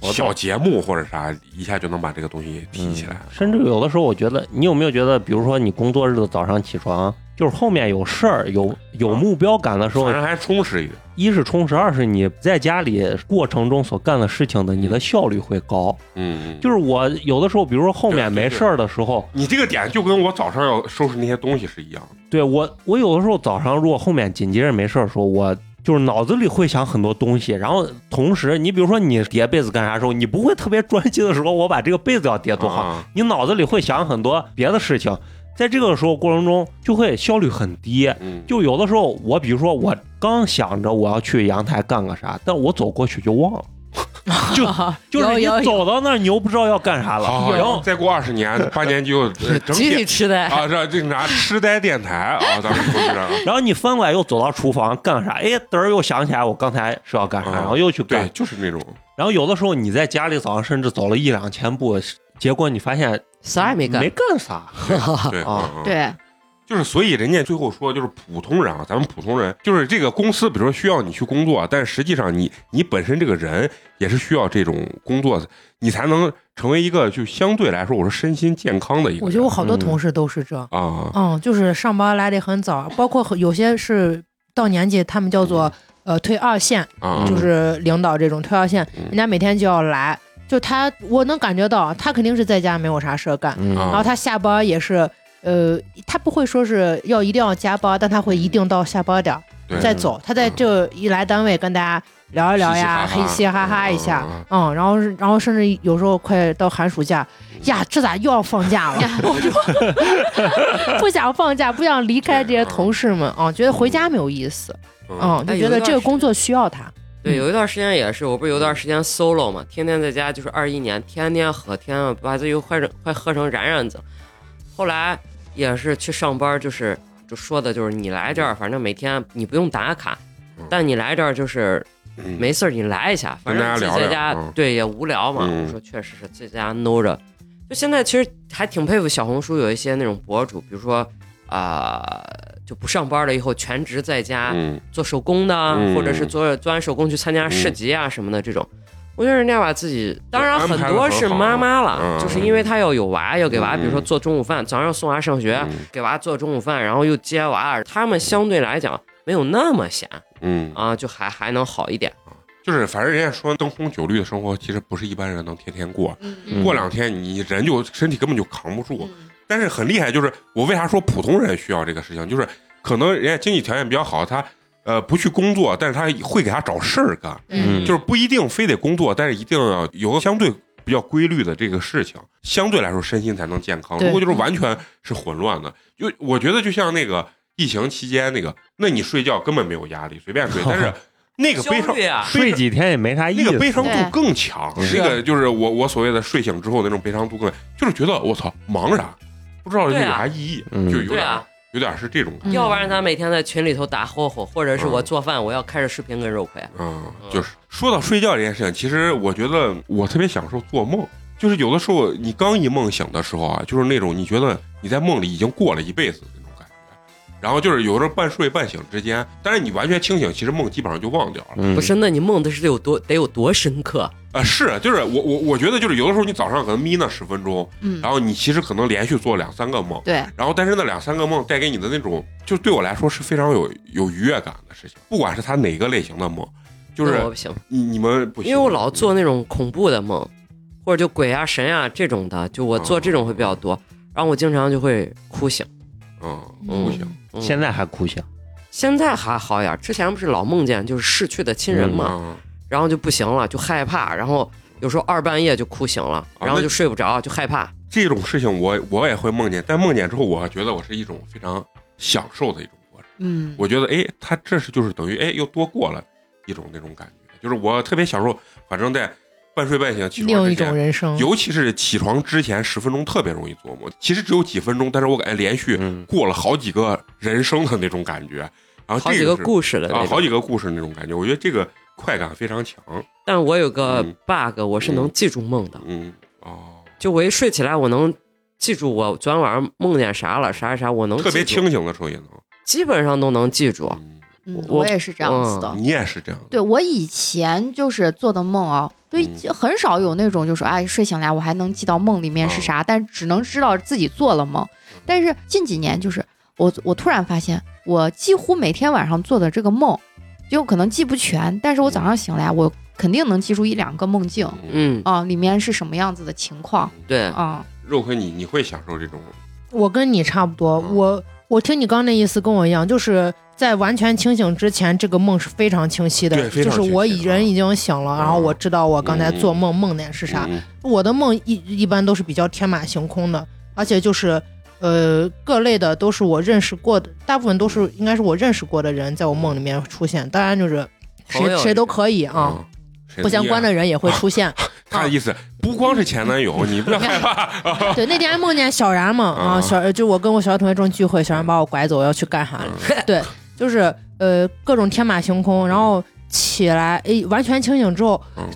[SPEAKER 5] 活动
[SPEAKER 1] 小节目或者啥，一下就能把这个东西提起来。
[SPEAKER 5] 嗯甚至有的时候，我觉得你有没有觉得，比如说你工作日的早上起床，就是后面有事儿、有有目标感的时候
[SPEAKER 1] 啊反，正还充实一点。
[SPEAKER 5] 一是充实，二是你在家里过程中所干的事情的，你的效率会高。
[SPEAKER 1] 嗯嗯，嗯
[SPEAKER 5] 就是我有的时候，比如说后面没事儿的时候，
[SPEAKER 1] 你这个点就跟我早上要收拾那些东西是一样的。
[SPEAKER 5] 对我，我有的时候早上如果后面紧接着没事儿的时候，我就是脑子里会想很多东西，然后同时，你比如说你叠被子干啥时候，你不会特别专心的时候，我把这个被子要叠多好，
[SPEAKER 1] 啊
[SPEAKER 5] 你脑子里会想很多别的事情。在这个时候过程中就会效率很低。
[SPEAKER 1] 嗯，
[SPEAKER 5] 就有的时候，我比如说我刚想着我要去阳台干个啥，但我走过去就忘了， 就就是你
[SPEAKER 6] 有有
[SPEAKER 5] 走到那儿，你又不知道要干啥了。
[SPEAKER 1] 好好，
[SPEAKER 5] 然后
[SPEAKER 1] 再过二十 年，八年就呃整
[SPEAKER 2] 集体
[SPEAKER 1] 体
[SPEAKER 2] 痴呆。
[SPEAKER 1] 啊，这这啥痴呆电台啊，咱们出去 了。
[SPEAKER 5] 然后你翻过来又走到厨房干啥？哎，嘚儿又想起来我刚才是要干啥，
[SPEAKER 1] 啊
[SPEAKER 5] 然后又去
[SPEAKER 1] 对
[SPEAKER 5] 干，。
[SPEAKER 1] 就是那种
[SPEAKER 5] 然后有的时候你在家里早上甚至走了一两千步，结果你发现
[SPEAKER 2] 啥也没干
[SPEAKER 5] 没，干啥。
[SPEAKER 1] 对
[SPEAKER 5] 啊，
[SPEAKER 1] 嗯嗯
[SPEAKER 4] 对，
[SPEAKER 1] 就是所以人家最后说，就是普通人啊，咱们普通人，就是这个公司，比如说需要你去工作，但实际上你你本身这个人也是需要这种工作，你才能成为一个就相对来说，我说身心健康的一个人。
[SPEAKER 7] 我觉得我好多
[SPEAKER 5] 嗯
[SPEAKER 7] 同事都是这，
[SPEAKER 1] 啊，
[SPEAKER 7] 嗯，就是上班来得很早，包括有些是到年纪，他们叫做呃退二线，
[SPEAKER 1] 啊，
[SPEAKER 7] 就是领导这种退二线，
[SPEAKER 1] 嗯
[SPEAKER 7] 人家每天就要来，就他我能感觉到，他肯定是在家没有啥事儿干，
[SPEAKER 5] 嗯
[SPEAKER 1] 啊
[SPEAKER 7] 然后他下班也是，呃，他不会说是要一定要加班，但他会一定到下班点儿
[SPEAKER 1] 对
[SPEAKER 7] 再走，他在
[SPEAKER 1] 嗯
[SPEAKER 7] 这一来单位跟大家聊一聊呀，
[SPEAKER 1] 嘻嘻哈哈
[SPEAKER 7] 嘿嘻哈哈一下
[SPEAKER 1] 嗯，
[SPEAKER 7] 嗯，然后然后甚至有时候快到寒暑假，呀，这咋又要放假 了？不想放假，不想离开这些同事们啊，觉得回家没有意思，
[SPEAKER 1] 嗯，
[SPEAKER 7] 嗯，就觉得这个工作需要他，
[SPEAKER 2] 对，有一段时间也是，我不是有一段时间 solo 嘛，天天在家就是二一年，天天喝，天天把这又快成快喝成冉冉子。后来也是去上班，就是就说的就是你来这儿，反正每天你不用打卡
[SPEAKER 1] 嗯，
[SPEAKER 2] 但你来这儿就是
[SPEAKER 1] 嗯
[SPEAKER 2] 没事儿你来一下，反
[SPEAKER 1] 跟大家
[SPEAKER 2] 正自己
[SPEAKER 1] 聊聊
[SPEAKER 2] 在家
[SPEAKER 1] 嗯
[SPEAKER 2] 对也无聊嘛。
[SPEAKER 1] 嗯
[SPEAKER 2] 我说确实是自己在家搂着，就现在其实还挺佩服小红书有一些那种博主，比如说啊、就不上班了以后全职在家，
[SPEAKER 1] 嗯
[SPEAKER 2] 做手工的，啊
[SPEAKER 1] 嗯
[SPEAKER 2] 或者是做做完手工去参加市集啊什么的这种。我觉得人家把自己，当然
[SPEAKER 1] 安排得
[SPEAKER 2] 很多是妈妈
[SPEAKER 1] 很
[SPEAKER 2] 了，
[SPEAKER 1] 好嗯
[SPEAKER 2] 就是因为她要有娃，要给娃，
[SPEAKER 1] 嗯
[SPEAKER 2] 比如说做中午饭，早上送娃上学，
[SPEAKER 1] 嗯
[SPEAKER 2] 给娃做中午饭，然后又接娃，他们相对来讲没有那么闲
[SPEAKER 1] 嗯，
[SPEAKER 2] 啊，就还还能好一点。
[SPEAKER 1] 就是反正人家说灯红酒绿的生活，其实不是一般人能天天过，
[SPEAKER 4] 嗯
[SPEAKER 1] 过两天你人就身体根本就扛不住。
[SPEAKER 4] 嗯
[SPEAKER 1] 但是很厉害，就是我为啥说普通人需要这个事情，就是可能人家经济条件比较好，他呃不去工作，但是他会给他找事儿干，
[SPEAKER 5] 嗯
[SPEAKER 1] 就是不一定非得工作，但是一定要有个相对比较规律的这个事情，相对来说身心才能健康。
[SPEAKER 7] 对
[SPEAKER 1] 如果就是完全是混乱的，就我觉得就像那个疫情期间那个，那你睡觉根本没有压力，随便睡，但是那个悲
[SPEAKER 2] 焦
[SPEAKER 1] 伤
[SPEAKER 2] 虑啊，
[SPEAKER 5] 睡几天也没啥意
[SPEAKER 1] 那
[SPEAKER 5] 思。
[SPEAKER 1] 个悲伤度
[SPEAKER 4] 对
[SPEAKER 1] 更强，
[SPEAKER 5] 是啊
[SPEAKER 1] 那个就是我我所谓的睡醒之后那种悲伤度更，就是觉得我操茫然，不知道有
[SPEAKER 2] 对啊
[SPEAKER 1] 啥意义，
[SPEAKER 5] 嗯
[SPEAKER 1] 就有
[SPEAKER 2] 对
[SPEAKER 1] 点、
[SPEAKER 2] 啊，
[SPEAKER 1] 有点是这种感觉，
[SPEAKER 4] 嗯
[SPEAKER 2] 要不然咱每天在群里头打吼吼，或者是我做饭，我要开着视频跟肉葵。
[SPEAKER 1] 嗯，
[SPEAKER 2] 嗯
[SPEAKER 1] 就是说到睡觉这件事情，其实我觉得我特别享受做梦，就是有的时候你刚一梦醒的时候啊，就是那种你觉得你在梦里已经过了一辈子的那种感觉，然后就是有时候半睡半醒之间，但是你完全清醒，其实梦基本上就忘掉了。
[SPEAKER 5] 嗯
[SPEAKER 2] 不是，那你梦的是得有多得有多深刻？
[SPEAKER 1] 啊、是，就是我我我觉得就是有的时候你早上可能眯那十分钟，
[SPEAKER 4] 嗯
[SPEAKER 1] 然后你其实可能连续做两三个梦，
[SPEAKER 4] 对，
[SPEAKER 1] 然后但是那两三个梦带给你的那种，就对我来说是非常有有愉悦感的事情，不管是它哪个类型的梦，就
[SPEAKER 2] 那我
[SPEAKER 1] 是
[SPEAKER 2] 不行。
[SPEAKER 1] 你你们不行，嗯
[SPEAKER 2] 因为我老做那种恐怖的梦，或者就鬼啊神啊这种的，就我做这种会比较
[SPEAKER 1] 哦
[SPEAKER 2] 多。然后我经常就会哭醒。
[SPEAKER 1] 嗯
[SPEAKER 2] 嗯
[SPEAKER 1] 不行，
[SPEAKER 2] 嗯
[SPEAKER 5] 现在还哭醒。
[SPEAKER 2] 现在还好一点，之前不是老梦见就是逝去的亲人嘛，
[SPEAKER 1] 嗯
[SPEAKER 2] 然后就不行了，就害怕，然后有时候二半夜就哭醒了，
[SPEAKER 1] 哦那哦
[SPEAKER 2] 然后就睡不着，就害怕。
[SPEAKER 1] 这种事情我我也会梦见，但梦见之后，我觉得我是一种非常享受的一种过程。
[SPEAKER 4] 嗯，
[SPEAKER 1] 我觉得哎，他这是就是等于哎又多过了一种那种感觉，就是我特别享受，反正在半睡半醒起床
[SPEAKER 7] 另
[SPEAKER 1] 之
[SPEAKER 7] 一种
[SPEAKER 1] 前。
[SPEAKER 7] 人生。
[SPEAKER 1] 尤其是起床之前十分钟特别容易做梦，其实只有几分钟，但是我感觉连续
[SPEAKER 5] 嗯
[SPEAKER 1] 过了好几个人生的那种感觉，然后
[SPEAKER 2] 好
[SPEAKER 1] 这
[SPEAKER 2] 几个
[SPEAKER 1] 是
[SPEAKER 2] 故事的
[SPEAKER 1] 啊，
[SPEAKER 2] 那
[SPEAKER 1] 好
[SPEAKER 2] 种，
[SPEAKER 1] 几个故事那种感觉，我觉得这个快感非常强。
[SPEAKER 2] 但我有个
[SPEAKER 1] 嗯
[SPEAKER 2] bug，我是能
[SPEAKER 1] 嗯
[SPEAKER 2] 记住梦的，
[SPEAKER 1] 嗯，哦，
[SPEAKER 2] 就我一睡起来，我能记住我昨天晚上梦见啥了，啥啥啥，我能
[SPEAKER 1] 特别
[SPEAKER 2] 记住，
[SPEAKER 1] 清醒的时候也能。
[SPEAKER 2] 基本上都能记住。
[SPEAKER 1] 嗯
[SPEAKER 4] 嗯
[SPEAKER 2] 我
[SPEAKER 4] 我也是这样子的。
[SPEAKER 1] 你也是这样的。
[SPEAKER 4] 对我以前就是做的梦啊，对，
[SPEAKER 1] 嗯
[SPEAKER 4] 很少有那种就是哎睡醒来我还能记到梦里面是啥，但只能知道自己做了梦。但是近几年就是我我突然发现，我几乎每天晚上做的这个梦，就可能记不全，但是我早上醒来我肯定能记住一两个梦境
[SPEAKER 2] 嗯，
[SPEAKER 4] 啊，里面是什么样子的情况
[SPEAKER 2] 对，
[SPEAKER 4] 啊，
[SPEAKER 1] 肉葵，你你会享受这种
[SPEAKER 7] 我跟你差不多，
[SPEAKER 1] 嗯
[SPEAKER 7] 我我听你刚那意思跟我一样，就是在完全清醒之前，这个梦是非常清晰
[SPEAKER 1] 对
[SPEAKER 7] 的，
[SPEAKER 1] 非
[SPEAKER 7] 就
[SPEAKER 1] 常
[SPEAKER 7] 是
[SPEAKER 1] 清晰
[SPEAKER 7] 我已人已经醒了，
[SPEAKER 1] 嗯
[SPEAKER 7] 然后我知道我刚才做梦梦见是
[SPEAKER 1] 是
[SPEAKER 7] 啥。
[SPEAKER 1] 嗯
[SPEAKER 7] 我的梦一一般都是比较天马行空的，而且就是
[SPEAKER 3] 呃，各类的都是我认识过的，大部分都是应该是我认识过的人，在我梦里面出现。当然就是
[SPEAKER 2] 朋
[SPEAKER 3] 谁
[SPEAKER 2] 友
[SPEAKER 3] 谁都可以啊，
[SPEAKER 1] 嗯谁
[SPEAKER 3] 不相关的人也会出现。
[SPEAKER 1] 他的意思不光是前男友，你不要害怕。
[SPEAKER 3] 对，那天还梦见小然嘛啊，
[SPEAKER 1] 啊
[SPEAKER 3] 小就我跟我小学同学正聚会，小然把我拐走，要去干啥了？
[SPEAKER 1] 嗯
[SPEAKER 3] 对，就是呃各种天马行空，然后起来诶完全清醒之后
[SPEAKER 1] 嗯，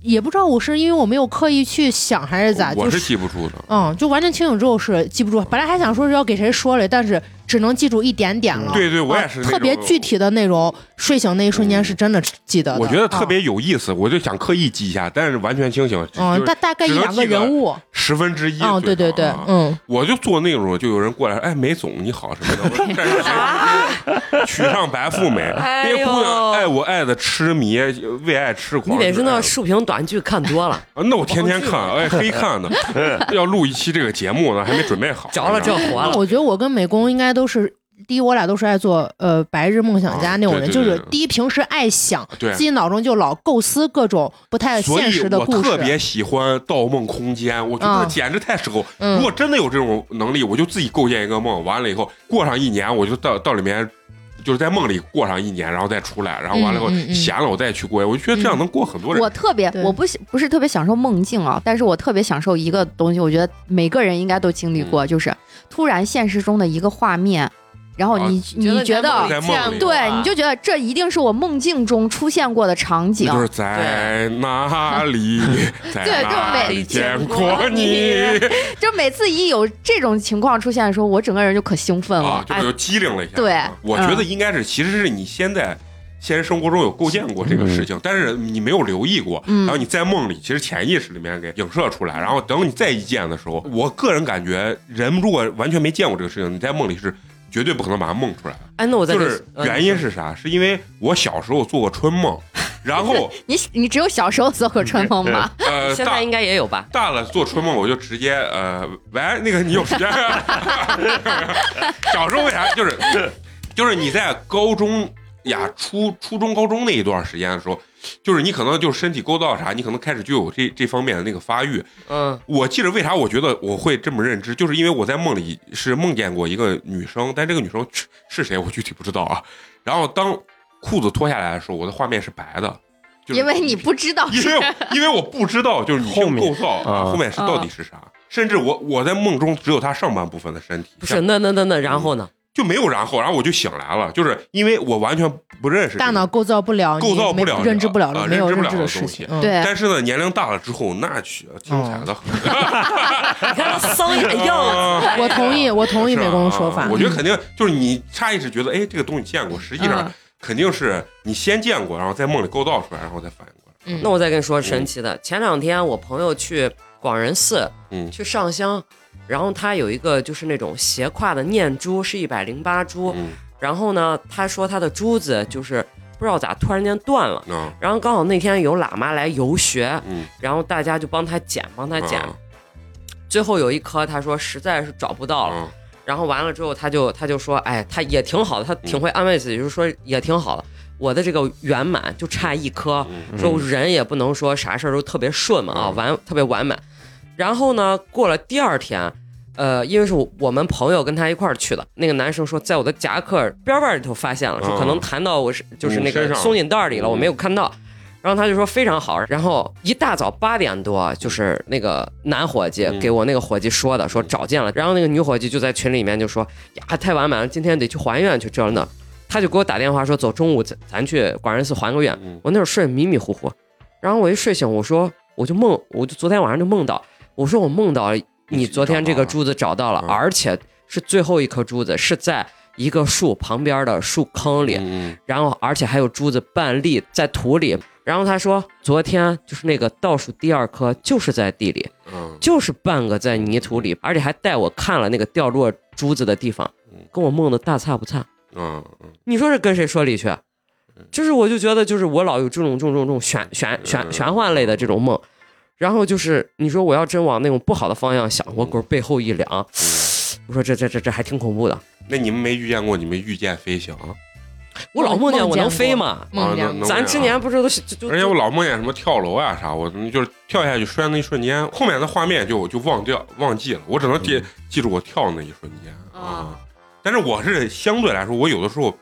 [SPEAKER 3] 也不知道我是因为我没有刻意去想还是咋，
[SPEAKER 1] 我
[SPEAKER 3] 就是
[SPEAKER 1] 记不住的。
[SPEAKER 3] 嗯，就完全清醒之后是记不住，本来还想说是要给谁说嘞，但是只能记住一点点了。
[SPEAKER 1] 对对，我也是
[SPEAKER 3] 啊
[SPEAKER 1] 那
[SPEAKER 3] 特别
[SPEAKER 1] 种
[SPEAKER 3] 具。体的内容，睡醒那一瞬间是真的记得的。
[SPEAKER 1] 我觉得特
[SPEAKER 3] 啊，
[SPEAKER 1] 别有意思，我就想刻意记一下，但是完全清醒，
[SPEAKER 3] 嗯，
[SPEAKER 1] 就是
[SPEAKER 3] 大大概一
[SPEAKER 1] 只能
[SPEAKER 3] 两个
[SPEAKER 1] 记得
[SPEAKER 3] 人物，
[SPEAKER 1] 十分之一。啊
[SPEAKER 3] 嗯，对对对，嗯，
[SPEAKER 1] 我就做那种，就有人过来，哎，梅总你好什么的，我 说这是谁娶上白富美，
[SPEAKER 2] 哎
[SPEAKER 1] 那
[SPEAKER 2] 呦
[SPEAKER 1] 姑娘爱我爱的痴迷，为爱痴狂。
[SPEAKER 2] 你得是那
[SPEAKER 1] 哎
[SPEAKER 2] 竖屏短剧看多 了，
[SPEAKER 1] 啊那我天天看，哎，黑看的， 要录一期这个节目呢，还没准备好。
[SPEAKER 2] 着了这活
[SPEAKER 3] 那
[SPEAKER 2] 了。
[SPEAKER 3] 我觉得我跟美工应该都是。第一，我俩都是爱做呃白日梦想
[SPEAKER 1] 啊
[SPEAKER 3] 家那种人，
[SPEAKER 1] 对对
[SPEAKER 3] 就
[SPEAKER 1] 对
[SPEAKER 3] 是
[SPEAKER 1] 对
[SPEAKER 3] 第一平时爱想，
[SPEAKER 1] 对
[SPEAKER 3] 自己脑中就老构思各种不太
[SPEAKER 1] 所
[SPEAKER 3] 呃现
[SPEAKER 1] 以
[SPEAKER 3] 实的
[SPEAKER 1] 我
[SPEAKER 3] 故
[SPEAKER 1] 特
[SPEAKER 3] 事。
[SPEAKER 1] 别喜欢《盗梦空间》，我觉得
[SPEAKER 3] 嗯
[SPEAKER 1] 简直太适合我。
[SPEAKER 3] 嗯
[SPEAKER 1] 如果真的有这种能力，我就自己构建一个梦，完了以后过上一年，我就到到里面。就是在梦里过上一年，然后再出来，然后完了以后
[SPEAKER 3] 嗯嗯嗯嗯
[SPEAKER 1] 闲了我再去过，我就觉得这样能过很多人。
[SPEAKER 4] 我特别
[SPEAKER 3] 对，
[SPEAKER 4] 我不喜不是特别享受梦境啊，但是我特别享受一个东西，我觉得每个人应该都经历
[SPEAKER 1] 嗯
[SPEAKER 4] 过，就是突然现实中的一个画面，然后
[SPEAKER 1] 啊
[SPEAKER 4] 你、你觉
[SPEAKER 1] 梦里啊
[SPEAKER 4] 得，
[SPEAKER 1] 在梦里
[SPEAKER 4] 对，你就觉得这一定是我梦境中出现过的场景
[SPEAKER 1] 那。就是在哪里， 在
[SPEAKER 4] 对就
[SPEAKER 1] 哪
[SPEAKER 4] 没
[SPEAKER 1] 里见过你
[SPEAKER 4] 就每次一有这种情况出现的时候，我整个人就可兴
[SPEAKER 2] 嗯
[SPEAKER 4] 奋了
[SPEAKER 1] 啊，，
[SPEAKER 2] 哎
[SPEAKER 1] 就是又机灵了一下。啊
[SPEAKER 4] 对
[SPEAKER 1] 我觉得应该是，其实是你先在现实生活中有构建过这个事
[SPEAKER 2] 嗯
[SPEAKER 1] 情，但是你没有留意过，
[SPEAKER 4] 嗯
[SPEAKER 1] 然后你在梦里，其实潜意识里面给影射出来，然后等你再一见的时候，我个人感觉，人如果完全没见过这个事情，你在梦里是绝对不可能把它梦出来的。
[SPEAKER 2] 哎，那我再
[SPEAKER 1] 就
[SPEAKER 2] 给
[SPEAKER 1] 是原因是啥？是因为我小时候做过春梦，然 后
[SPEAKER 4] 你你只有小时候做过春梦吗？
[SPEAKER 1] 呃，
[SPEAKER 2] 现
[SPEAKER 1] 大
[SPEAKER 2] 在应该也有吧？
[SPEAKER 1] 大了做春梦，我就直接呃，喂，那个你有时间？啊小时候为啥就是 就是你在高中呀、初初中、高中那一段时间的时候，就是你可能就是身体构造啥，你可能开始就有这这方面的那个发育。
[SPEAKER 2] 嗯，
[SPEAKER 1] 我记得为啥我觉得我会这么认知，就是因为我在梦里是梦见过一个女生，但这个女生是是谁我具体不知道啊。然后当裤子脱下来的时候，我的画面是白的，就是
[SPEAKER 4] 因为你不知道
[SPEAKER 1] 因
[SPEAKER 4] 是
[SPEAKER 1] 为因为我不知道就是女
[SPEAKER 5] 后
[SPEAKER 1] 性
[SPEAKER 5] 面
[SPEAKER 1] 构造
[SPEAKER 5] 啊
[SPEAKER 1] 后面是到底是啥，
[SPEAKER 3] 啊
[SPEAKER 1] 甚至我我在梦中只有她上半部分的身体，
[SPEAKER 2] 不是，那那那那，然后呢？
[SPEAKER 1] 就没有然后，然后我就醒来了，就是因为我完全不认识这个
[SPEAKER 3] 大脑构造不了，
[SPEAKER 1] 构造不了这
[SPEAKER 3] 你没
[SPEAKER 1] 个
[SPEAKER 3] 认知不了
[SPEAKER 1] 啊
[SPEAKER 3] 没有
[SPEAKER 1] 认知不了
[SPEAKER 3] 知
[SPEAKER 1] 的
[SPEAKER 3] 的事
[SPEAKER 1] 东
[SPEAKER 3] 情
[SPEAKER 1] 西。
[SPEAKER 3] 嗯，
[SPEAKER 4] 对
[SPEAKER 1] 但是呢，年龄大了之后，那去
[SPEAKER 3] 哦
[SPEAKER 1] 精彩的很。
[SPEAKER 2] 你
[SPEAKER 1] 嗯
[SPEAKER 2] 看他桑眼药，
[SPEAKER 1] 啊
[SPEAKER 3] 我 同意，我同意
[SPEAKER 1] 是啊
[SPEAKER 3] 美工的说法嗯
[SPEAKER 1] 啊。我觉得肯定就是你下意识觉得，哎，这个东西见过，实际上
[SPEAKER 4] 嗯
[SPEAKER 1] 肯定是你先见过，然后在梦里构造出来，然后再反应过来。
[SPEAKER 2] 那我再跟你说神奇的，前两天我朋友去广仁寺，
[SPEAKER 1] 嗯
[SPEAKER 2] 去上香，然后他有一个就是那种斜挎的念珠，是一百零八珠，
[SPEAKER 1] 嗯，
[SPEAKER 2] 然后呢，他说他的珠子就是不知道咋突然间断了。
[SPEAKER 1] 那
[SPEAKER 2] 然后刚好那天有喇嘛来游学，
[SPEAKER 1] 嗯，
[SPEAKER 2] 然后大家就帮他捡，帮他捡。
[SPEAKER 1] 啊
[SPEAKER 2] 最后有一颗，他说实在是找不到了，
[SPEAKER 1] 啊
[SPEAKER 2] 然后完了之后，他就他就说，哎，他也挺好的，他挺会安慰自己，就是说也挺好的。我的这个圆满就差一颗，
[SPEAKER 1] 嗯
[SPEAKER 2] 说人也不能说啥事儿都特别顺嘛啊，
[SPEAKER 1] 嗯
[SPEAKER 2] 完特别完满。然后呢，过了第二天，呃，因为是我我们朋友跟他一块儿去的，那个男生说，在我的夹克边边里头发现了，说可能
[SPEAKER 1] 嗯
[SPEAKER 2] 弹到我是就是
[SPEAKER 1] 你
[SPEAKER 2] 那
[SPEAKER 1] 身
[SPEAKER 2] 个
[SPEAKER 1] 上
[SPEAKER 2] 松紧带里了，
[SPEAKER 1] 嗯
[SPEAKER 2] 我没有看到。然后他就说非常好，然后一大早八点多，就是那个男伙计
[SPEAKER 1] 嗯
[SPEAKER 2] 给我那个伙计说的，说找见了。然后那个女伙计就在群里面就说呀，太完满了，今天得去还愿去这儿那。他就给我打电话说走，中午咱咱去广仁寺还个愿。
[SPEAKER 1] 嗯
[SPEAKER 2] 我那会儿睡得迷迷糊糊，然后我一睡醒，我说我就梦，我就昨天晚上就梦到，我说我梦到你昨天这个珠子找到了，
[SPEAKER 1] 嗯
[SPEAKER 2] 而且是最后一颗珠子是在一个树旁边的树坑里，
[SPEAKER 1] 嗯
[SPEAKER 2] 然后而且还有珠子半粒在土里。然后他说，昨天就是那个倒数第二颗，就是在地里，
[SPEAKER 1] 嗯嗯
[SPEAKER 2] 就是半个在泥土里，而且还带我看了那个掉落珠子的地方
[SPEAKER 1] 嗯，
[SPEAKER 2] 跟我梦的大差不差。
[SPEAKER 1] 嗯嗯。
[SPEAKER 2] 你说这跟谁说理去？啊就是我就觉得，就是我老有这种这种这种玄玄
[SPEAKER 1] 嗯
[SPEAKER 2] 玄玄幻类的这种梦，然后就是你说我要真往那种不好的方向想，我
[SPEAKER 1] 嗯
[SPEAKER 2] 狗背后一凉，我说这这这这还挺恐怖的。
[SPEAKER 1] 那你们没遇见过你们御剑飞行？
[SPEAKER 2] 我老梦见我能飞嘛。
[SPEAKER 1] 啊
[SPEAKER 3] 梦
[SPEAKER 1] 能
[SPEAKER 3] 见
[SPEAKER 1] 能
[SPEAKER 3] 过
[SPEAKER 1] 这
[SPEAKER 2] 咱
[SPEAKER 1] 样
[SPEAKER 2] 之前不是都是就就
[SPEAKER 1] 哎而且我老梦见什么跳楼啊啥，我就是跳下去摔那一瞬间，后面的画面就就忘掉忘记了，我只能记、记住我跳那一瞬间啊。但是我是相对来说，我有的时候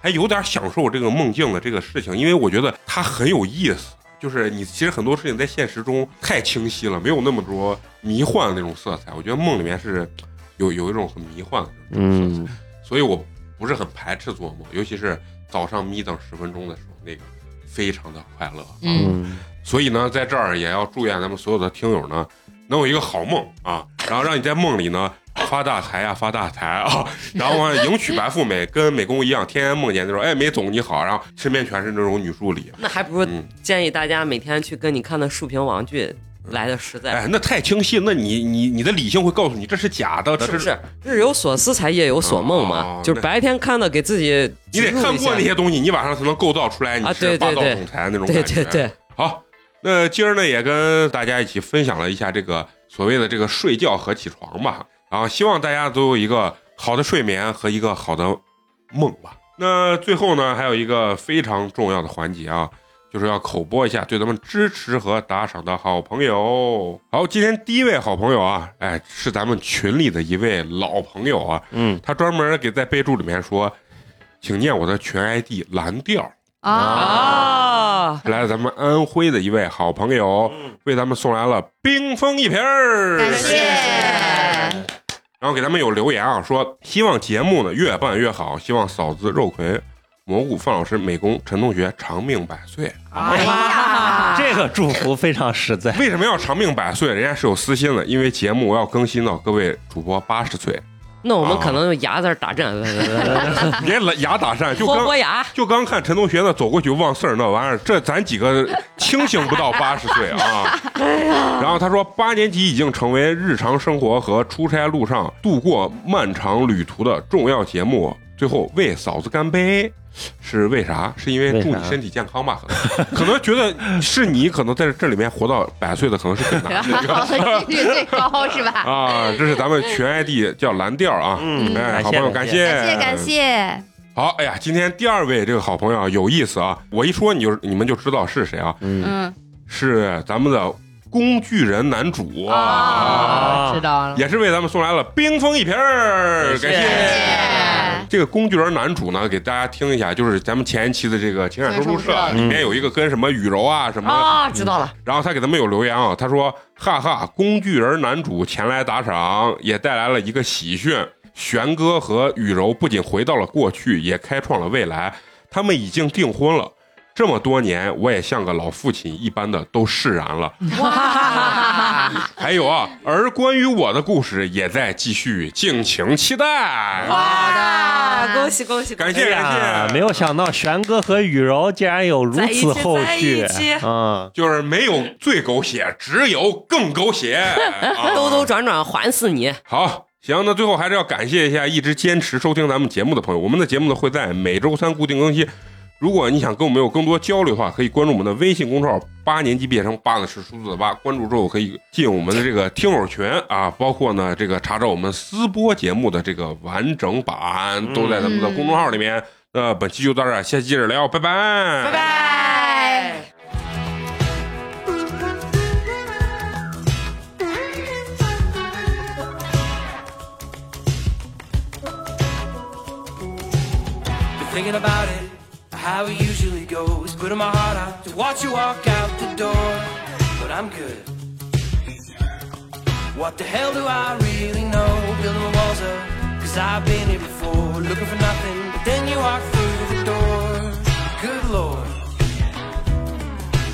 [SPEAKER 1] 还有点享受这个梦境的这个事情，因为我觉得它很有意思。就是你其实很多事情在现实中太清晰了，没有那么多迷幻的那种色彩。我觉得梦里面是有有一种很迷幻的那种色彩。
[SPEAKER 5] 嗯，
[SPEAKER 1] 所以我不是很排斥做梦，尤其是早上眯瞪十分钟的时候，那个非常的快乐。
[SPEAKER 3] 嗯
[SPEAKER 5] 嗯
[SPEAKER 1] 所以呢，在这儿也要祝愿咱们所有的听友呢，能有一个好梦啊，然后让你在梦里呢发大财呀、发大财啊， 然后呢迎娶白富美，跟美工一样，天天梦见那种哎梅总你好，然后身边全是那种女助理，
[SPEAKER 2] 那还不如
[SPEAKER 1] 嗯，
[SPEAKER 2] 建议大家每天去跟你看的竖屏网剧来的实在，
[SPEAKER 1] 哎，那太清晰，那你你你的理性会告诉你这是假的，
[SPEAKER 2] 是
[SPEAKER 1] 这
[SPEAKER 2] 不是？日有所思才夜有所梦
[SPEAKER 1] 哦
[SPEAKER 2] 嘛，就是白天看的给自己
[SPEAKER 1] 你得
[SPEAKER 2] 植入
[SPEAKER 1] 看
[SPEAKER 2] 一
[SPEAKER 1] 过
[SPEAKER 2] 下
[SPEAKER 1] 那些东西，你晚上才能构造出来你
[SPEAKER 2] 啊
[SPEAKER 1] 是
[SPEAKER 2] 对
[SPEAKER 1] 霸
[SPEAKER 2] 对
[SPEAKER 1] 道
[SPEAKER 2] 对
[SPEAKER 1] 总裁那种感觉。
[SPEAKER 2] 对对对，
[SPEAKER 1] 好，那今儿呢也跟大家一起分享了一下这个所谓的这个睡觉和起床吧，然后希望大家都有一个好的睡眠和一个好的梦吧。那最后呢，还有一个非常重要的环节啊，就是要口播一下对咱们支持和打赏的好朋友。好，今天第一位好朋友啊，哎，是咱们群里的一位老朋友啊，
[SPEAKER 5] 嗯，
[SPEAKER 1] 他专门给在备注里面说，请念我的全 ID 蓝调。
[SPEAKER 4] 啊，
[SPEAKER 2] 啊，
[SPEAKER 1] 来了咱们安徽的一位好朋友，为咱们送来了冰封一瓶儿，
[SPEAKER 4] 感谢。
[SPEAKER 1] 然后给咱们有留言啊，说希望节目呢越办越好，希望嫂子肉葵、蘑菇范老师、美工陈同学长命百岁。
[SPEAKER 4] 哎呀，
[SPEAKER 5] 这个祝福非常实在。
[SPEAKER 1] 为什么要长命百岁？人家是有私心的，因为节目我要更新到各位主播八十岁，
[SPEAKER 2] 那我
[SPEAKER 1] 哦
[SPEAKER 2] 们可能用牙在这打战，
[SPEAKER 1] 别来牙打讪，就
[SPEAKER 2] 豁
[SPEAKER 1] 刚
[SPEAKER 2] 豁牙，
[SPEAKER 1] 就刚看陈同学呢走过去忘事儿那玩意儿，这咱几个清醒不到八 十岁啊。
[SPEAKER 4] 哎
[SPEAKER 1] 然后他说，八年级已经成为日常生活和出差路上度过漫长旅途的重要节目。最后为嫂子干杯，是为啥？是因为
[SPEAKER 5] 为啥
[SPEAKER 1] 祝你身体健康吧？可能可能觉得是你，可能在这里面活到百岁的，可能是最难的一 个。
[SPEAKER 4] 几率最高是吧？
[SPEAKER 1] 啊，这是咱们全 ID 叫蓝调啊，
[SPEAKER 5] 嗯
[SPEAKER 1] 哎，
[SPEAKER 5] 感
[SPEAKER 1] 好
[SPEAKER 5] 谢
[SPEAKER 1] 朋友，
[SPEAKER 5] 感
[SPEAKER 1] 感谢，
[SPEAKER 4] 感谢感谢，
[SPEAKER 1] 好，哎呀，今天第二位这个好朋友啊有意思啊，我一说你就你们就知道是谁啊，
[SPEAKER 5] 嗯
[SPEAKER 4] 嗯，
[SPEAKER 1] 是咱们的工具人男主啊，
[SPEAKER 5] 啊
[SPEAKER 7] 知道了。
[SPEAKER 1] 也是为咱们送来了冰封一瓶儿，
[SPEAKER 5] 谢
[SPEAKER 1] 感
[SPEAKER 4] 谢
[SPEAKER 1] 这个工具人男主呢，给大家听一下，就是咱们前一期的这个情感收书社
[SPEAKER 4] 情感收
[SPEAKER 1] 啊里
[SPEAKER 5] 嗯
[SPEAKER 1] 面有一个跟什么雨柔啊什么嗯
[SPEAKER 2] 啊，知道了，
[SPEAKER 1] 然后他给咱们有留言啊，他说：“哈哈，工具人男主前来打赏，也带来了一个喜讯。玄哥和雨柔不仅回到了过去，也开创了未来。他们已经订婚了，这么多年，我也像个老父亲一般的都释然了。
[SPEAKER 2] 哇，
[SPEAKER 1] 还有 啊，而关于我的故事也在继续，敬请期待。
[SPEAKER 2] 好的，恭喜恭喜，
[SPEAKER 1] 感
[SPEAKER 5] 哎
[SPEAKER 1] 谢感
[SPEAKER 5] 呀
[SPEAKER 1] 谢，
[SPEAKER 5] 没有想到玄哥和雨柔竟然有如此后续
[SPEAKER 2] 在一起在一起，
[SPEAKER 5] 嗯，
[SPEAKER 1] 就是没有最狗血，只有更狗血。 啊
[SPEAKER 2] 兜兜转转还是你，
[SPEAKER 1] 好，行，那最后还是要感谢一下一直坚持收听咱们节目的朋友。我们的节目呢会在每周三固定更新。如果你想跟我们有更多交流的话，可以关注我们的微信公众号“八年级毕业生八呢是数字的八”，关注之后可以进我们的这个听友群啊，包括呢这个查找我们私播节目的这个完整版，都在咱们的公众号里面。那本期就到这儿，下期接着聊，拜拜，拜拜。
[SPEAKER 4] 拜。
[SPEAKER 8] Been thinking about it, how it usually goes. Putting my heart out to watch you walk out the door. But I'm good. What the hell do I really know? Building my walls up, cause I've been here before. Looking for nothing, but then you walk through the door. Good lord.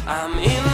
[SPEAKER 8] I'm in Oh, Oh, Oh,